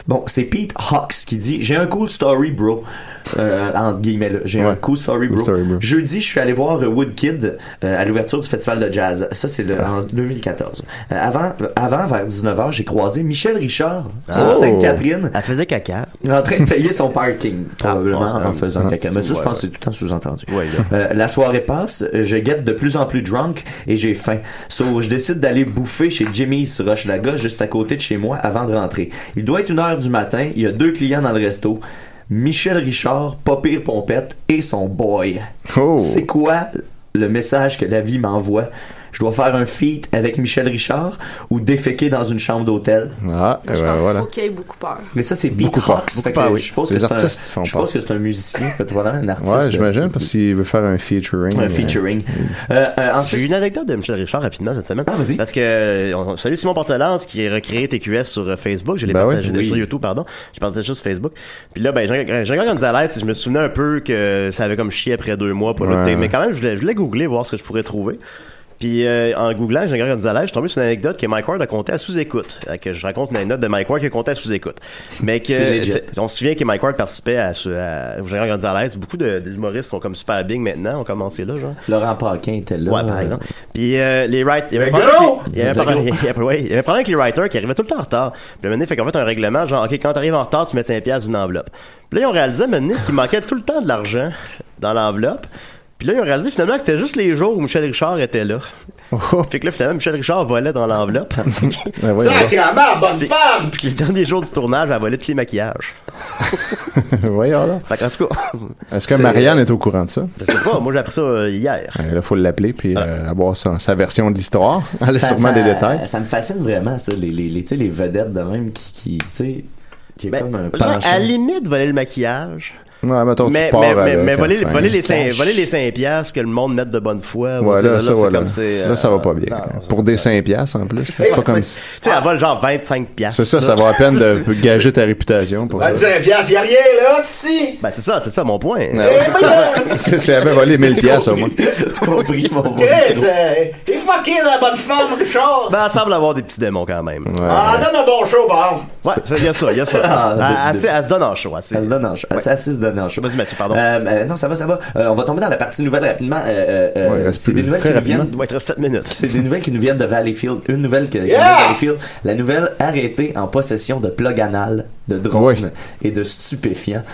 [SPEAKER 6] Bon, c'est Pete Hawks qui dit J'ai un cool story, bro. Euh, entre guillemets, là. J'ai
[SPEAKER 4] Ouais.
[SPEAKER 6] un cool story, bro.
[SPEAKER 4] Cool story, bro.
[SPEAKER 6] Jeudi, je suis allé voir euh, Woodkid euh, à l'ouverture du festival de jazz. Ça, c'est
[SPEAKER 3] Ah.
[SPEAKER 6] le- en 2014. Euh, avant, avant, vers 19h, j'ai croisé Michel Richard sur
[SPEAKER 3] Oh.
[SPEAKER 6] Sainte-Catherine
[SPEAKER 3] Elle faisait caca.
[SPEAKER 6] en train de payer son parking, probablement,
[SPEAKER 3] Ah,
[SPEAKER 6] en faisant
[SPEAKER 3] ah,
[SPEAKER 6] caca.
[SPEAKER 3] c'est-
[SPEAKER 6] Mais ça, je
[SPEAKER 3] ouais,
[SPEAKER 6] pense que c'est tout en sous-entendu.
[SPEAKER 3] Ouais, là.
[SPEAKER 6] Euh, la soirée passe, euh, je guette de plus en plus drunk et j'ai faim. So, je décide d'aller bouffer chez Jimmy's sur Hochelaga, juste à côté de chez moi, avant de rentrer. Il doit être une heure du matin, il y a deux clients dans le resto. Michel Richard, pas pire pompette, et son boy.
[SPEAKER 4] Oh!
[SPEAKER 6] C'est quoi le message que la vie m'envoie? Je dois faire un feat avec Michel Richard ou déféquer dans une chambre d'hôtel?
[SPEAKER 4] Ah,
[SPEAKER 7] Je
[SPEAKER 4] eh ben
[SPEAKER 7] pense qu'il
[SPEAKER 4] voilà.
[SPEAKER 7] faut qu'il ait beaucoup peur.
[SPEAKER 6] Mais ça, c'est
[SPEAKER 4] Beaucoup
[SPEAKER 6] Beat
[SPEAKER 4] peur,
[SPEAKER 6] Hawks.
[SPEAKER 4] beaucoup
[SPEAKER 6] Fait que
[SPEAKER 4] peur, oui.
[SPEAKER 6] Je pense
[SPEAKER 4] Les
[SPEAKER 6] que c'est
[SPEAKER 4] artistes
[SPEAKER 6] un-
[SPEAKER 4] font
[SPEAKER 6] je pense
[SPEAKER 4] peur.
[SPEAKER 6] que c'est un musicien, peut-être voilà, un artiste. euh,
[SPEAKER 4] Ouais, j'imagine, Mm. parce qu'il veut faire un featuring.
[SPEAKER 6] Un featuring. Euh, euh,
[SPEAKER 3] J'ai
[SPEAKER 6] ensuite,
[SPEAKER 3] une anecdote de Michel Richard rapidement cette semaine.
[SPEAKER 6] Ah, vas-y.
[SPEAKER 3] Parce que, euh, on, on salue Simon Portelance qui a recréé TQS sur euh, Facebook. Je l'ai
[SPEAKER 4] Ben
[SPEAKER 3] partagé
[SPEAKER 4] oui.
[SPEAKER 3] sur YouTube, pardon. Je partagé sur Facebook. Puis là, ben, Jean- Jean-Gagnon nous à l'aise. Je me souvenais un peu que ça avait comme chié après deux mois pour
[SPEAKER 4] Ouais.
[SPEAKER 3] le thé. Mais quand même, je voulais, je voulais googler, voir ce que je pourrais trouver. Puis euh, en googlant Jean-Gagnon Gonzalez, je suis tombé sur une anecdote que Mike Ward a conté à sous-écoute. Fait Que je raconte une anecdote de Mike Ward qui a conté à sous-écoute. Mais que
[SPEAKER 6] C'est legit.
[SPEAKER 3] c'est- on se souvient que Mike Ward participait à, ce- à Jean-Gagnon Gonzalez. Beaucoup de- d'humoristes sont comme super big maintenant, ont commencé là, genre.
[SPEAKER 6] Laurent Paquin était là.
[SPEAKER 3] Ouais, par exemple. Puis euh, les writers. Il y avait un
[SPEAKER 6] Mais
[SPEAKER 3] problème
[SPEAKER 6] gros!
[SPEAKER 3] avec les- il y avait un
[SPEAKER 6] Mais
[SPEAKER 3] problème- il y avait- ouais, il y avait un problème avec les writers qui arrivaient tout le temps en retard. Puis à un moment donné, fait qu'on fait un règlement genre, OK, quand t'arrives en retard, tu mets 5 piastres d'une enveloppe. Puis là, ils ont réalisé à un moment donné, qu'il manquait tout le temps de l'argent dans l'enveloppe. Puis là, ils ont réalisé finalement que c'était juste les jours où Michel Richard était là.
[SPEAKER 6] Oh.
[SPEAKER 3] Fait que là, finalement, Michel Richard volait dans l'enveloppe.
[SPEAKER 4] Ben oui,
[SPEAKER 5] Sacrément, bonne femme!
[SPEAKER 3] Puis le dernier jour du tournage, elle volait tous les maquillages.
[SPEAKER 4] Voyons là.
[SPEAKER 3] Fait qu'en tout cas,
[SPEAKER 4] Est-ce que Marianne est au courant de ça?
[SPEAKER 3] je sais pas, moi j'ai appris ça euh, hier.
[SPEAKER 4] Il faut l'appeler puis euh, avoir sa, sa version de l'histoire. Elle a
[SPEAKER 6] Ça-
[SPEAKER 4] sûrement des
[SPEAKER 6] ça-
[SPEAKER 4] détails.
[SPEAKER 6] Ça me fascine vraiment, ça, les, les, les, tu sais, les vedettes de même qui, qui tu sais, qui est
[SPEAKER 3] Ben,
[SPEAKER 6] comme un
[SPEAKER 3] genre,
[SPEAKER 6] penchant.
[SPEAKER 3] à la limite, voler le maquillage.
[SPEAKER 4] Ouais, mettons,
[SPEAKER 3] mais,
[SPEAKER 4] tu pars
[SPEAKER 3] mais, mais,
[SPEAKER 4] avec,
[SPEAKER 3] mais
[SPEAKER 4] euh,
[SPEAKER 3] voler,
[SPEAKER 4] fin.
[SPEAKER 3] voler les cinq,
[SPEAKER 6] cash.
[SPEAKER 3] voler les 5 piastres que le monde mette de bonne foi.
[SPEAKER 4] Ouais,
[SPEAKER 3] tu sais,
[SPEAKER 4] là, ça,
[SPEAKER 3] c'est
[SPEAKER 4] voilà.
[SPEAKER 3] comme c'est, euh,
[SPEAKER 4] là, ça va pas bien.
[SPEAKER 3] non,
[SPEAKER 4] Pour des 5 piastres, en plus. C'est pas comme si...
[SPEAKER 3] Tu sais, elle vole genre 25 piastres.
[SPEAKER 4] C'est ça, ça va à peine de gager ta réputation pour ça.
[SPEAKER 5] 25 piastres, y'a oh, rien là, si!
[SPEAKER 3] Ben, c'est ça, c'est ça mon point.
[SPEAKER 6] Ah,
[SPEAKER 5] Eh, voyons!
[SPEAKER 4] C'est c'est avait volé 1000 piastres au moins.
[SPEAKER 6] T'as compris, mon bon.
[SPEAKER 5] Chris, euh, t'es fucké la bonne femme, Richard!
[SPEAKER 3] Ben, elle semble avoir des petits démons quand même.
[SPEAKER 5] Ah, donne un bon show, bon!
[SPEAKER 3] Ouais, il y a ça, il y a ça.
[SPEAKER 6] Ah,
[SPEAKER 3] Elle-
[SPEAKER 6] de-
[SPEAKER 3] elle,
[SPEAKER 6] de-
[SPEAKER 3] se- elle se donne en show. Elle, se-
[SPEAKER 6] Ça se donne en show. Ça, ça se donne en show.
[SPEAKER 3] Vas-y, Mathieu, pardon.
[SPEAKER 6] Euh, euh, non, ça va, ça va. Euh, on va tomber dans la partie nouvelle rapidement. Euh, euh,
[SPEAKER 4] Ouais,
[SPEAKER 6] euh,
[SPEAKER 4] reste
[SPEAKER 6] c'est
[SPEAKER 4] plus-
[SPEAKER 6] des nouvelles qui
[SPEAKER 4] très
[SPEAKER 6] nous viennent
[SPEAKER 4] rapidement.
[SPEAKER 3] Il doit être 7 minutes.
[SPEAKER 6] C'est des nouvelles qui nous viennent de Valleyfield. Une nouvelle que, qui vient de Valleyfield. La nouvelle arrêtée en possession de plug anal, de drones
[SPEAKER 4] Oui.
[SPEAKER 6] et de stupéfiants.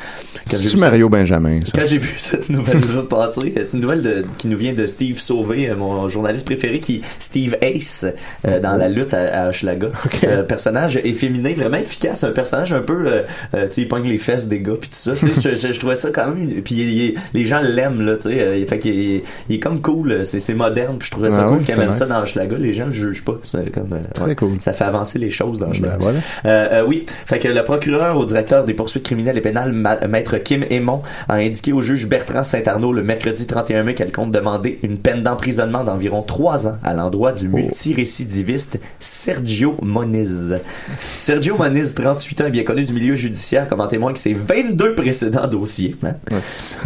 [SPEAKER 6] Quand j'ai
[SPEAKER 4] C'est-tu
[SPEAKER 6] vu ça-
[SPEAKER 4] Mario Benjamin, ça?
[SPEAKER 6] quand j'ai vu cette nouvelle-là passer, euh, c'est une nouvelle de- qui nous vient de Steve Sauvé, euh, mon journaliste préféré, qui Steve Ace euh, dans la lutte à, à Hochelaga. Euh, personnage efféminé, vraiment efficace, un personnage un peu, euh, euh, tu sais, il pogne les fesses des gars puis tout ça. Tu sais, je, je- je trouvais ça quand même. Puis il- il- les gens l'aiment là, tu sais. euh, fait qu'il il, il est comme cool, euh, c'est c'est moderne. Puis je trouvais ça
[SPEAKER 4] Ah oui,
[SPEAKER 6] cool qu'il
[SPEAKER 4] c'est
[SPEAKER 6] amène ça
[SPEAKER 4] nice.
[SPEAKER 6] dans Hochelaga. Les gens le jugent pas. C'est comme euh,
[SPEAKER 4] Très Ben cool.
[SPEAKER 6] Ça fait avancer les choses dans Hochelaga.
[SPEAKER 4] voilà.
[SPEAKER 6] Euh, euh, oui, fait que le, proc- procureur au directeur des poursuites criminelles et pénales, Ma- Maître Kim Aymon, a indiqué au juge Bertrand Saint-Arnaud le mercredi 31 mai qu'elle compte demander une peine d'emprisonnement d'environ trois ans à l'endroit
[SPEAKER 4] Oh.
[SPEAKER 6] du multirécidiviste Sergio Moniz. Sergio Moniz, 38 ans, est bien connu du milieu judiciaire comme en témoigne ses 22 précédents dossiers. hein.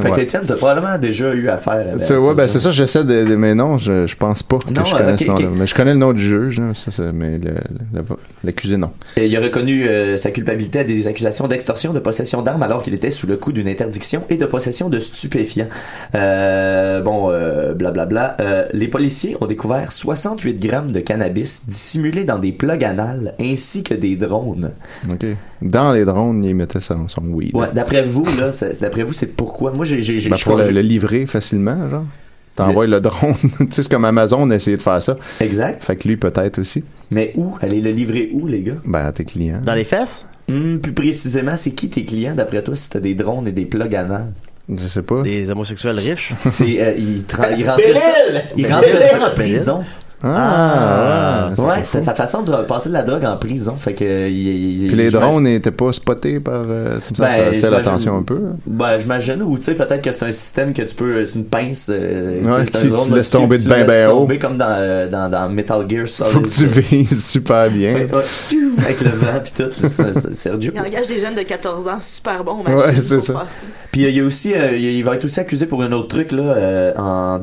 [SPEAKER 6] Fait que
[SPEAKER 4] Ouais.
[SPEAKER 6] Étienne, t'as probablement déjà eu affaire avec
[SPEAKER 4] Tu sais, ouais, ben c'est ça, j'essaie de, de- Mais non, je, je pense pas que
[SPEAKER 6] Non,
[SPEAKER 4] je
[SPEAKER 6] euh,
[SPEAKER 4] connaisse
[SPEAKER 6] ok,
[SPEAKER 4] ce nom-là.
[SPEAKER 6] ok.
[SPEAKER 4] Mais je connais le nom du juge, là, ça, ça- mais le- le- le- l'accusé, non.
[SPEAKER 6] Et il a reconnu euh, sa culpabilité à des accusations d'extorsion, de possession d'armes alors qu'il était sous le coup d'une interdiction et de possession de stupéfiants. Euh, bon, euh, blablabla. Euh, les policiers ont découvert 68 grammes de cannabis dissimulés dans des plugs anales ainsi que des drones.
[SPEAKER 4] OK. Dans les drones, il mettait son, son weed.
[SPEAKER 6] Ouais, d'après vous, là, c'est- d'après vous, c'est pourquoi? Moi, j'ai, j'ai, j'ai-
[SPEAKER 4] Ben,
[SPEAKER 6] je
[SPEAKER 4] pour
[SPEAKER 6] crois-
[SPEAKER 4] le, le livrer facilement, genre. T'envoies le drone. tu sais, c'est comme Amazon a essayé de faire ça.
[SPEAKER 6] Exact.
[SPEAKER 4] Fait que lui, peut-être aussi.
[SPEAKER 6] Mais où? Allez le livrer où, les gars?
[SPEAKER 4] Ben, à tes clients.
[SPEAKER 3] Dans les fesses?
[SPEAKER 6] Hum, plus précisément, c'est qui tes clients, d'après toi, si t'as des drones et des plugs anales?
[SPEAKER 4] Je sais pas.
[SPEAKER 3] Des homosexuels riches?
[SPEAKER 6] C'est, euh, ils, tra- ils rentraient ça,
[SPEAKER 5] Bellil!
[SPEAKER 6] ils rentraient
[SPEAKER 3] Bellil!
[SPEAKER 6] ça en prison.
[SPEAKER 4] Ah! ça
[SPEAKER 6] Ouais,
[SPEAKER 4] fait
[SPEAKER 6] c'était
[SPEAKER 4] fou.
[SPEAKER 6] sa façon de passer de la drogue en prison. Fait que. euh, il- il-
[SPEAKER 4] Puis les
[SPEAKER 6] j'imagine-
[SPEAKER 4] drones n'étaient pas spotés par. euh, tout ça,
[SPEAKER 6] Ben,
[SPEAKER 4] ça attire
[SPEAKER 6] j'imagine-
[SPEAKER 4] l'attention un peu. là.
[SPEAKER 6] Ben, j'imagine, ou tu sais, peut-être que c'est un système que tu peux. C'est une pince. euh,
[SPEAKER 4] Ouais,
[SPEAKER 6] c'est un
[SPEAKER 4] qui-
[SPEAKER 6] drone,
[SPEAKER 4] tu laisses tomber de
[SPEAKER 6] tu
[SPEAKER 4] ben,
[SPEAKER 6] laisses
[SPEAKER 4] ben haut.
[SPEAKER 6] tomber comme dans, euh, dans, dans Metal Gear Solid.
[SPEAKER 4] Faut que tu vises super bien.
[SPEAKER 6] Ouais, ouais. Avec le vent, pis tout. c'est- c'est- Sergio.
[SPEAKER 7] Il engage des jeunes de 14 ans super bons,
[SPEAKER 4] Ouais, c'est ça.
[SPEAKER 6] Puis euh, il y a aussi, euh, il va être aussi accusé pour un autre truc là. euh, en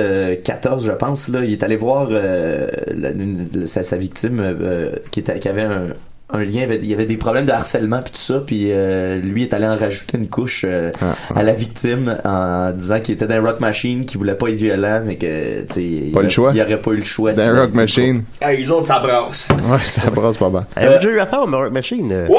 [SPEAKER 6] 2014, je pense là, il est allé voir euh, la- une- la- sa, sa victime euh, qui, était- qui avait un, un lien, avec- il y avait des problèmes de harcèlement puis tout ça. Puis euh, lui est allé en rajouter une couche euh,
[SPEAKER 4] Ah,
[SPEAKER 6] à la victime en disant qu'il était dans rock machine, qu'il voulait pas être violent, mais que tu sais, il,
[SPEAKER 4] Pas le
[SPEAKER 6] aurait-
[SPEAKER 4] choix.
[SPEAKER 6] il aurait pas eu le choix.
[SPEAKER 4] Dans
[SPEAKER 6] sinon,
[SPEAKER 4] Rock
[SPEAKER 6] tu sais,
[SPEAKER 4] Machine.
[SPEAKER 5] Ah, ils ont ça brasse.
[SPEAKER 4] Ouais, ça brasse pas mal.
[SPEAKER 3] Avez-vous déjà eu affaire au Murray Machine? euh?
[SPEAKER 5] Ouais!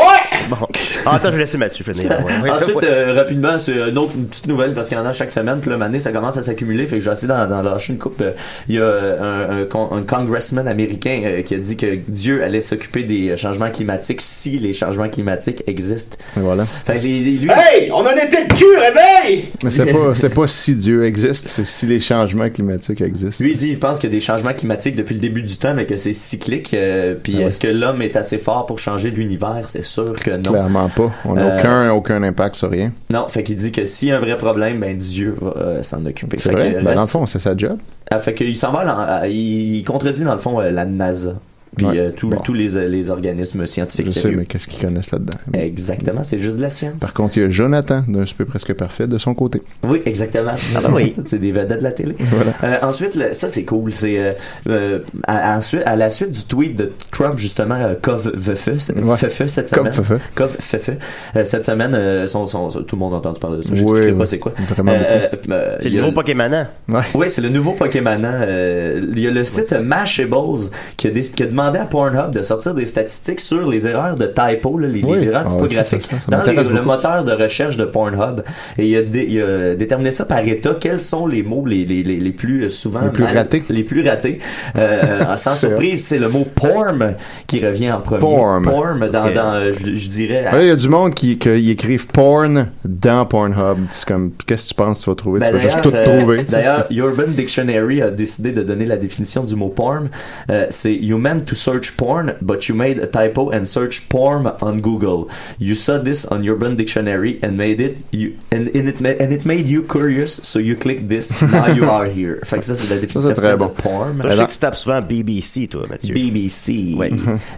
[SPEAKER 3] Bon. Ah, attends, je vais laisser Mathieu finir. Ouais. Ouais,
[SPEAKER 6] Ensuite,
[SPEAKER 3] ouais.
[SPEAKER 6] euh, rapidement, c'est une autre une petite nouvelle parce qu'il y en a chaque semaine. Puis là, maintenant, ça commence à s'accumuler. Fait que j'ai essayé d'en d'en lâcher une coupe. Il y a euh, un, un con- un congressman américain euh, qui a dit que Dieu allait s'occuper des euh, changements climatiques si les changements climatiques existent.
[SPEAKER 4] Et voilà.
[SPEAKER 6] Fait que j'ai- lui,
[SPEAKER 5] Hey! On en était le cul, réveille!
[SPEAKER 4] Mais c'est pas, c'est pas si Dieu existe, c'est si les changements climatiques existent.
[SPEAKER 6] lui, il dit, il pense qu'il y a des changements climatiques depuis le début du temps, mais que c'est cyclique. euh, puis
[SPEAKER 4] Ah ouais.
[SPEAKER 6] est-ce que l'homme est assez fort pour changer l'univers? C'est sûr que non.
[SPEAKER 4] Clairement pas. On n'a
[SPEAKER 6] Euh,
[SPEAKER 4] aucun, aucun impact sur rien.
[SPEAKER 6] Non, fait qu'il dit que s'il y a un vrai problème, ben Dieu va euh, s'en occuper.
[SPEAKER 4] C'est
[SPEAKER 6] Fait
[SPEAKER 4] vrai?
[SPEAKER 6] que
[SPEAKER 4] Ben, dans le
[SPEAKER 6] reste-
[SPEAKER 4] fond, c'est sa job.
[SPEAKER 6] Ah, fait qu'il s'en va, là, ah, il, il contredit dans le fond euh, la NASA, puis
[SPEAKER 4] Ouais.
[SPEAKER 6] euh, tous-
[SPEAKER 4] Bon.
[SPEAKER 6] tous les, euh, les organismes scientifiques
[SPEAKER 4] Je sais,
[SPEAKER 6] sérieux.
[SPEAKER 4] mais qu'est-ce qu'ils connaissent là-dedans?
[SPEAKER 6] Exactement, c'est juste de la science.
[SPEAKER 4] Par contre, il y a Jonathan d'un peu presque parfait de son côté.
[SPEAKER 6] Oui, exactement. Ah ben oui, c'est des vedettes de la télé. Euh, ensuite, le- ça c'est cool. C'est euh, euh, à, ensuite- à la suite du tweet de Trump justement, euh, Cove Vefe, c'est-
[SPEAKER 4] Ouais.
[SPEAKER 6] Fefe cette
[SPEAKER 4] Comme
[SPEAKER 6] semaine.
[SPEAKER 4] Fefe.
[SPEAKER 6] Cove Fefe. Euh, cette semaine, euh, son- son- son- tout le monde a entendu parler de ça. Je
[SPEAKER 4] Oui,
[SPEAKER 6] n'expliquerai
[SPEAKER 4] oui.
[SPEAKER 6] pas c'est quoi.
[SPEAKER 4] Vraiment
[SPEAKER 6] Euh, euh,
[SPEAKER 3] C'est
[SPEAKER 6] il
[SPEAKER 3] le
[SPEAKER 6] y a-
[SPEAKER 3] nouveau Pokémon. hein?
[SPEAKER 4] Ouais.
[SPEAKER 6] Oui, c'est le nouveau Pokémon. Euh, il y a le site Mashables qui a, des- qui a demandé à Pornhub de sortir des statistiques sur les erreurs de typo, là, les, les
[SPEAKER 4] Oui.
[SPEAKER 6] erreurs
[SPEAKER 4] Ah,
[SPEAKER 6] typographiques,
[SPEAKER 4] ça, ça, ça, ça
[SPEAKER 6] dans les-
[SPEAKER 4] m'intéresse
[SPEAKER 6] le
[SPEAKER 4] beaucoup.
[SPEAKER 6] moteur de recherche de Pornhub. Et il a, dé- il a déterminé ça par état. Quels sont les mots les, les, les, les plus souvent
[SPEAKER 4] Les plus
[SPEAKER 6] mal-
[SPEAKER 4] ratés.
[SPEAKER 6] Les plus ratés. Euh, euh, sans
[SPEAKER 4] C'est
[SPEAKER 6] surprise, c'est le mot porn qui revient en premier.
[SPEAKER 4] Porn.
[SPEAKER 6] dans,
[SPEAKER 3] Ok.
[SPEAKER 6] dans, euh, je, je dirais. à-
[SPEAKER 4] Ouais, il y a du monde qui, qui écrivent porn dans Pornhub. C'est comme, qu'est-ce que tu penses que tu vas trouver?
[SPEAKER 6] Ben,
[SPEAKER 4] tu vas juste
[SPEAKER 6] d'ailleurs,
[SPEAKER 4] tout
[SPEAKER 6] euh,
[SPEAKER 4] trouver. tu sais,
[SPEAKER 6] D'ailleurs, Urban Dictionary a décidé de donner la définition du mot porn. Euh, c'est You meant to search porn, but you made a typo and searched porn on Google. You saw this on Urban Dictionary and made it you, and, and it ma- and it made you curious, so you clicked this. Now you are here. Fait que ça c'est la définition
[SPEAKER 4] très
[SPEAKER 6] de
[SPEAKER 4] bon.
[SPEAKER 6] porn. Euh,
[SPEAKER 3] Toi, je sais que tu tapes souvent BBC, toi, Mathieu.
[SPEAKER 6] BBC,
[SPEAKER 3] Ouais.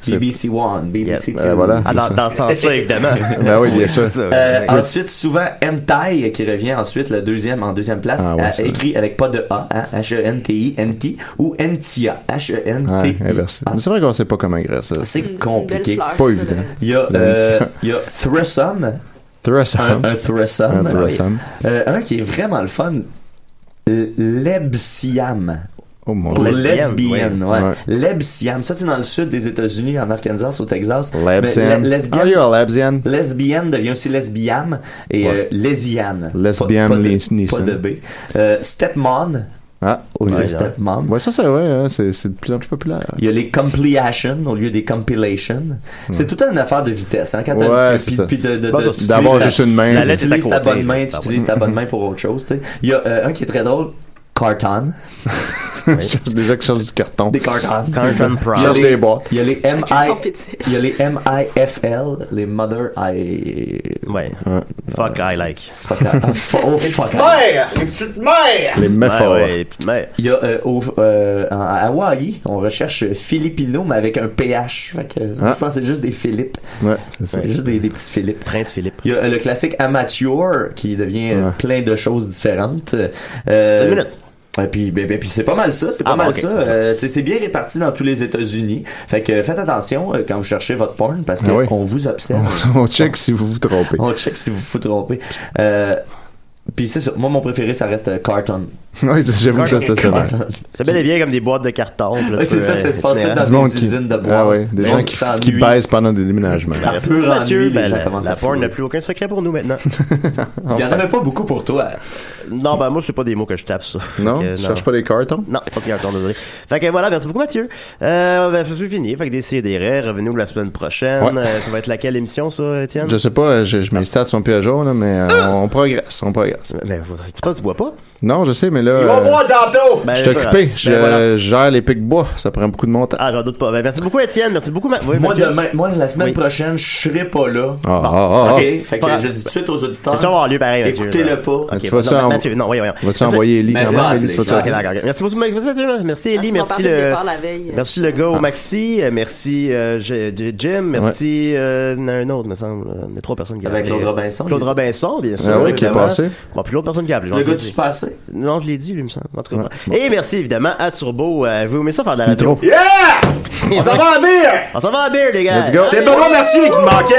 [SPEAKER 6] BBC One, BBC
[SPEAKER 3] Yeah.
[SPEAKER 6] Two.
[SPEAKER 4] Euh, voilà.
[SPEAKER 3] Ah, dans, dans ce sens-là, évidemment.
[SPEAKER 4] Ben oui, bien sûr.
[SPEAKER 3] C'est ça.
[SPEAKER 6] Euh,
[SPEAKER 3] Ouais.
[SPEAKER 6] ensuite, souvent hentai euh, qui revient ensuite le deuxième en deuxième place,
[SPEAKER 4] Ah ouais,
[SPEAKER 6] euh,
[SPEAKER 4] ça.
[SPEAKER 6] écrit avec pas de A, hein, H E N T I N T ou Ntia, H E N
[SPEAKER 4] Ouais,
[SPEAKER 6] T I.
[SPEAKER 4] inversé. Mais c'est vrai qu'on sait pas comment écrire ça.
[SPEAKER 6] C'est compliqué.
[SPEAKER 4] Pas évident.
[SPEAKER 6] Il y a
[SPEAKER 4] Le
[SPEAKER 6] euh,
[SPEAKER 4] Ntia.
[SPEAKER 6] il y a threesome, un,
[SPEAKER 4] Threesome.
[SPEAKER 6] un
[SPEAKER 4] Un
[SPEAKER 6] threesome,
[SPEAKER 4] threesome.
[SPEAKER 6] Euh, un qui est vraiment le fun, l- l'ebsiam.
[SPEAKER 4] Oh mon
[SPEAKER 6] Pour
[SPEAKER 4] dieu.
[SPEAKER 3] lesbienne,
[SPEAKER 6] lesbienne, ouais.
[SPEAKER 4] Ouais.
[SPEAKER 6] L'ebsiam, ça c'est dans le sud des États-Unis, en Arkansas, au Texas. Mais
[SPEAKER 4] Labsian.
[SPEAKER 6] le-
[SPEAKER 4] Are
[SPEAKER 6] lesbienne,
[SPEAKER 4] you Ah, a labsian?
[SPEAKER 6] Lesbienne devient aussi lesbiam et
[SPEAKER 4] Ouais.
[SPEAKER 6] euh, lésiane.
[SPEAKER 4] Lesbian
[SPEAKER 6] pas, pas,
[SPEAKER 4] Lis-
[SPEAKER 6] de, pas
[SPEAKER 4] Nissen.
[SPEAKER 6] de B. Euh, stepmon
[SPEAKER 4] Ah,
[SPEAKER 6] au lieu
[SPEAKER 4] ouais.
[SPEAKER 6] de stepmom.
[SPEAKER 4] Ouais, ça c'est vrai, hein, c'est c'est de plus en plus populaire.
[SPEAKER 6] Il y a les compliations au lieu des compilations. C'est tout une affaire de vitesse. Hein? Quand t'as-
[SPEAKER 4] Ouais,
[SPEAKER 6] puis-
[SPEAKER 4] c'est ça.
[SPEAKER 6] puis de- de-
[SPEAKER 3] Bah,
[SPEAKER 6] de-
[SPEAKER 3] ça,
[SPEAKER 6] tu
[SPEAKER 4] D'avoir
[SPEAKER 6] utilises
[SPEAKER 4] juste une main.
[SPEAKER 6] ta-
[SPEAKER 3] La lettre
[SPEAKER 6] Tu
[SPEAKER 3] est à
[SPEAKER 6] utilises ta
[SPEAKER 3] côté.
[SPEAKER 6] bonne main, tu
[SPEAKER 3] Ah,
[SPEAKER 6] utilises ta bonne main pour autre chose. tu sais. Il y a euh, un qui est très drôle, Carton.
[SPEAKER 4] je cherche déjà que je cherche du carton.
[SPEAKER 6] Des cartons.
[SPEAKER 3] Carton
[SPEAKER 4] Je
[SPEAKER 3] Proud.
[SPEAKER 4] cherche des boîtes.
[SPEAKER 6] Il y a les
[SPEAKER 7] Chacun son
[SPEAKER 6] MI.
[SPEAKER 7] fétiche.
[SPEAKER 6] Il y a les MIFL, les Mother I.
[SPEAKER 3] Ouais.
[SPEAKER 4] Ouais.
[SPEAKER 3] Fuck, I like.
[SPEAKER 6] Fuck I- Oh, fuck I-
[SPEAKER 5] Mère! Les petites mères!
[SPEAKER 4] Les
[SPEAKER 3] Ouais,
[SPEAKER 4] meufs
[SPEAKER 3] ouais, petite mère.
[SPEAKER 6] Il y a euh, au, euh, en- à Hawaï, on recherche Filipino, mais avec un PH. Fait que,
[SPEAKER 4] Ah.
[SPEAKER 6] Je pense que c'est juste des Philippe.
[SPEAKER 4] Ouais, c'est ça.
[SPEAKER 6] C'est juste des, des petits Philippe.
[SPEAKER 3] Prince Philippe.
[SPEAKER 6] Il y a euh, le classique amateur qui devient euh,
[SPEAKER 4] Ouais.
[SPEAKER 6] plein de choses différentes. Euh,
[SPEAKER 3] Deux minutes.
[SPEAKER 6] Et puis, ben, ben, puis c'est pas mal ça, c'est pas
[SPEAKER 3] Ah,
[SPEAKER 6] mal
[SPEAKER 3] bon, ok.
[SPEAKER 6] ça. Euh, c'est, c'est bien réparti dans tous les États-Unis. Fait que euh, faites attention euh, quand vous cherchez votre porn parce
[SPEAKER 4] Ah oui.
[SPEAKER 6] qu'on vous observe.
[SPEAKER 4] On check si vous vous trompez.
[SPEAKER 6] on check si vous vous trompez. Euh, puis c'est sûr, moi mon préféré ça reste euh, Carton.
[SPEAKER 4] Ouais, j'avoue que ça, c'était ça.
[SPEAKER 3] C'est bel et bien comme des boîtes de carton. puis là,
[SPEAKER 6] Ouais,
[SPEAKER 3] tu
[SPEAKER 6] c'est
[SPEAKER 3] peux,
[SPEAKER 6] ça,
[SPEAKER 3] euh,
[SPEAKER 6] c'est
[SPEAKER 3] tu
[SPEAKER 6] passé
[SPEAKER 3] mets-
[SPEAKER 6] dans
[SPEAKER 4] Du
[SPEAKER 6] des
[SPEAKER 4] monde qui.
[SPEAKER 6] usines de bois.
[SPEAKER 4] Ah ouais, des gens qui, qui baissent pendant des déménagements.
[SPEAKER 6] Par
[SPEAKER 3] Merci,
[SPEAKER 6] pur
[SPEAKER 3] Mathieu,
[SPEAKER 6] ennui, les
[SPEAKER 3] ben,
[SPEAKER 6] gens
[SPEAKER 3] la-
[SPEAKER 6] commencent à
[SPEAKER 3] la porn
[SPEAKER 6] fouiller.
[SPEAKER 3] n'a plus aucun secret pour nous maintenant.
[SPEAKER 6] Il n'y en avait pas beaucoup pour toi.
[SPEAKER 3] non, ben moi, c'est pas des mots que je tape, ça.
[SPEAKER 4] Non,
[SPEAKER 3] Fait que,
[SPEAKER 4] je cherche pas les cartons.
[SPEAKER 3] Non, pas pris un temps, désolé. Fait que voilà, merci beaucoup Mathieu. Euh, ben, c'est fini. Fait que des CDR, revenez-nous la semaine prochaine.
[SPEAKER 4] Ouais.
[SPEAKER 3] Euh, ça va être laquelle émission, ça, Étienne?
[SPEAKER 4] Je sais pas, euh, je, je, mes stats sont plus à jour, là, mais euh, on progresse, on progresse.
[SPEAKER 3] Ben, faudrait- pourtant, tu bois pas.
[SPEAKER 4] Non, je sais, mais là,
[SPEAKER 5] Ils vont
[SPEAKER 4] euh,
[SPEAKER 5] boire tantôt!
[SPEAKER 3] Ben,
[SPEAKER 4] je suis
[SPEAKER 3] c'est pas
[SPEAKER 4] occupé.
[SPEAKER 3] grave.
[SPEAKER 4] Je
[SPEAKER 3] Ben, voilà.
[SPEAKER 4] euh, gère les pics bois, ça prend beaucoup de mon temps. Ah,
[SPEAKER 3] Ah, j'en doute pas. Ben, merci beaucoup, Étienne. Merci beaucoup, Ma- oui,
[SPEAKER 6] Moi,
[SPEAKER 3] Mathieu.
[SPEAKER 6] demain, moi, la semaine
[SPEAKER 3] Oui.
[SPEAKER 6] prochaine, je serai pas là.
[SPEAKER 4] ah, ah, ah.
[SPEAKER 6] OK? Fait que
[SPEAKER 3] Pas-
[SPEAKER 6] je dis tout de suite aux auditeurs.
[SPEAKER 3] Tu vas avoir lieu pareil, Mathieu.
[SPEAKER 6] Écoutez-le pas.
[SPEAKER 3] Ok,
[SPEAKER 4] Ah, Tu vas
[SPEAKER 3] non,
[SPEAKER 4] ça en-
[SPEAKER 3] Mathieu, non, voyons, voyons.
[SPEAKER 4] Vas-tu
[SPEAKER 3] Merci-
[SPEAKER 4] envoyer Ellie quand
[SPEAKER 6] Mais
[SPEAKER 4] même,
[SPEAKER 6] je vais
[SPEAKER 4] Ellie, tu vas-tu
[SPEAKER 3] Ok,
[SPEAKER 6] appeler,
[SPEAKER 4] appeler?
[SPEAKER 3] d'accord. Merci beaucoup, merci, Mathieu. Merci, Ellie.
[SPEAKER 7] Parce qu'on Ah,
[SPEAKER 3] Merci,
[SPEAKER 7] parlait de
[SPEAKER 3] le.
[SPEAKER 7] départ la veille.
[SPEAKER 3] Merci le go, Maxi, Euh, merci euh, J- J- Jim, merci euh, il y en a un autre, me semble, Euh, il y a trois personnes qui
[SPEAKER 6] Avec
[SPEAKER 3] appelé.
[SPEAKER 6] Claude Robinson.
[SPEAKER 3] Claude Robinson, bien sûr.
[SPEAKER 4] Ah oui, qui est
[SPEAKER 3] évidemment.
[SPEAKER 4] passé.
[SPEAKER 3] Bon, puis l'autre personne qui a appelé.
[SPEAKER 6] Le gars
[SPEAKER 3] Non,
[SPEAKER 6] du
[SPEAKER 3] je l'ai-
[SPEAKER 6] Super C.
[SPEAKER 3] Non, je l'ai dit, lui, il me semble. En tout cas,
[SPEAKER 4] Ouais,
[SPEAKER 3] bon.
[SPEAKER 4] bon.
[SPEAKER 3] Et merci évidemment à Turbo. Euh, vous aimez ça faire de la radio?
[SPEAKER 4] Nitro.
[SPEAKER 5] Yeah! Ça va, mère!
[SPEAKER 3] On s'en va à la bière, les gars!
[SPEAKER 4] Let's go.
[SPEAKER 5] C'est Benoît Mercier qui me manquait!